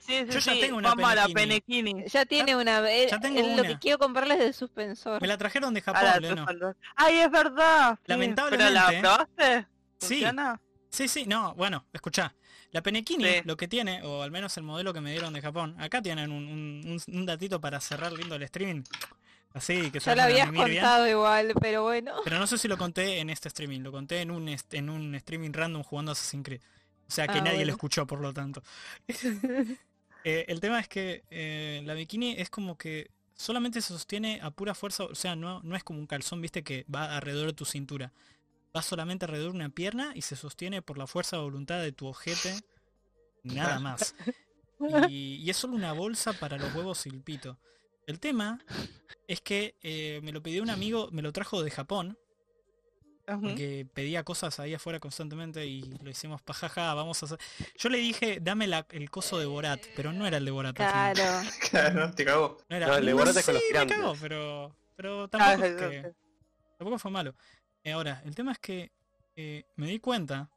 S5: Sí, sí,
S1: Yo ya
S5: sí,
S1: tengo una
S5: Juanma, la
S1: Penekini.
S5: Penekini.
S4: Ya tiene una, eh,
S1: ya tengo
S4: eh, lo
S1: una.
S4: que quiero comprarles del suspensor.
S1: Me la trajeron de
S5: Ah, la
S1: Japón,
S5: de
S1: Leno.
S5: Trufaldor. Ay, es verdad. sí.
S1: Lamentablemente, ¿eh?
S5: ¿Pero la probaste?
S1: Sí.
S5: ¿Funciona?
S1: Sí, sí, no, bueno, escuchá. La Penekini
S5: Sí.
S1: lo que tiene, o al menos el modelo que me dieron de Japón, acá tienen un, un- un- un datito para cerrar lindo el streaming. Así que se
S4: Ya
S1: vayan
S4: lo
S1: a
S4: habías
S1: mimir bien.
S4: contado igual, pero bueno.
S1: Pero no sé si lo conté en este streaming, lo conté en un, est- en un streaming random jugando Assassin's Creed. O sea que
S4: Ah,
S1: nadie lo
S4: bueno.
S1: escuchó, por lo
S4: [LAUGHS]
S1: tanto. Eh, el tema es que eh, la bikini es como que solamente se sostiene a pura fuerza, o sea, no, no es como un calzón, viste, que va alrededor de tu cintura. Va solamente alrededor de una pierna y se sostiene por la fuerza de voluntad de tu ojete, nada más. Y, y es solo una bolsa para los huevos y el pito. El tema es que eh, me lo pidió un amigo, me lo trajo de Japón,
S5: Ujú.
S1: porque pedía cosas ahí afuera constantemente y lo hicimos pajaja, vamos a hacer. Yo le dije, dame la- el coso de Borat, pero no era el de Borat. al final.
S4: Claro.
S2: [LAUGHS] Claro, te cagó.
S1: No era
S3: No, el de
S1: no,
S3: Borat es con
S1: sí,
S3: los
S1: me
S3: tirantes.
S1: cagó, pero, pero
S5: Ah,
S1: tampoco, es
S5: sí,
S1: que- tampoco fue malo. Eh, Ahora, el tema es que eh, me di cuenta,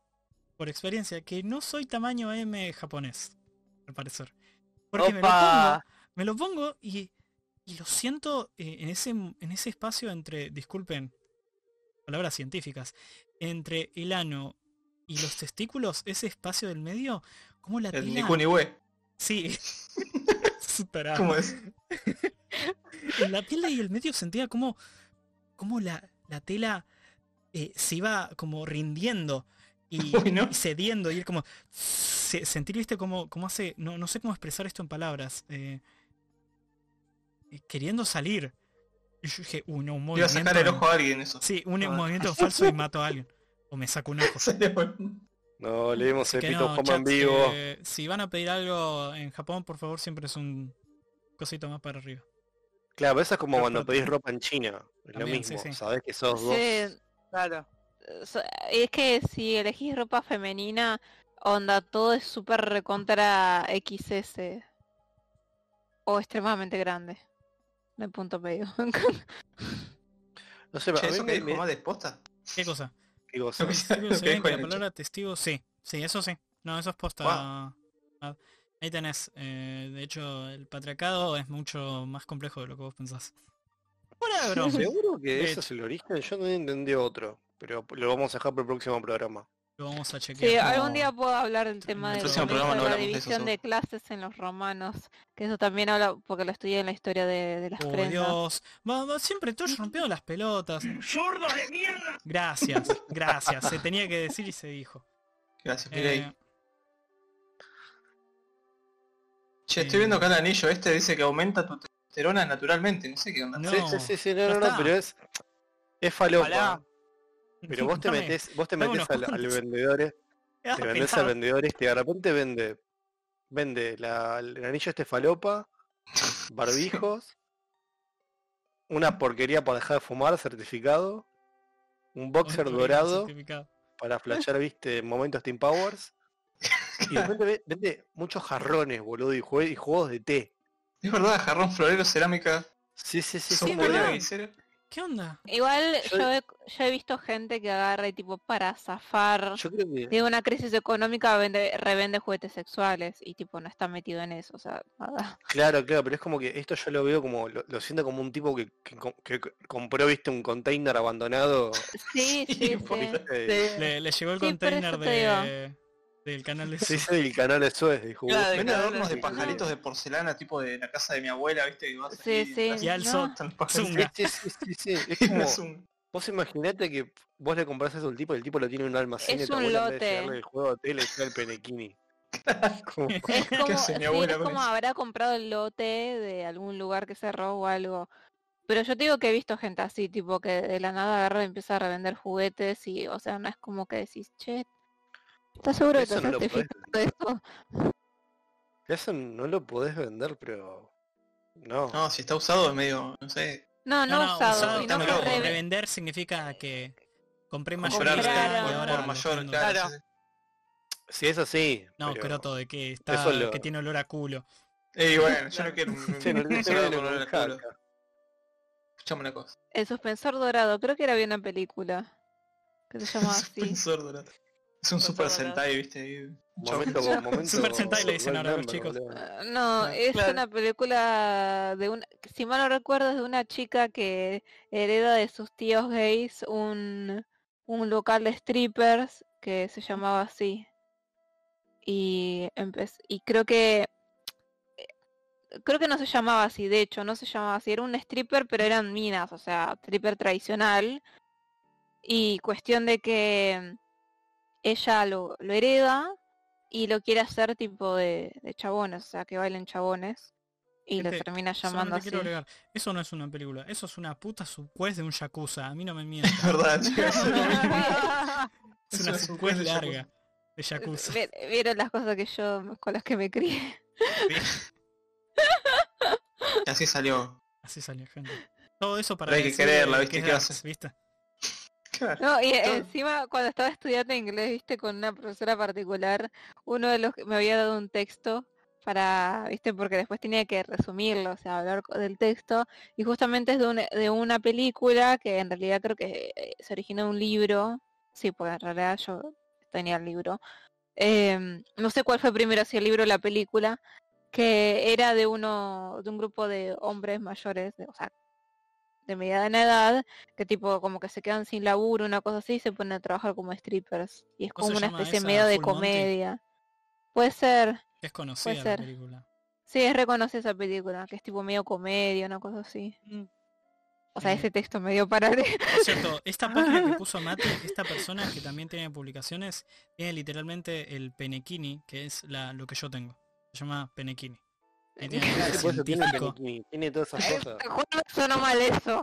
S1: por experiencia, que no soy tamaño M japonés, al parecer. Porque me lo pongo
S5: Opa.
S1: me lo pongo y, y lo siento eh, en, ese, en ese espacio entre, disculpen, palabras científicas, entre el ano y los testículos, ese espacio del medio, como la
S2: El
S1: tela...
S2: Nikuni Ue.
S1: Sí. [LAUGHS] Es un tarado.
S2: ¿Cómo es?
S1: En la tela y el medio sentía como, como la, la tela eh, se iba como rindiendo y,
S2: [LAUGHS] Uy, ¿no?
S1: y cediendo y ir como... se- sentir, viste, como, como hace... No, no sé cómo expresar esto en palabras. eh, eh, queriendo salir. Y yo dije, uy, no, un
S2: Iba a
S1: movimiento...
S2: sacar el
S1: en-
S2: ojo a alguien eso.
S1: Sí, un
S2: Ah.
S1: movimiento falso y mato a alguien. O me saco
S2: [LAUGHS]
S1: un ojo.
S2: Se le fue.
S3: No, le dimos el
S1: Que
S3: pito
S1: no,
S3: Juanma
S1: chats,
S3: en vivo.
S1: eh, si van a pedir algo en Japón, por favor, siempre es un cosito más para arriba.
S3: Claro, pero eso es como
S1: Pero-
S3: cuando
S1: pero-
S3: pedís ropa en China. Es lo
S1: También, sí,
S3: mismo,
S1: sí.
S3: sabés que sos vos.
S4: Sí,
S5: Claro.
S4: so- es que si elegís ropa femenina, onda, todo es súper recontra XS. O extremadamente grande. No hay punto medio. [LAUGHS]
S3: No sé, pero
S2: Che,
S3: a mí
S2: ¿Eso que
S3: me,
S2: dijo
S3: me-
S2: más de posta?
S1: ¿Qué cosa?
S2: [LAUGHS]
S3: digo, o sea, [LAUGHS]
S2: que-
S1: Testigo,
S2: lo
S1: se
S2: que
S1: ve
S2: dijo
S1: que la
S2: Nacho.
S1: palabra testigo, sí. Sí, eso sí. No, eso es posta. Ah, Ahí tenés. eh, de hecho, el patriarcado es mucho más complejo de lo que vos pensás. Fuera de broma.
S3: seguro que
S1: De
S3: eso es el origen, yo no entendí otro. Pero lo vamos a dejar para el próximo programa.
S1: Lo vamos a chequear.
S4: Sí, algún
S1: No.
S4: día puedo hablar del tema
S1: el
S4: de
S1: próximo
S4: la
S1: programa no
S4: la
S2: hablamos de eso,
S4: división de clases en los romanos, que eso también habla, porque lo estudié en la historia de, de las
S1: Oh,
S4: prendas.
S1: Dios. Va- va- siempre estoy rompiendo las pelotas.
S8: ¡Zurdo de mierda!
S1: Gracias, gracias. Se tenía que decir y se dijo.
S2: Gracias,
S1: Eh,
S2: Pirey. che, estoy
S1: eh.
S2: viendo acá el anillo este, dice que aumenta tu testosterona naturalmente. No sé qué onda.
S1: No.
S3: Sí, sí, sí, sí, no,
S1: ya
S3: no, no,
S1: está.
S3: pero es. Es falopa.
S5: Ojalá.
S3: Pero vos te
S1: dame-
S3: metes, vos te
S1: dame
S3: metes
S1: unos
S3: al, al
S1: cuantos.
S3: vendedor, eh,
S1: Ah,
S3: te vendés al
S1: pelado.
S3: vendedor este, y de repente vende. Vende la, el anillo
S1: [LAUGHS]
S3: este falopa, barbijos, una porquería para dejar de fumar, certificado, un boxer
S1: Oye,
S3: dorado
S1: certificado.
S3: para flashar, viste, momentos Team Powers. Y de repente ve- vende muchos jarrones, boludo, y, jue- y juegos de té.
S2: Es verdad, jarrón, florero, cerámica,
S3: Sí, sí, sí, sí.
S1: es
S2: sopa
S1: verdad.
S2: de cereal.
S1: ¿Qué onda?
S4: Igual
S3: Yo-
S4: yo he, yo he visto gente que agarra y tipo para zafar
S3: Yo creo que
S4: de una crisis económica vende, revende juguetes sexuales y tipo no está metido en eso, o sea,
S3: [LAUGHS]
S4: nada.
S3: Claro, claro, pero es como que esto yo lo veo como, lo, lo siento como un tipo que, que com- que co- compró, viste, un container abandonado.
S4: Sí, sí, sí.
S3: ¿viste?
S1: Le, le llegó el
S4: Eh, Sí, por eso
S1: container
S4: te
S1: de, del canal de
S3: Se hizo el canal de Suez, dijo.
S5: Claro,
S3: "Vos,
S2: Vende
S5: Claro,
S2: adornos de
S5: sí.
S2: pajaritos de porcelana, tipo de la casa de mi abuela, viste, que vas
S4: Sí,
S2: ahí,
S4: sí.
S2: entras
S1: Y al Oh.
S4: No.
S1: sol.
S2: están los
S3: Sí,
S2: [LAUGHS] pajaritos.
S3: sí, sí, sí, sí, Es
S2: [LAUGHS]
S3: como,
S2: Es un-
S3: vos imaginate que vos le compras eso a un tipo y el tipo lo tiene en un almacén
S4: Es
S3: y tu
S4: un
S3: abuela en vez de
S4: lote.
S3: llevarle el juego de tele llega el penequini. Como-
S4: Es como,
S2: hace mi
S4: sí,
S2: abuela
S4: es
S2: con
S4: como
S2: eso?
S4: habrá comprado el lote de algún lugar que cerró o algo. Pero yo te digo que he visto gente así, tipo que de la nada agarra y empieza a revender juguetes y, o sea, no es como que decís, che, ¿estás seguro de que
S3: Eso no lo podés
S4: certificado de esto?
S3: Eso no lo podés vender, pero. No.
S2: No, si está usado es medio, no sé,
S4: No, no,
S1: No, no,
S4: usado,
S1: usado,
S4: sino
S2: está
S4: que
S2: loco,
S4: re-
S1: revender significa que compré mayor
S2: Comprar
S1: lista
S2: por,
S1: y ahora
S2: por
S1: lo
S2: mayor,
S1: vendo.
S2: claro.
S5: Claro.
S2: sí, sí.
S3: Si es así.
S1: No,
S3: pero-
S1: croto, de que está,
S3: Eso lo-
S1: que tiene olor a culo.
S2: Ey, bueno, yo
S1: [LAUGHS]
S2: no quiero un,
S3: Sí, no,
S2: un
S3: no se
S2: cerdo
S3: viene
S2: con olor
S3: con
S2: a culo.
S3: caca.
S2: Escuchame una cosa.
S4: el suspensor dorado, creo que era bien una película. Que se
S5: [LAUGHS]
S4: llamaba así.
S2: Suspensor dorado. Es un super
S5: Suspensor dorado.
S2: sentai, viste. ahí.
S3: Momento,
S2: Chau.
S3: momento.
S1: [LAUGHS] Super Sentai le dicen
S3: Gold
S1: ahora a los
S3: Member,
S1: chicos.
S3: boludo.
S4: Ah, No,
S5: Ah,
S4: es
S5: claro.
S4: una película de una, si mal no recuerdo, es de una chica que hereda de sus tíos gays un, un local de strippers que se llamaba así. Y, empe- y creo que, creo que no se llamaba así, de hecho, no se llamaba así, era un stripper, pero eran minas, o sea, stripper tradicional. Y cuestión de que mm, ella lo, lo hereda y lo quiere hacer tipo de, de chabones, o sea, que bailen chabones. Y lo
S1: Gente,
S4: termina llamando
S1: Solamente
S4: así.
S1: quiero agregar, eso no es una película, eso es una puta subquest de un yakuza, a mí
S2: [LAUGHS]
S1: no me mientas.
S2: [LAUGHS] Es verdad,
S4: [LAUGHS]
S2: chicos.
S1: [LAUGHS] Es
S2: Es
S1: una
S2: una
S1: subquest
S2: subquest de
S1: larga de yakuza.
S4: Ve- Vieron las cosas que yo, con las que me crié.
S2: Así salió.
S1: Así salió, gente. Todo eso para
S2: Pero hay que
S1: decir,
S2: quererla,
S1: eh,
S2: ¿viste?
S1: que es
S2: ¿Qué
S1: darks,
S2: haces?
S1: ¿viste?
S2: [LAUGHS] Claro.
S4: No, y
S2: Todo-
S4: encima cuando estaba estudiando inglés, viste, con una profesora particular, uno de los que me había dado un texto para, viste, porque después tenía que resumirlo, o sea, hablar co- del texto, y justamente es de una, de una película que en realidad creo que eh, se originó de un libro, sí, porque en realidad yo tenía el libro, em, no sé cuál fue primero, si el libro o la película, que era de uno, de un grupo de hombres mayores, de- o sea, de mediana edad, que tipo como que se quedan sin laburo, una cosa así, y se ponen a trabajar como strippers. Y es
S1: ¿Cómo se
S4: como una
S1: llama
S4: especie
S1: esa,
S4: medio de
S1: Full Monty?
S4: comedia. Puede ser,
S1: Que es conocida la
S4: ser.
S1: película.
S4: sí, es reconocida esa película, que es tipo medio comedia, una cosa así.
S5: Mm.
S4: O sea,
S1: Eh,
S4: ese texto medio para leer. [LAUGHS]
S1: Por cierto, esta página que [LAUGHS] puso Mate, esta persona que también tiene publicaciones, tiene literalmente el Penekini, que es la, lo que yo tengo. Se llama Penekini. Ahí tiene el
S3: Claro, por eso tiene
S1: científico.
S3: peniquini, tiene todas esas
S4: Eh,
S3: cosas.
S4: juego sonó mal eso.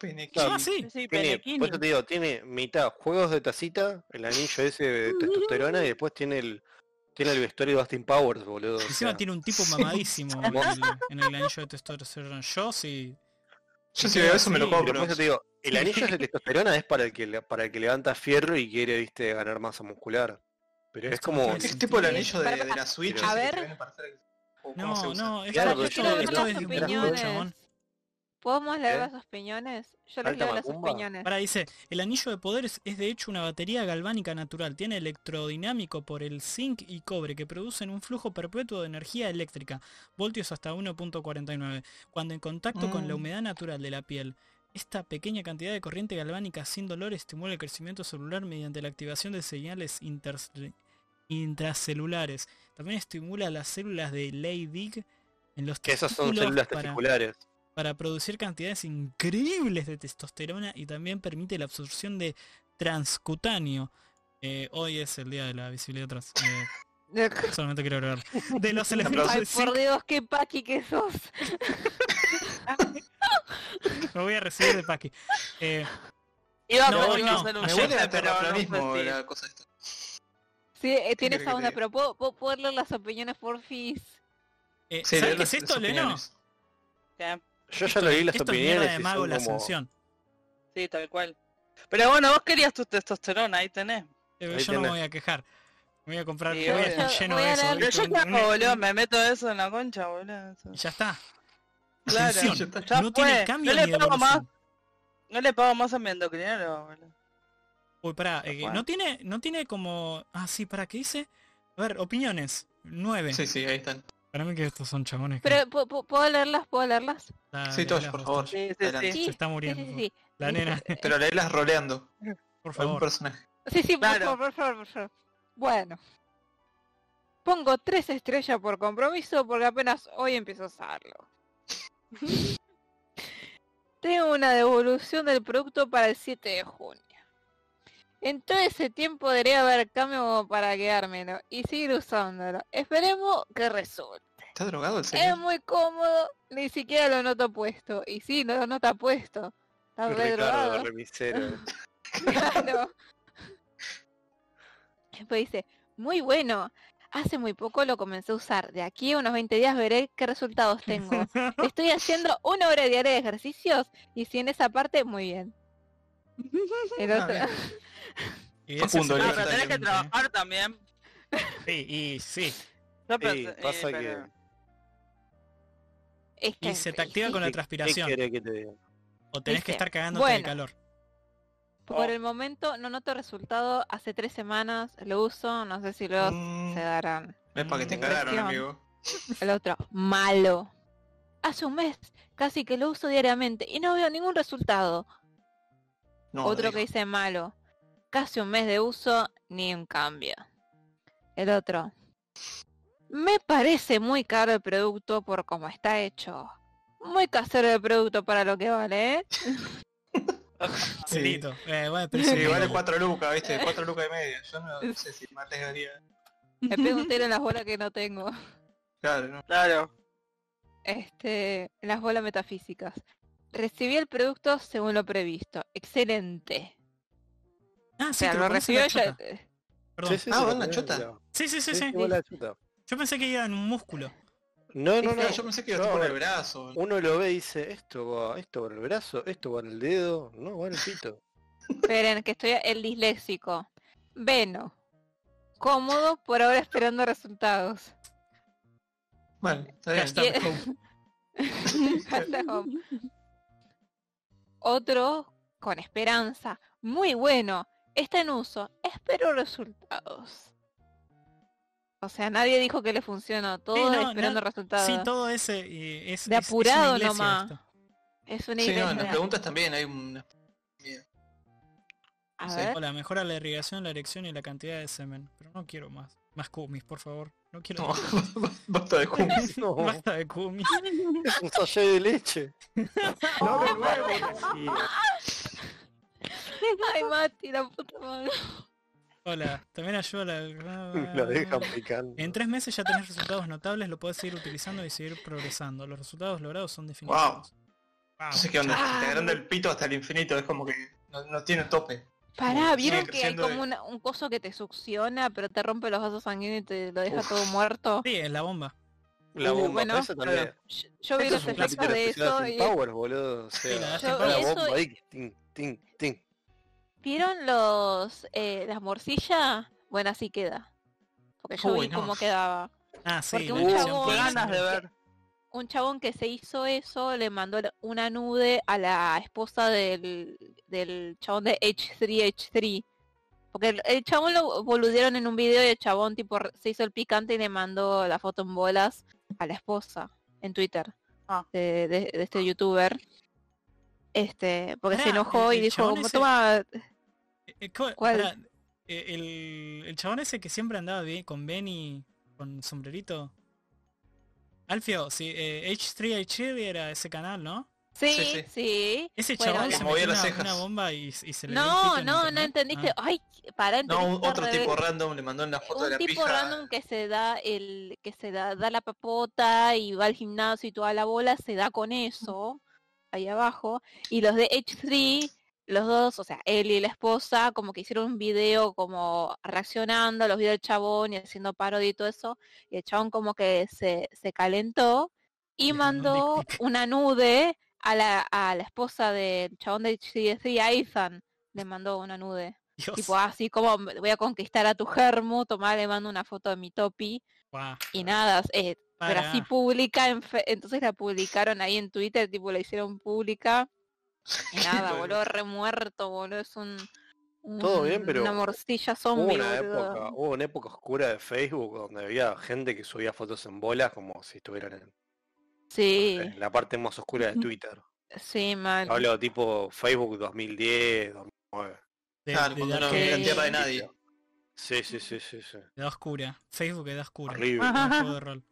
S2: Pene
S1: Ah,
S2: Kiwi.
S1: sí.
S3: Tiene,
S5: Sí, Penequini.
S3: por eso te digo, tiene mitad juegos de tacita, el anillo ese de testosterona
S1: [LAUGHS]
S3: y después tiene el tiene el vestuario de Austin Powers, boludo. o
S1: Encima
S3: sea,
S1: tiene un tipo
S2: Sí.
S1: mamadísimo en [LAUGHS] el, en el anillo de testosterona. Yo sí.
S2: Yo si veo eso me lo
S1: Sí,
S3: pero
S2: compro.
S3: por eso te digo,
S1: [LAUGHS]
S3: el anillo de testosterona es para el que le- para el que levanta fierro y quiere, viste, ganar masa muscular. Pero es
S1: Esto
S3: como
S1: tiene
S2: Es tipo el
S1: Sí,
S2: anillo de,
S4: para-
S2: de la Switch. ese
S3: A
S2: que te
S4: ver.
S2: venden para hacer- o cómo se
S1: No,
S2: usa.
S1: no, es
S3: Claro,
S1: que
S3: pero
S1: esto,
S3: yo quiero
S1: esto es
S4: ver las
S1: de un grupo de
S4: opiniones.
S1: chabón.
S4: ¿Podemos leer
S3: ¿Eh?
S4: las opiniones? Yo les
S3: ¿Alta
S4: leo las
S3: macumba?
S4: opiniones.
S1: Ahora dice, el anillo de poder es, es de hecho una batería galvánica natural, tiene electrodinámico por el zinc y cobre que producen un flujo perpetuo de energía eléctrica, voltios hasta 1.49, cuando en contacto con la
S2: Mm.
S1: humedad natural de la piel. Esta pequeña cantidad de corriente galvánica sin dolor estimula el crecimiento celular mediante la activación de señales interce- intracelulares. También estimula las células de Leydig en los
S3: que esas son
S1: testículos
S3: células
S1: para-
S3: testiculares.
S1: para producir cantidades increíbles de testosterona y también permite la absorción de transcutáneo. Eh, hoy es el día de la visibilidad trans. eh,
S4: [LAUGHS]
S1: solamente quiero agregar. De los elementos
S4: Ay,
S1: de
S4: por
S1: zinc-
S4: Dios, qué paqui que sos.
S1: Me voy a recibir de Paqui. Eh,
S5: Iba a
S1: No,
S5: pedir
S1: no,
S5: que usar un
S2: Me
S1: ayer-
S5: guante,
S2: huele a
S5: pero no
S2: terraplanismo
S5: fue así.
S2: la cosa esta.
S4: Sí, eh,
S2: querés
S4: tienes
S2: que
S4: a
S2: te
S4: una,
S2: diga?
S4: pero ¿puedo, puedo- puedo leer las opiniones por fis?
S1: eh,
S2: Sí,
S1: ¿Sabes
S2: leer
S1: qué es
S2: las-
S1: esto,
S2: las
S1: Leno?
S2: opiniones.
S3: Yo ya leí las
S1: Esto es mierda
S3: opiniones
S1: de
S3: y
S1: mago
S3: son
S1: la
S3: como-
S1: ascensión.
S5: Sí, tal cual. Pero bueno, vos querías tu testosterona, ahí tenés.
S1: Eh,
S3: Ahí
S1: yo no me
S3: tenés.
S1: voy a quejar. Me voy a comprar
S5: Sí,
S1: yo voy a
S5: obvio.
S1: estar lleno
S4: Voy
S1: de
S4: a
S1: eso.
S4: leer-
S5: Pero yo
S1: ¿viste?
S5: qué hago, boludo, me meto eso en la concha, boludo. eso.
S1: Y Ya está.
S5: Claro.
S1: Ascensión.
S2: Ya
S5: Ya
S1: No
S5: fue,
S1: tiene cambio
S5: no le
S1: ni
S5: pago
S1: devolución.
S5: más. No le pago más a mi endocrinólogo, boludo.
S1: Uy, pará, eh,
S5: Bueno.
S1: no tiene, no tiene como. Ah, sí, pará, ¿qué dice? A ver, opiniones. 9.
S2: Sí, sí, ahí están.
S1: Para mí que estos son chabones que
S4: Pero ¿pu- pu- ¿puedo leerlas? ¿Puedo leerlas?
S1: Dale,
S2: Sí, Tosh,
S1: las
S2: por
S1: Ah, dos,
S2: favor.
S1: Tosh.
S5: Sí, sí,
S2: Adelante.
S5: sí.
S1: Se está
S4: Sí,
S1: muriendo
S4: sí, sí.
S1: la
S4: Dice-
S1: nena,
S2: Pero leerlas roleando.
S1: por
S2: Algún
S1: favor.
S2: personaje.
S4: Sí, sí, por
S5: Claro.
S4: favor, por favor, por favor. Bueno. Pongo tres estrellas por compromiso porque apenas hoy empiezo a usarlo. [LAUGHS] Tengo una devolución del producto para el 7 de junio. En todo ese tiempo debería haber cambio como para quedármelo y seguir usándolo. Esperemos que resulte.
S2: ¿Está drogado el
S4: Es
S2: señor?
S4: muy cómodo, ni siquiera lo noto puesto. Y sí, no lo nota puesto. Está re
S3: Ricardo,
S1: [LAUGHS]
S4: drogado.
S3: remisero.
S4: Claro. Después dice, muy bueno. Hace muy poco lo comencé a usar. De aquí a unos 20 días veré qué resultados
S1: [LAUGHS]
S4: tengo. Estoy haciendo una hora diaria de ejercicios y si en esa parte, muy bien. El
S1: Ah,
S4: otro-
S1: bien. Y ese
S2: Facundo,
S1: es
S5: Ah,
S1: el
S5: pero tenés que
S1: talento,
S5: trabajar también.
S1: ¿eh? Sí, y sí.
S5: No, pero-
S3: Sí,
S5: eh,
S3: pasa
S5: pero-
S3: que-
S4: [LAUGHS] Es que-
S1: Y se te activa
S4: sí,
S1: con la
S3: ¿Qué- qué
S1: transpiración.
S3: querés que te diga?
S1: O tenés
S4: Viste.
S1: que estar cagándote de
S4: Bueno.
S1: calor. Oh.
S4: Por el momento no noto resultado. Hace tres semanas lo uso. No sé si luego
S2: Mm,
S4: se darán.
S2: Es para que te
S1: Mm,
S2: cagaron,
S4: presión.
S2: amigo.
S4: El otro, malo. Hace un mes casi que lo uso diariamente y no veo ningún resultado.
S2: No,
S4: otro
S2: dijo.
S4: que dice malo. Casi un mes de uso, ni un cambio. El otro. Me parece muy caro el producto por cómo está hecho. Muy casero el producto para lo que vale, ¿eh?
S1: Celito. Eh, bueno, pero
S2: Sí,
S1: ese-
S4: [LAUGHS]
S2: vale 4 lucas, viste, 4 lucas y media. Yo no sé si más les daría.
S4: Me pego un tiro en las bolas que no tengo. [LAUGHS]
S2: Claro, no.
S5: Claro.
S4: Este, las bolas metafísicas. Recibí el producto según lo previsto. Excelente.
S1: Ah,
S4: O
S1: sí,
S4: sea,
S1: te
S4: lo
S1: pones en
S4: recibió
S1: la
S4: ya.
S1: chota. Perdón.
S2: Ah,
S3: se lo
S2: ¿van la
S3: ponen,
S2: chota?
S3: no.
S1: Sí, sí, sí, sí.
S3: Sí, van la chota.
S1: Yo pensé que iba en un músculo.
S3: No,
S1: Este
S3: no,
S4: Sí,
S3: no.
S4: sí.
S2: Yo pensé que iba
S3: No,
S2: tipo en el
S3: bueno.
S2: brazo.
S3: Uno lo ve y dice, esto va, esto va en el brazo, esto va en el dedo, no, va en el
S1: [LAUGHS]
S3: pito.
S4: Esperen, que estoy el disléxico. Veno. Cómodo, por ahora esperando resultados.
S2: Bueno, está bien.
S1: Hashtag
S4: [LAUGHS] bien.
S1: hope.
S4: [LAUGHS] Hashtag home. Otro con esperanza. Muy bueno. Está en uso. Espero resultados. O sea, nadie dijo que le funcionó. Todo
S1: no, no,
S4: esperando resultados.
S1: Sí, todo ese eh, es,
S4: De
S1: es- es una
S4: apurado
S1: iglesia
S4: nomás.
S1: esto.
S4: Es una
S2: Sí,
S4: idea.
S2: no, en las preguntas también hay un...
S4: A
S2: sí.
S4: ver.
S1: Hola, mejora la irrigación, la erección y la cantidad de semen. Pero no quiero más. Más cumis, por favor. No quiero
S2: No, [LAUGHS]
S1: más.
S2: basta de cumbis.
S3: No,
S1: Basta de cumis.
S3: es un sachet de leche. [LAUGHS]
S8: No de nuevo.
S4: [LAUGHS] Ay, Mati, la puta madre.
S1: Hola, también ayuda
S3: [LAUGHS]
S1: la...
S3: Lo dejan picando.
S1: Ah, En tres meses ya tenés resultados notables, lo podés seguir utilizando y seguir progresando. Los resultados logrados son definitivos. Wow.
S2: No sé qué onda, te agranda el pito hasta el infinito, es como que no, no tiene tope.
S4: Pará,
S2: sigue
S4: ¿vieron que hay
S2: creciendo
S4: como
S2: de-
S4: una- un coso que te succiona, pero te rompe los vasos sanguíneos y te lo deja todo muerto?
S1: Sí, es la bomba.
S3: La
S4: Uh,
S3: bomba,
S4: bueno,
S3: pero eso también.
S4: Yo, yo vi
S3: Eso
S4: los
S3: es un
S4: efectos
S3: capítulo
S4: de
S3: especial
S4: eso
S3: de
S4: y
S3: Austin Powers, boludo. O
S1: Sí, la
S3: sea,
S1: de Austin
S3: la
S4: Yo-
S1: Powers.
S4: y eso-
S3: bomba ahí, tin, tin, tin.
S4: ¿vieron los eh, las morcillas? Bueno, así queda. Porque yo
S2: Uy,
S4: vi
S2: no.
S4: cómo quedaba.
S1: Ah, sí,
S4: Porque
S1: la
S4: un
S1: erección
S4: chabón-
S1: por
S5: Qué
S1: la
S5: Uh, ganas de
S1: sangre.
S5: ver.
S4: Un chabón que se hizo eso le mandó la- una nude a la esposa del, del chabón de H3H3. Porque el, el chabón lo boludieron en un video y el chabón tipo re- se hizo el picante y le mandó la foto en bolas a la esposa en Twitter
S5: Ah.
S4: de, de- de este youtuber. Este, porque se
S1: Pará,
S4: enojó
S1: el-
S4: y
S1: el
S4: dijo,
S1: chabón
S4: como
S1: ese-
S4: toma,
S1: Eh, ¿cu-
S4: ¿Cuál?
S1: pará, eh, el, el chabón ese que siempre andaba bien con Benny, con sombrerito. Alfio, sí, eh, H3H3 era ese canal, ¿no?
S4: Sí,
S2: Sí,
S4: sí.
S2: sí.
S1: Ese
S4: Bueno,
S1: chabón
S4: la-
S1: se
S2: Movía
S1: metió
S2: las
S1: una,
S2: cejas.
S1: una bomba y, y se le dio un
S4: No,
S1: pito en
S4: no, no
S1: internet.
S4: entendiste.
S1: Ah,
S4: Ay, para
S2: No, un- otro tipo
S4: random.
S2: random le mandó en la foto de
S4: Un
S2: la
S4: tipo
S2: pija.
S4: random que se da el que se da, da la papota y va al gimnasio y toda la bola se da con eso ahí abajo y los de H3 los dos, o sea, él y la esposa como que hicieron un video como reaccionando a los videos del chabón y haciendo parodia y todo eso y el chabón como que se, se calentó y
S1: Les mandó un
S4: mandó
S1: dick pic.
S4: una nude a la, a la esposa del chabón de H3, a Ethan, le mandó una nude.
S1: Dios.
S4: Tipo, así como me- voy a conquistar a tu germo, tomá, le mando una foto de mi topi
S1: Guau,
S4: y nada, eh, pero
S1: pará.
S4: así pública, en fe- entonces la publicaron ahí en Twitter, tipo la hicieron pública.
S3: [LAUGHS]
S4: Y
S2: [LAUGHS]
S4: nada,
S2: Bueno.
S4: boludo, remuerto, boludo, es un,
S3: Todo bien,
S4: un-
S3: pero
S4: una morcilla
S3: Hubo
S4: zombie,
S3: una
S4: boludo.
S3: época, hubo una época oscura de Facebook donde había gente que subía fotos en bolas como si estuvieran en,
S4: Sí,
S3: en la parte más oscura de Twitter.
S4: sí, mal.
S3: Hablo tipo Facebook 2010, 2009.
S1: De,
S2: Claro,
S1: de-
S2: cuando
S1: de-
S2: no
S1: de-
S2: era
S4: Sí.
S2: tierra de nadie.
S3: Sí, sí, sí, sí, sí.
S1: de oscura. Facebook es oscura.
S3: Horrible.
S1: como el juego de rol.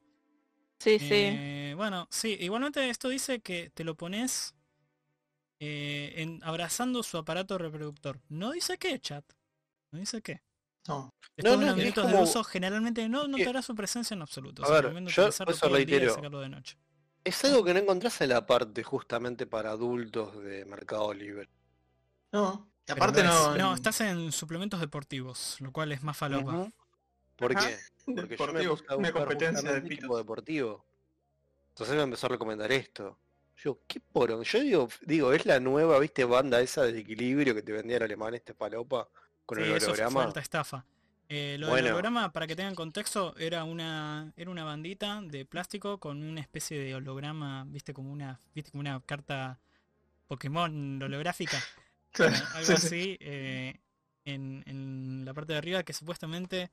S4: Sí, sí.
S1: Eh, bueno, sí, igualmente esto dice que te lo pones eh, en- abrazando su aparato reproductor. No dice qué, chat. No dice qué.
S2: No.
S1: Después
S3: no,
S1: de unos
S3: es
S1: minutos de
S3: como-
S1: uso, generalmente no
S3: que-
S1: notará su presencia en absoluto.
S3: A
S1: Se
S3: ver,
S1: recomienda
S3: yo
S1: utilizarlo
S3: eso
S1: todo el día y
S3: reitero.
S1: sacarlo de noche.
S3: Es algo que no encontrás en la parte justamente para adultos de Mercado Libre.
S2: No. Y
S1: Pero
S2: aparte
S1: no
S2: no.
S1: es- No, estás en suplementos deportivos, lo cual es más falopa.
S3: Ujú. ¿Por
S2: Ajá.
S3: qué? Porque yo
S2: Deportivo,
S3: me puse a
S2: una
S3: buscar
S2: competencia
S3: justamente
S2: de
S3: un
S2: pitos.
S3: equipo deportivo. Entonces me empezó a recomendar esto. Yo, qué porón. Yo digo, digo, es la nueva, viste, banda esa de equilibrio que te vendía el alemán este palopa con
S1: Sí,
S3: el
S1: eso fue
S3: holograma.
S1: alta estafa. Eh, lo
S3: Bueno.
S1: del holograma, para que tengan contexto, era una, era una bandita de plástico con una especie de holograma, viste, como una, viste, como una carta Pokémon holográfica. eh,
S2: Claro, [LAUGHS]
S1: algo
S2: sí, sí.
S1: así eh, en, en la parte de arriba que supuestamente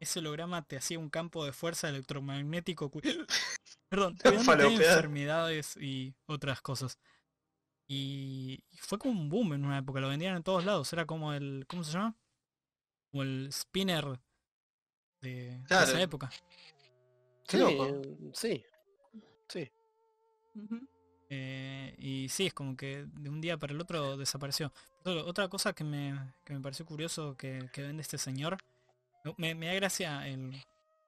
S1: ese holograma te hacía un campo de fuerza electromagnético cu- [LAUGHS] perdón cuidándote de
S2: Falopear.
S1: enfermedades y otras cosas y y fue como un boom en una época lo vendían en todos lados era como el cómo se llama como el spinner de, de
S2: Claro.
S1: esa época
S2: Qué
S3: Sí,
S2: loco.
S3: sí.
S1: Eh, y sí, es como que de un día para el otro desapareció. Pero otra cosa que me, que me pareció curioso que, que vende este señor, me, me da gracia el,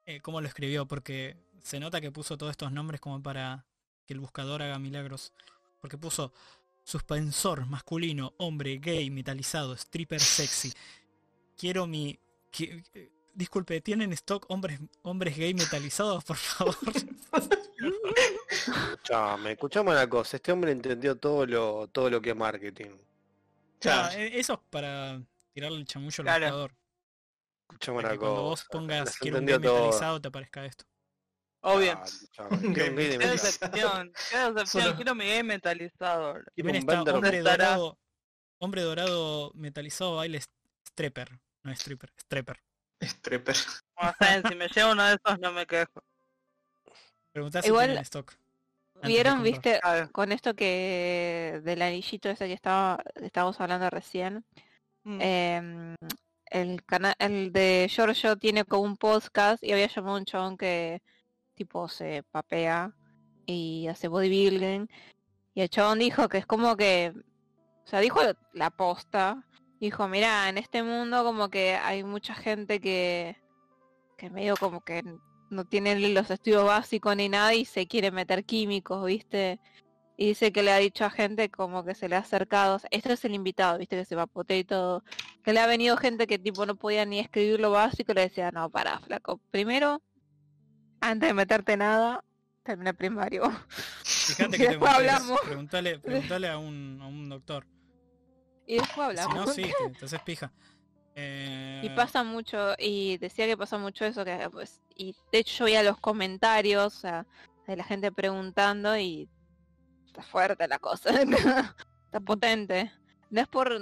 S1: eh, cómo lo escribió, porque se nota que puso todos estos nombres como para que el buscador haga milagros. Porque puso suspensor masculino, hombre, gay, metalizado, stripper sexy. Quiero mi... qui- eh, disculpe, ¿tienen stock hombres, hombres gay metalizados, por favor? [LAUGHS]
S3: Escuchame, escuchame una cosa. Este hombre entendió todo lo, todo lo que es marketing.
S1: Ah,
S2: Claro.
S1: e- eso es para tirarle el chamullo al
S5: Claro.
S1: buscador.
S3: Escuchame
S1: Para
S3: una
S1: que cuando vos
S3: cosa.
S1: pongas
S3: las
S1: quiero un
S3: entendió
S1: gay
S3: todo.
S1: metalizado te aparezca esto.
S5: Obvio.
S3: Ah,
S1: [LAUGHS]
S3: escuchame, quiero un gay de
S5: Qué
S3: metal.
S5: decepción, qué decepción.
S2: Solo-
S5: Quiero mi game mentalizado. bro.
S3: Quiero
S1: También
S3: un
S1: está
S3: Vander-
S1: hombre
S5: Estará.
S1: dorado, hombre dorado metalizado baile st- strepper. No es stripper, strepper.
S2: Stripper.
S5: No sé, si me llevo uno de esos no me quejo.
S1: Preguntá si
S4: Igual-
S1: tienen stock. antes de
S4: ¿Vieron,
S1: comprar.
S4: viste,
S5: Claro.
S4: con esto que del anillito ese que estaba, que estábamos hablando recién?
S5: Mm.
S4: em, el canal, el de Giorgio tiene como un podcast y había llamado a un chabón que tipo se papea y hace bodybuilding. Y el chabón dijo que es como que, o sea, dijo la posta. Dijo, mira, en este mundo como que hay mucha gente que, que medio como que no tienen los estudios básicos ni nada y se quiere meter químicos, ¿viste? Y dice que le ha dicho a gente como que se le ha acercado. o sea, este es el invitado, ¿viste? Que se vapotea y todo. Que le ha venido gente que tipo no podía ni escribir lo básico y le decía, no, para, flaco. Primero, antes de meterte nada, termina primario. [LAUGHS]
S1: Fíjate que te
S4: Después
S1: metes,
S4: hablamos.
S1: Preguntale, preguntale a, un, a un doctor.
S4: Y después
S1: Si no,
S4: hablamos.
S1: sí, te, te haces
S4: [LAUGHS]
S1: pija. Eh,
S4: Y pasa mucho, y decía que pasa mucho eso, que pues, y de hecho yo veía los comentarios, o sea, de la gente preguntando y está fuerte la cosa, [LAUGHS] está potente. No es por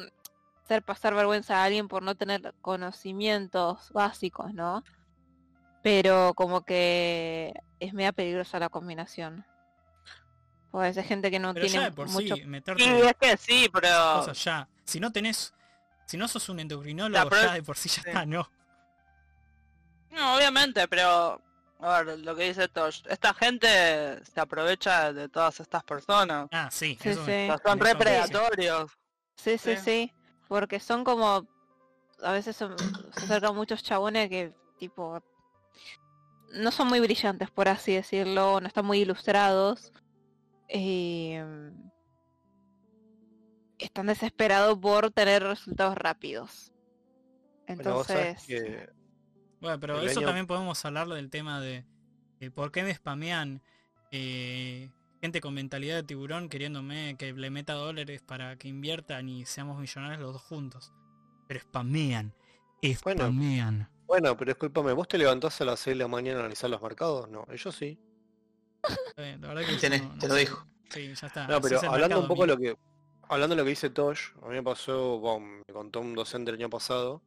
S4: hacer pasar vergüenza a alguien por no tener conocimientos básicos, ¿no? Pero como que es media peligrosa la combinación. Pues hay gente que no
S1: pero ya
S4: tiene
S1: de por
S4: mucho...
S1: sí, meterte
S5: Sí, es que sí, pero...
S1: cosas ya. Si no tenés, si no sos un
S5: La
S1: endocrinólogo,
S5: pro-
S1: ya de por sí ya está, no.
S5: No, obviamente, pero... A ver, lo que dice Tosh. Esta gente se aprovecha de todas estas personas.
S1: Ah, sí,
S4: Sí,
S1: eso me-
S4: sí.
S5: O sea, son
S1: me-
S5: re predatorios.
S4: Sí, sí,
S5: Sí.
S4: sí. Porque son como. A veces son- se acercan muchos chabones que, tipo. No son muy brillantes, por así decirlo. No están muy ilustrados. Y. mm, Están desesperados por tener resultados rápidos.
S3: Bueno, vos sabés
S4: Entonces.
S3: que
S1: Bueno, pero
S3: El
S1: eso
S3: año-
S1: también podemos hablar del tema de, eh, por qué me spamean eh, gente con mentalidad de tiburón queriéndome que le meta dólares para que inviertan y seamos millonarios los dos juntos. Pero spamean,
S3: Bueno.
S1: spamean.
S3: Bueno, pero discúlpame, ¿vos te levantás a las 6 de la mañana a analizar los mercados? No, yo sí.
S1: Está bien, la verdad que
S2: Tenés,
S1: eso no- no
S2: te lo
S1: sé.
S2: dijo.
S1: Sí, ya [LAUGHS] está.
S3: No,
S1: así
S3: pero
S1: es el
S3: hablando un
S1: mercado,
S3: poco de
S1: amigo.
S3: lo que hablando de lo que dice Tosh, a mí me pasó, bueno, me contó un docente el año pasado,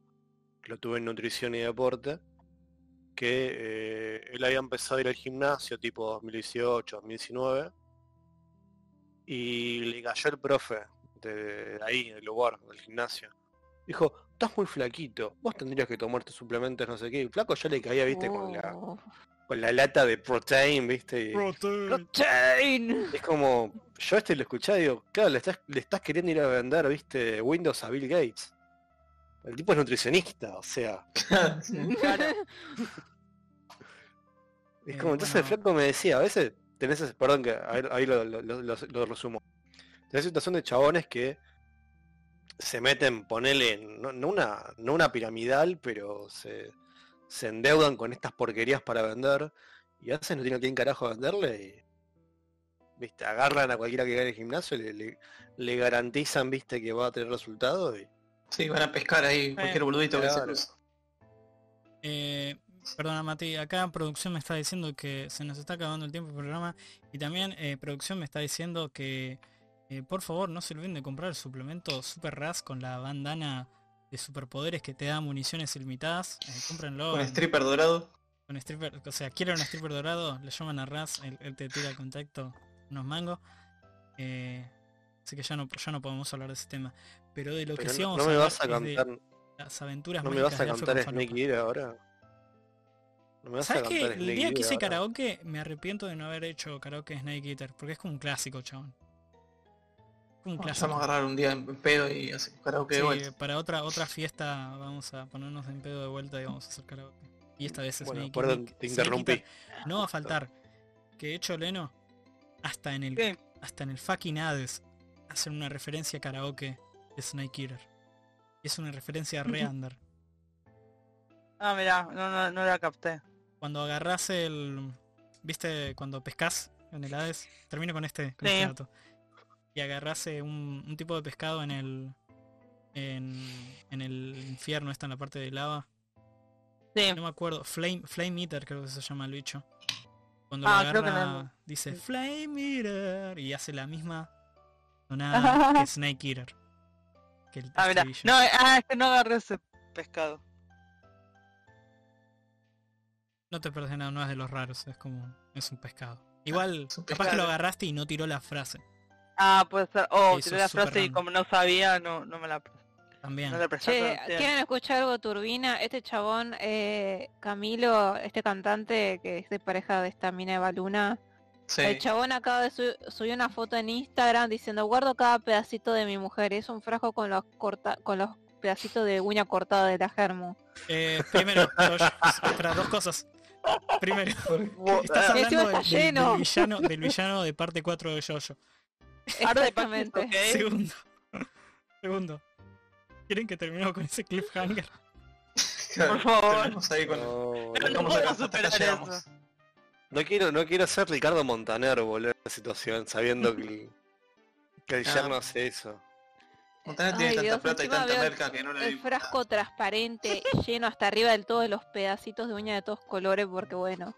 S3: que lo tuve en nutrición y deporte, que eh, él había empezado a ir al gimnasio tipo 2018, 2019, y le cayó el profe de ahí, del lugar, del gimnasio. Dijo, estás muy flaquito, vos tendrías que tomarte suplementos, no sé qué. Y flaco ya le caía, viste, con la,
S4: Oh,
S3: con la lata de protein, viste, y-
S1: Protein.
S4: [LAUGHS]
S3: [LAUGHS]
S4: protein.
S3: es como, yo a este lo escuché y digo, claro, le estás, le estás queriendo ir a vender, viste, Windows a Bill Gates. El tipo es nutricionista, o sea. Es
S1: Eh,
S3: como, entonces el
S1: bueno.
S3: flaco me decía, a veces tenés, ese- perdón que ahí, ahí lo, lo, lo- lo- lo resumo. Tenés situación de chabones que se meten, ponele, no, no una, no una piramidal, pero se, se endeudan con estas porquerías para vender y hacen no tiene a quién carajo venderle y viste, agarran a cualquiera que gane el gimnasio, le, le, le garantizan, viste, que va a tener resultados y
S2: Sí, van a pescar ahí cualquier boludito que se
S3: Claro.
S2: cruza.
S1: Eh, perdona Mati, acá producción me está diciendo que se nos está acabando el tiempo del programa y también eh, producción me está diciendo que eh, por favor no se olviden de comprar el suplemento Super Ras con la bandana de superpoderes que te da municiones ilimitadas. Eh, cómprenlo.
S2: Con
S1: en-
S2: stripper dorado.
S1: con stripper, o sea, quieren un stripper dorado, le llaman a Raz, él, él te tira el contacto, unos mangos. Eh, así que ya no, ya no podemos hablar de ese tema. Pero de lo
S3: pero
S1: que sí
S3: no,
S1: vamos
S3: no
S1: a
S3: me
S1: hablar
S3: vas a
S1: es de
S3: cantar,
S1: las aventuras
S3: no me
S1: mágicas
S3: vas a
S1: de Afro
S3: cantar
S1: con Falopa.
S3: Snake Eater ahora. No me vas a
S1: ¿Sabes que
S3: cantar
S1: el día
S3: Snake
S1: que hice
S3: Eater ahora.
S1: karaoke me arrepiento de no haber hecho karaoke de Snake Eater? Porque es como un clásico, chabón. Como un
S2: Vamos
S1: clásico.
S2: a agarrar un día en pedo y hacer karaoke de
S1: Sí,
S2: vuelta.
S1: para otra otra fiesta vamos a ponernos en pedo de vuelta y vamos a hacer karaoke. Y esta vez es
S3: Bueno,
S1: Snake
S3: perdón,
S1: Snake- Snake
S3: te interrumpí.
S1: Eater No va a faltar. Que de hecho Leno, hasta en el
S5: ¿Qué?
S1: hasta en el fucking Hades hacen una referencia a karaoke de Snake Eater. Y es una referencia a
S2: [LAUGHS]
S1: re under.
S5: Ah, mirá, no, no, no la capté.
S1: Cuando agarras el. ¿Viste? Cuando pescas en el Hades. Termino con este, con
S5: Sí.
S1: este dato. Y agarras un, un tipo de pescado en el. En, en el infierno, está en la parte de lava.
S5: Sí.
S1: No me acuerdo. Flame, Flame Eater creo que se llama el bicho. Cuando
S5: Ah,
S1: lo
S5: creo que
S1: agarra,
S5: no.
S1: dice Flame Eater. Y hace la misma tonada
S5: [LAUGHS]
S1: que Snake Eater. Que el
S5: Ah, mirá.
S1: estribillo.
S5: No, eh, ah, es que no agarré ese pescado.
S1: No te perdés nada, no es de los raros, es como es un pescado. Igual,
S2: es un
S1: capaz que lo
S2: pescado.
S1: agarraste y no tiró la frase.
S5: Ah, puede ser. Oh,
S1: Eso
S5: tiré
S1: es
S5: la
S1: súper
S5: frase y
S1: random.
S5: como no sabía, no, no me la,
S1: También.
S5: no le presté
S4: Che,
S5: atención.
S4: ¿quieren escuchar algo turbina? Este chabón, eh, Camilo, este cantante que es de pareja de esta mina de Baluna,
S2: Sí.
S4: el chabón acaba de su- subir una foto en Instagram diciendo guardo cada pedacito de mi mujer. Es un frasco con los corta con los pedacitos de uña cortada de
S2: [LAUGHS]
S4: la germo.
S1: Eh, primero, Josh, espera, dos cosas. Primero,
S5: Bo-
S2: eh,
S1: estás
S5: ah,
S1: hablando
S4: Encima está
S1: del- del,
S4: lleno.
S1: del villano, del villano de parte 4 de
S2: [LAUGHS]
S1: Jojo.
S5: ahora de paquito,
S4: Exactamente.
S2: ¿Eh?
S5: ¿ok?
S1: Segundo. Segundo. ¿Quieren que terminemos con ese cliffhanger?
S2: Claro,
S5: por
S1: [LAUGHS]
S5: favor.
S2: terminamos ahí con...
S3: No,
S5: No,
S3: no,
S5: no.
S2: Arrancamos
S5: puedo
S2: acá, hasta acá
S5: superar
S2: llegamos.
S3: no quiero, no quiero ser Ricardo Montaner, boludo, en esta situación, sabiendo que el, que el
S2: Ah.
S3: yerno hace eso.
S2: Montana tiene
S4: Ay,
S2: tanta
S4: Dios,
S2: plata y
S4: encima
S2: tanta
S4: veo
S2: merca que no le
S4: El frasco
S2: [LAUGHS]
S4: transparente lleno hasta arriba del todo de los pedacitos de uña de todos colores porque bueno,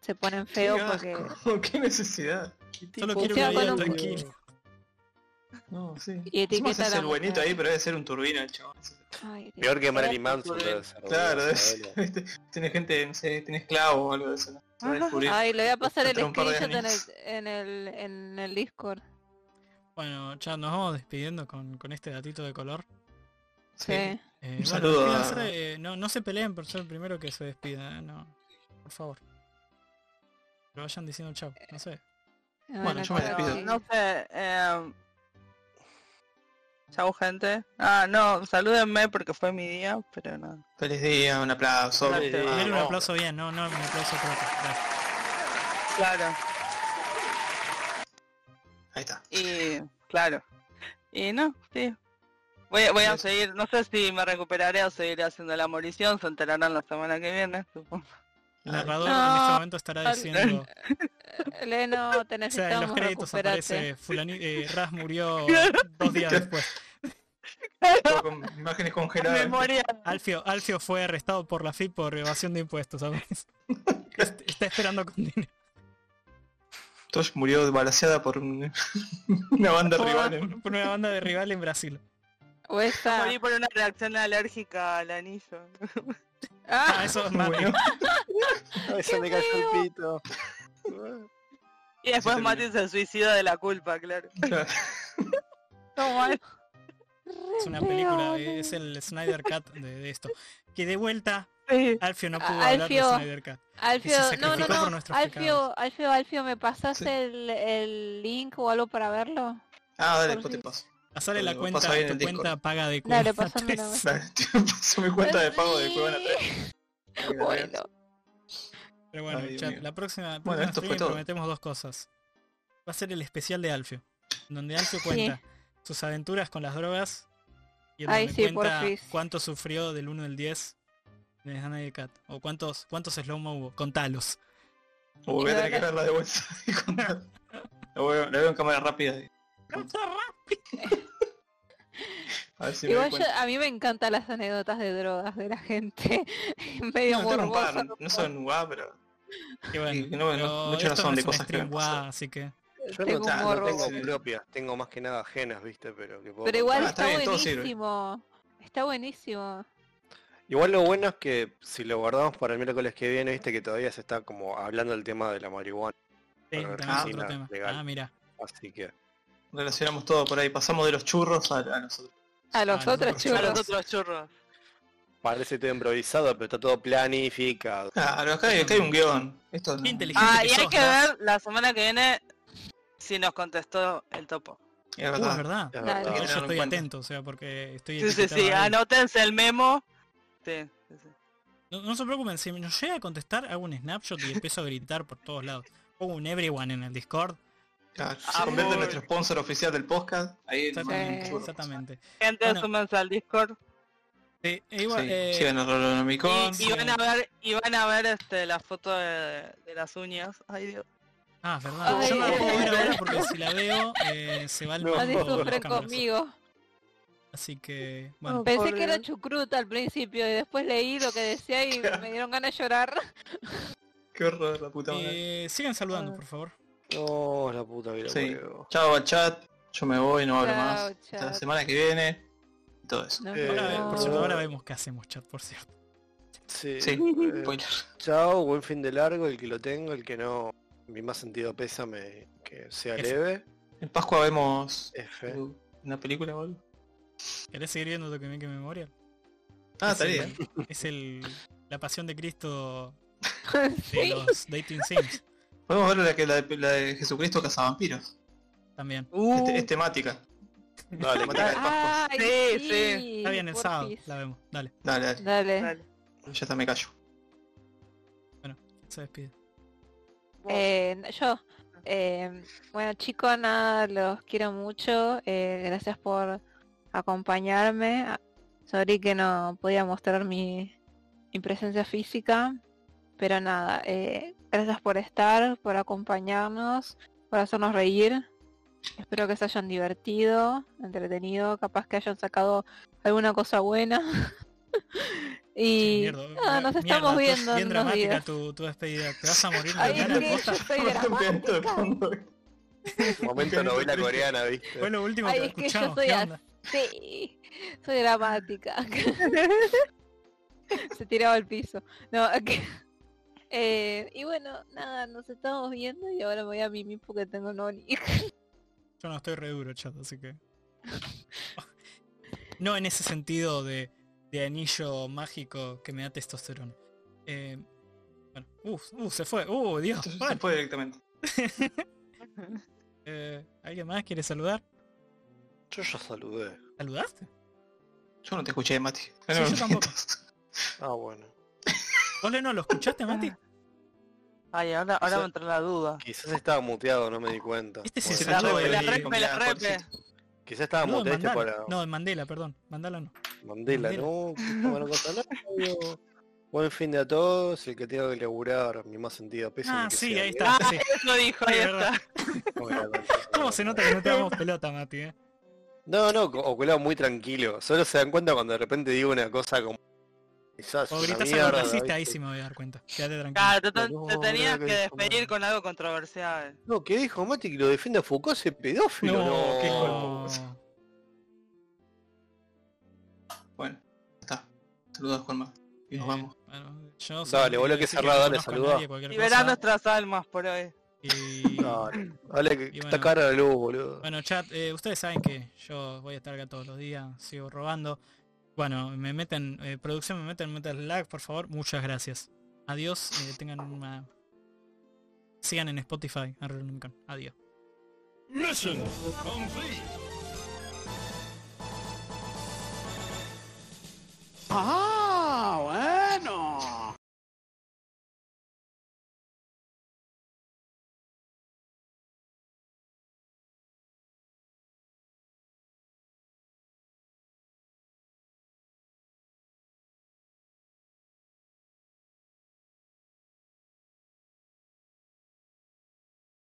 S4: se ponen
S2: [LAUGHS]
S4: feos porque...
S2: porque... Qué necesidad.
S1: Solo quiero una
S4: Funciona
S1: vida
S4: con un-
S1: tranquila.
S2: No, sí.
S4: Y
S2: Encima
S4: etiqueta
S2: se
S4: a
S2: hace
S4: la
S2: el buenito
S4: mujer.
S2: ahí, pero debe ser un turbina el chabón.
S4: Ay, Dios.
S3: Peor que Marilyn Manson
S5: Claro,
S3: debe ser, boludo,
S2: Claro, debe
S3: [LAUGHS] sabelo.
S2: ser. Tiene gente, no sé, tiene esclavo o algo de eso. ¿no? Se va a descubrir.
S4: Ay, le voy a pasar el
S2: Dentro de un par de
S4: screenshot en el,
S2: años.
S4: en el, en el Discord.
S1: Bueno, ya nos vamos despidiendo con, con este datito de color.
S2: Sí.
S4: Sí.
S1: Eh,
S2: Un
S1: bueno,
S2: saludo
S1: despídanse,
S2: a-
S1: eh, no, no se peleen por ser el primero que se despida, eh, no. Por favor. Lo vayan diciendo chau, no
S2: Eh,
S1: sé.
S2: Bueno, yo me
S4: chao,
S2: despido.
S4: sí.
S5: No sé, eh... Chau, gente. Ah, no, salúdenme porque fue mi día, pero no.
S2: Feliz día, un aplauso.
S5: Feliz día.
S2: Ah,
S1: Denle un
S2: no.
S1: aplauso bien, no, no, un aplauso pronto. Gracias.
S5: Claro.
S2: Ahí está.
S5: Y claro. Y no, sí. Voy, a- voy a
S2: Yes.
S5: seguir, no sé si me recuperaré o seguiré haciendo la morición, se enterarán la semana que viene, supongo.
S2: Ah.
S1: El narrador en
S4: No.
S1: este momento estará diciendo,
S4: Leno,
S1: [LAUGHS]
S4: te [LAUGHS]
S1: o sea, en los
S4: necesitamos,
S1: créditos
S4: recuperate.
S1: aparece fulani, eh,
S4: [LAUGHS]
S1: Ras murió dos días después.
S2: Todo con imágenes
S5: [LAUGHS]
S2: congeladas.
S5: Memoria.
S1: Alfio, Alfio fue arrestado por la FIP por evasión de impuestos,
S2: [LAUGHS]
S1: ¿sabes? Est- Está esperando con dinero.
S2: Tosh murió balaseada por un- [LAUGHS] una banda rival.
S4: [LAUGHS]
S2: en-
S1: Por una banda de rival en Brasil.
S4: O esa...
S5: Morí por una reacción alérgica al anillo.
S1: Ah,
S4: [LAUGHS] Ah,
S1: eso es Mati.
S2: Bueno,
S3: Ay, se me cayó el pito.
S5: Y después
S2: terminó.
S5: Mati se suicida de la culpa, claro.
S2: claro.
S5: No, mal.
S1: Es una película, eh, es el Snyder Cut de, de esto. Que de vuelta,
S5: Sí.
S1: Alfio no pudo
S4: Ah,
S1: hablar
S4: Alfio.
S1: de Snyder Cut.
S4: Alfio,
S1: se
S4: no, no,
S1: sacrificó por
S4: no.
S1: nuestros pecados.
S4: Alfio, Alfio, Alfio, ¿me pasas
S2: Sí.
S4: el, el link o algo para verlo?
S2: Ah, dale,
S4: Por
S2: pues te
S4: Dios.
S2: paso.
S1: Pasale la
S2: Lo
S1: cuenta,
S2: pasa ahí en
S1: tu
S2: el Discord.
S1: cuenta paga de
S4: Dale,
S1: cuenta
S4: pásamela.
S1: tres.
S2: Dale, [LAUGHS] te paso mi cuenta de pago de Cueva
S4: Bueno,
S1: Pero bueno,
S2: Ay, Dios
S1: chat,
S2: mío.
S1: la próxima, el
S2: Bueno,
S1: próximo
S2: esto fue
S1: streaming
S2: todo.
S1: prometemos dos cosas. Va a ser el especial de Alfio, en donde Alfio cuenta sus aventuras con las drogas y en
S4: Ay,
S1: donde
S4: sí,
S1: cuenta
S4: porfis.
S1: cuánto sufrió del 1 al 10 de Hannah y de Kat? ¿O cuántos, cuántos slow-mo hubo? Contalos.
S2: O voy a tener que verla de [LAUGHS] vuelta. la, veo, la veo en cámara rápida. A ver si me doy
S6: Igual yo-
S2: cuenta.
S6: a mí me encantan las anécdotas de drogas de la gente. [LAUGHS] medio
S2: No, tengo un
S6: morboso.
S2: par, no son guá, pero.
S1: Y bueno,
S2: Sí, no, no-
S1: pero
S2: muchos no
S1: esto
S2: son de
S1: es un
S2: cosas que me
S1: stream
S2: han
S1: guau,
S2: pasado.
S1: así que...
S3: Yo
S6: Tengo
S3: no,
S6: un
S3: ta- no
S6: morbo.
S3: tengo propias, tengo más que nada ajenas, ¿viste? Pero, que puedo contar.
S6: Pero igual
S2: Ah, está
S6: está,
S2: bien, todo sirve.
S6: buenísimo. Está buenísimo.
S3: Igual lo bueno es que si lo guardamos para el miércoles que viene, viste que todavía se está como hablando del tema de la marihuana.
S1: Sí,
S3: Para ver
S1: también es
S3: si
S1: otro
S3: nada,
S1: tema.
S3: legal.
S1: Ah, mira.
S3: Así que.
S2: Relacionamos todo por ahí. Pasamos de los churros a, a nosotros.
S6: A los
S1: Ah,
S6: otros
S2: nosotros
S5: A los
S6: churros.
S5: otros churros.
S3: Parece todo improvisado, pero está todo planificado.
S2: Claro, acá hay, acá hay un guión. Esto no.
S1: Qué inteligente
S5: Ah,
S1: que
S5: y hay
S1: sos,
S5: que
S1: ¿no?
S5: ver la semana que viene si nos contestó el topo.
S2: Es
S1: Uh, es
S2: verdad.
S1: verdad.
S3: Es
S6: Dale.
S1: Igual
S3: verdad.
S2: Tenerlo
S1: yo
S2: en
S1: estoy
S2: cuenta.
S1: atento, o sea, porque estoy...
S5: Sí, sí,
S1: etiquetado
S5: sí,
S1: ahí.
S5: anótense el memo. Sí, sí, sí.
S1: No, no se preocupen, si nos llega a contestar, hago un snapshot y empiezo a gritar por todos lados. Pongo un everyone en el Discord.
S2: Claro,
S5: Ah,
S2: se convierte
S5: muy-
S2: en nuestro sponsor oficial del podcast. Ahí nos mandan
S1: Exactamente.
S2: un churro.
S1: exactamente.
S5: Gente,
S1: Bueno.
S5: súmense al Discord.
S1: Sí, e
S2: Sí,
S1: igual, eh,
S2: sigan a Rolonomicon.
S5: Y, y van a ver, y van a ver este, la foto de, de las uñas. Ay, Dios.
S1: Ah, es verdad. Yo no la
S6: Ay.
S1: puedo ver ahora porque si la veo eh, se va el
S3: No,
S1: mando
S6: Nadie
S1: de las
S6: sufre
S1: cámaras.
S6: conmigo.
S1: Así que, bueno,
S6: Pensé que era chucruta al principio y después leí lo que decía
S1: [LAUGHS]
S6: y me dieron ganas de llorar.
S2: Qué horror la puta madre.
S1: eh, sigan
S6: Ah.
S1: saludando, por favor.
S3: No, la puta que lo
S2: Sí.
S3: parió.
S2: Chao al chat. Yo me voy, no hablo
S6: Chao,
S2: más. Hasta la
S6: chat.
S2: semana que viene. Y todo eso.
S6: Nos
S3: Eh,
S1: Ahora,
S6: vemos.
S1: por cierto, ahora vemos qué hacemos, chat, por cierto. [LAUGHS]
S3: Sí.
S2: Sí, Pues
S3: eh,
S2: spoiler.
S3: chao, buen fin de largo, el que lo tengo, el que no. Mi más sentido pésame, que sea
S1: F.
S3: leve.
S2: En Pascua vemos
S1: Eh,
S3: F.
S2: uh, una película o algo.
S1: ¿Querés seguir viendo Documenque Memorial?
S2: Ah,
S1: es,
S2: estaría.
S1: el, es el la pasión de Cristo de
S6: [LAUGHS] Sí.
S1: los Dating Sims
S2: Podemos ver la, que, la, de, la de Jesucristo cazavampiros.
S1: también.
S5: Uh,
S2: Este- es temática.
S3: Dale,
S2: Temática
S1: [LAUGHS]
S2: de Pascua.
S6: Ay,
S5: Sí, sí.
S1: Está bien el sábado,
S6: porfis.
S1: la vemos. Dale,
S2: Dale, dale.
S6: Dale.
S5: Dale.
S2: Ya está, me callo.
S1: se despide.
S6: Eh, n- yo. eh, bueno chicos, nada, los quiero mucho. eh, gracias por acompañarme. Ah, Sorry que no podía mostrar mi, mi presencia física. Pero nada, eh, gracias por estar, por acompañarnos, por hacernos reír. Espero que se hayan divertido, entretenido, capaz que hayan sacado alguna cosa buena. [LAUGHS]
S1: Sí,
S6: y
S1: mierda,
S6: nada, nos
S1: mierda,
S6: estamos
S1: tú-
S6: viendo
S1: Bien
S6: en unos
S1: dramática
S6: días.
S1: tu, tu despedida. Te vas a morir de
S6: Ay, es
S1: ganas,
S6: que yo
S1: posta. [LAUGHS]
S6: soy
S2: Un pedazo de
S6: dramática.
S2: fondo.
S3: Momento novela coreana, viste.
S1: Fue lo último
S6: Ay,
S1: que
S6: es que yo
S1: escuchamos.
S6: soy
S1: ¿qué onda?
S6: así. Soy dramática.
S1: [LAUGHS]
S6: Se tiraba al piso. No, ok. Eh, y bueno, nada, nos estamos viendo y ahora voy a mimir porque tengo noni.
S1: Yo no estoy re duro, chat, así que. [LAUGHS] no en ese sentido de, de anillo mágico que me da testosterona. Eh, bueno, uh, uh, se fue. Uh, Dios.
S2: Se
S1: bueno.
S2: fue directamente.
S1: Eh, ¿Alguien más quiere saludar?
S3: Yo ya saludé.
S1: ¿Saludaste?
S2: Yo no te escuché, Mati.
S1: Sí, yo tampoco.
S2: [LAUGHS]
S3: Ah, bueno.
S1: ¿Vos no lo
S6: Ah.
S1: escuchaste, Mati?
S5: Ay, ahora, ahora
S3: Eso-
S5: me entró la duda.
S3: Quizás estaba muteado, no me di cuenta.
S1: Este sí
S3: Bueno,
S1: se
S5: La
S1: Saludo
S5: repe,
S1: de-
S5: la repe, la
S2: comida,
S5: repe.
S3: Quizás estaba
S1: Saludo de
S3: muteado ¿viste?
S1: Mandala.
S3: para
S1: No, de Mandela, perdón. Mandela no.
S3: Mandela,
S1: Mandela.
S3: ¿no? que toma la cosa al labio. Buen fin de a todos, el que tenga que laburar, mi más sentido pésame.
S1: Ah,
S3: que
S1: sí,
S3: sea
S1: ahí
S3: bien.
S1: está. sí.
S5: Eso dijo,
S1: Ay,
S5: ahí
S1: verdad.
S5: está.
S1: [LAUGHS]
S3: Bueno,
S1: ¿Cómo se nota que no te damos pelota, Mati? eh?
S3: No, no, co- Oculado muy tranquilo. Solo se dan cuenta cuando de repente digo una cosa como. Quizás.
S1: O
S3: una
S1: gritas algo
S3: mierda,
S1: racista, ahí
S3: ¿viste?
S1: sí me voy a dar cuenta. Quédate tranquilo.
S5: Claro, Ah, te, te-
S3: No,
S5: te tenías
S3: no,
S5: que
S3: no, no.
S5: despedir con algo controversial.
S3: No, que dijo Mati que lo defienda Foucault ese pedófilo. No,
S1: qué
S2: no. Bueno, ya está. Saludos, Juanma. Y nos
S1: Eh,
S2: vamos.
S1: bueno, yo
S3: Dale,
S1: solo
S3: boludo,
S1: quería
S3: que
S1: decir
S3: cerrá,
S1: no
S3: dale,
S1: conozco a
S3: saluda.
S1: nadie, cualquier
S5: Liberar
S1: cosa,
S5: nuestras almas por hoy.
S1: y-
S3: No, Dale, que
S1: Y bueno.
S3: está cara la luz, boludo.
S1: Bueno, chat, eh, ustedes saben que yo voy a estar acá todos los días, sigo robando. Bueno, me meten, eh, producción, me meten, meten lag, por favor. Muchas gracias. Adiós, eh, tengan una... Sigan en Spotify, Arroyo Unicorn. Adiós.
S10: Mission complete. Ah!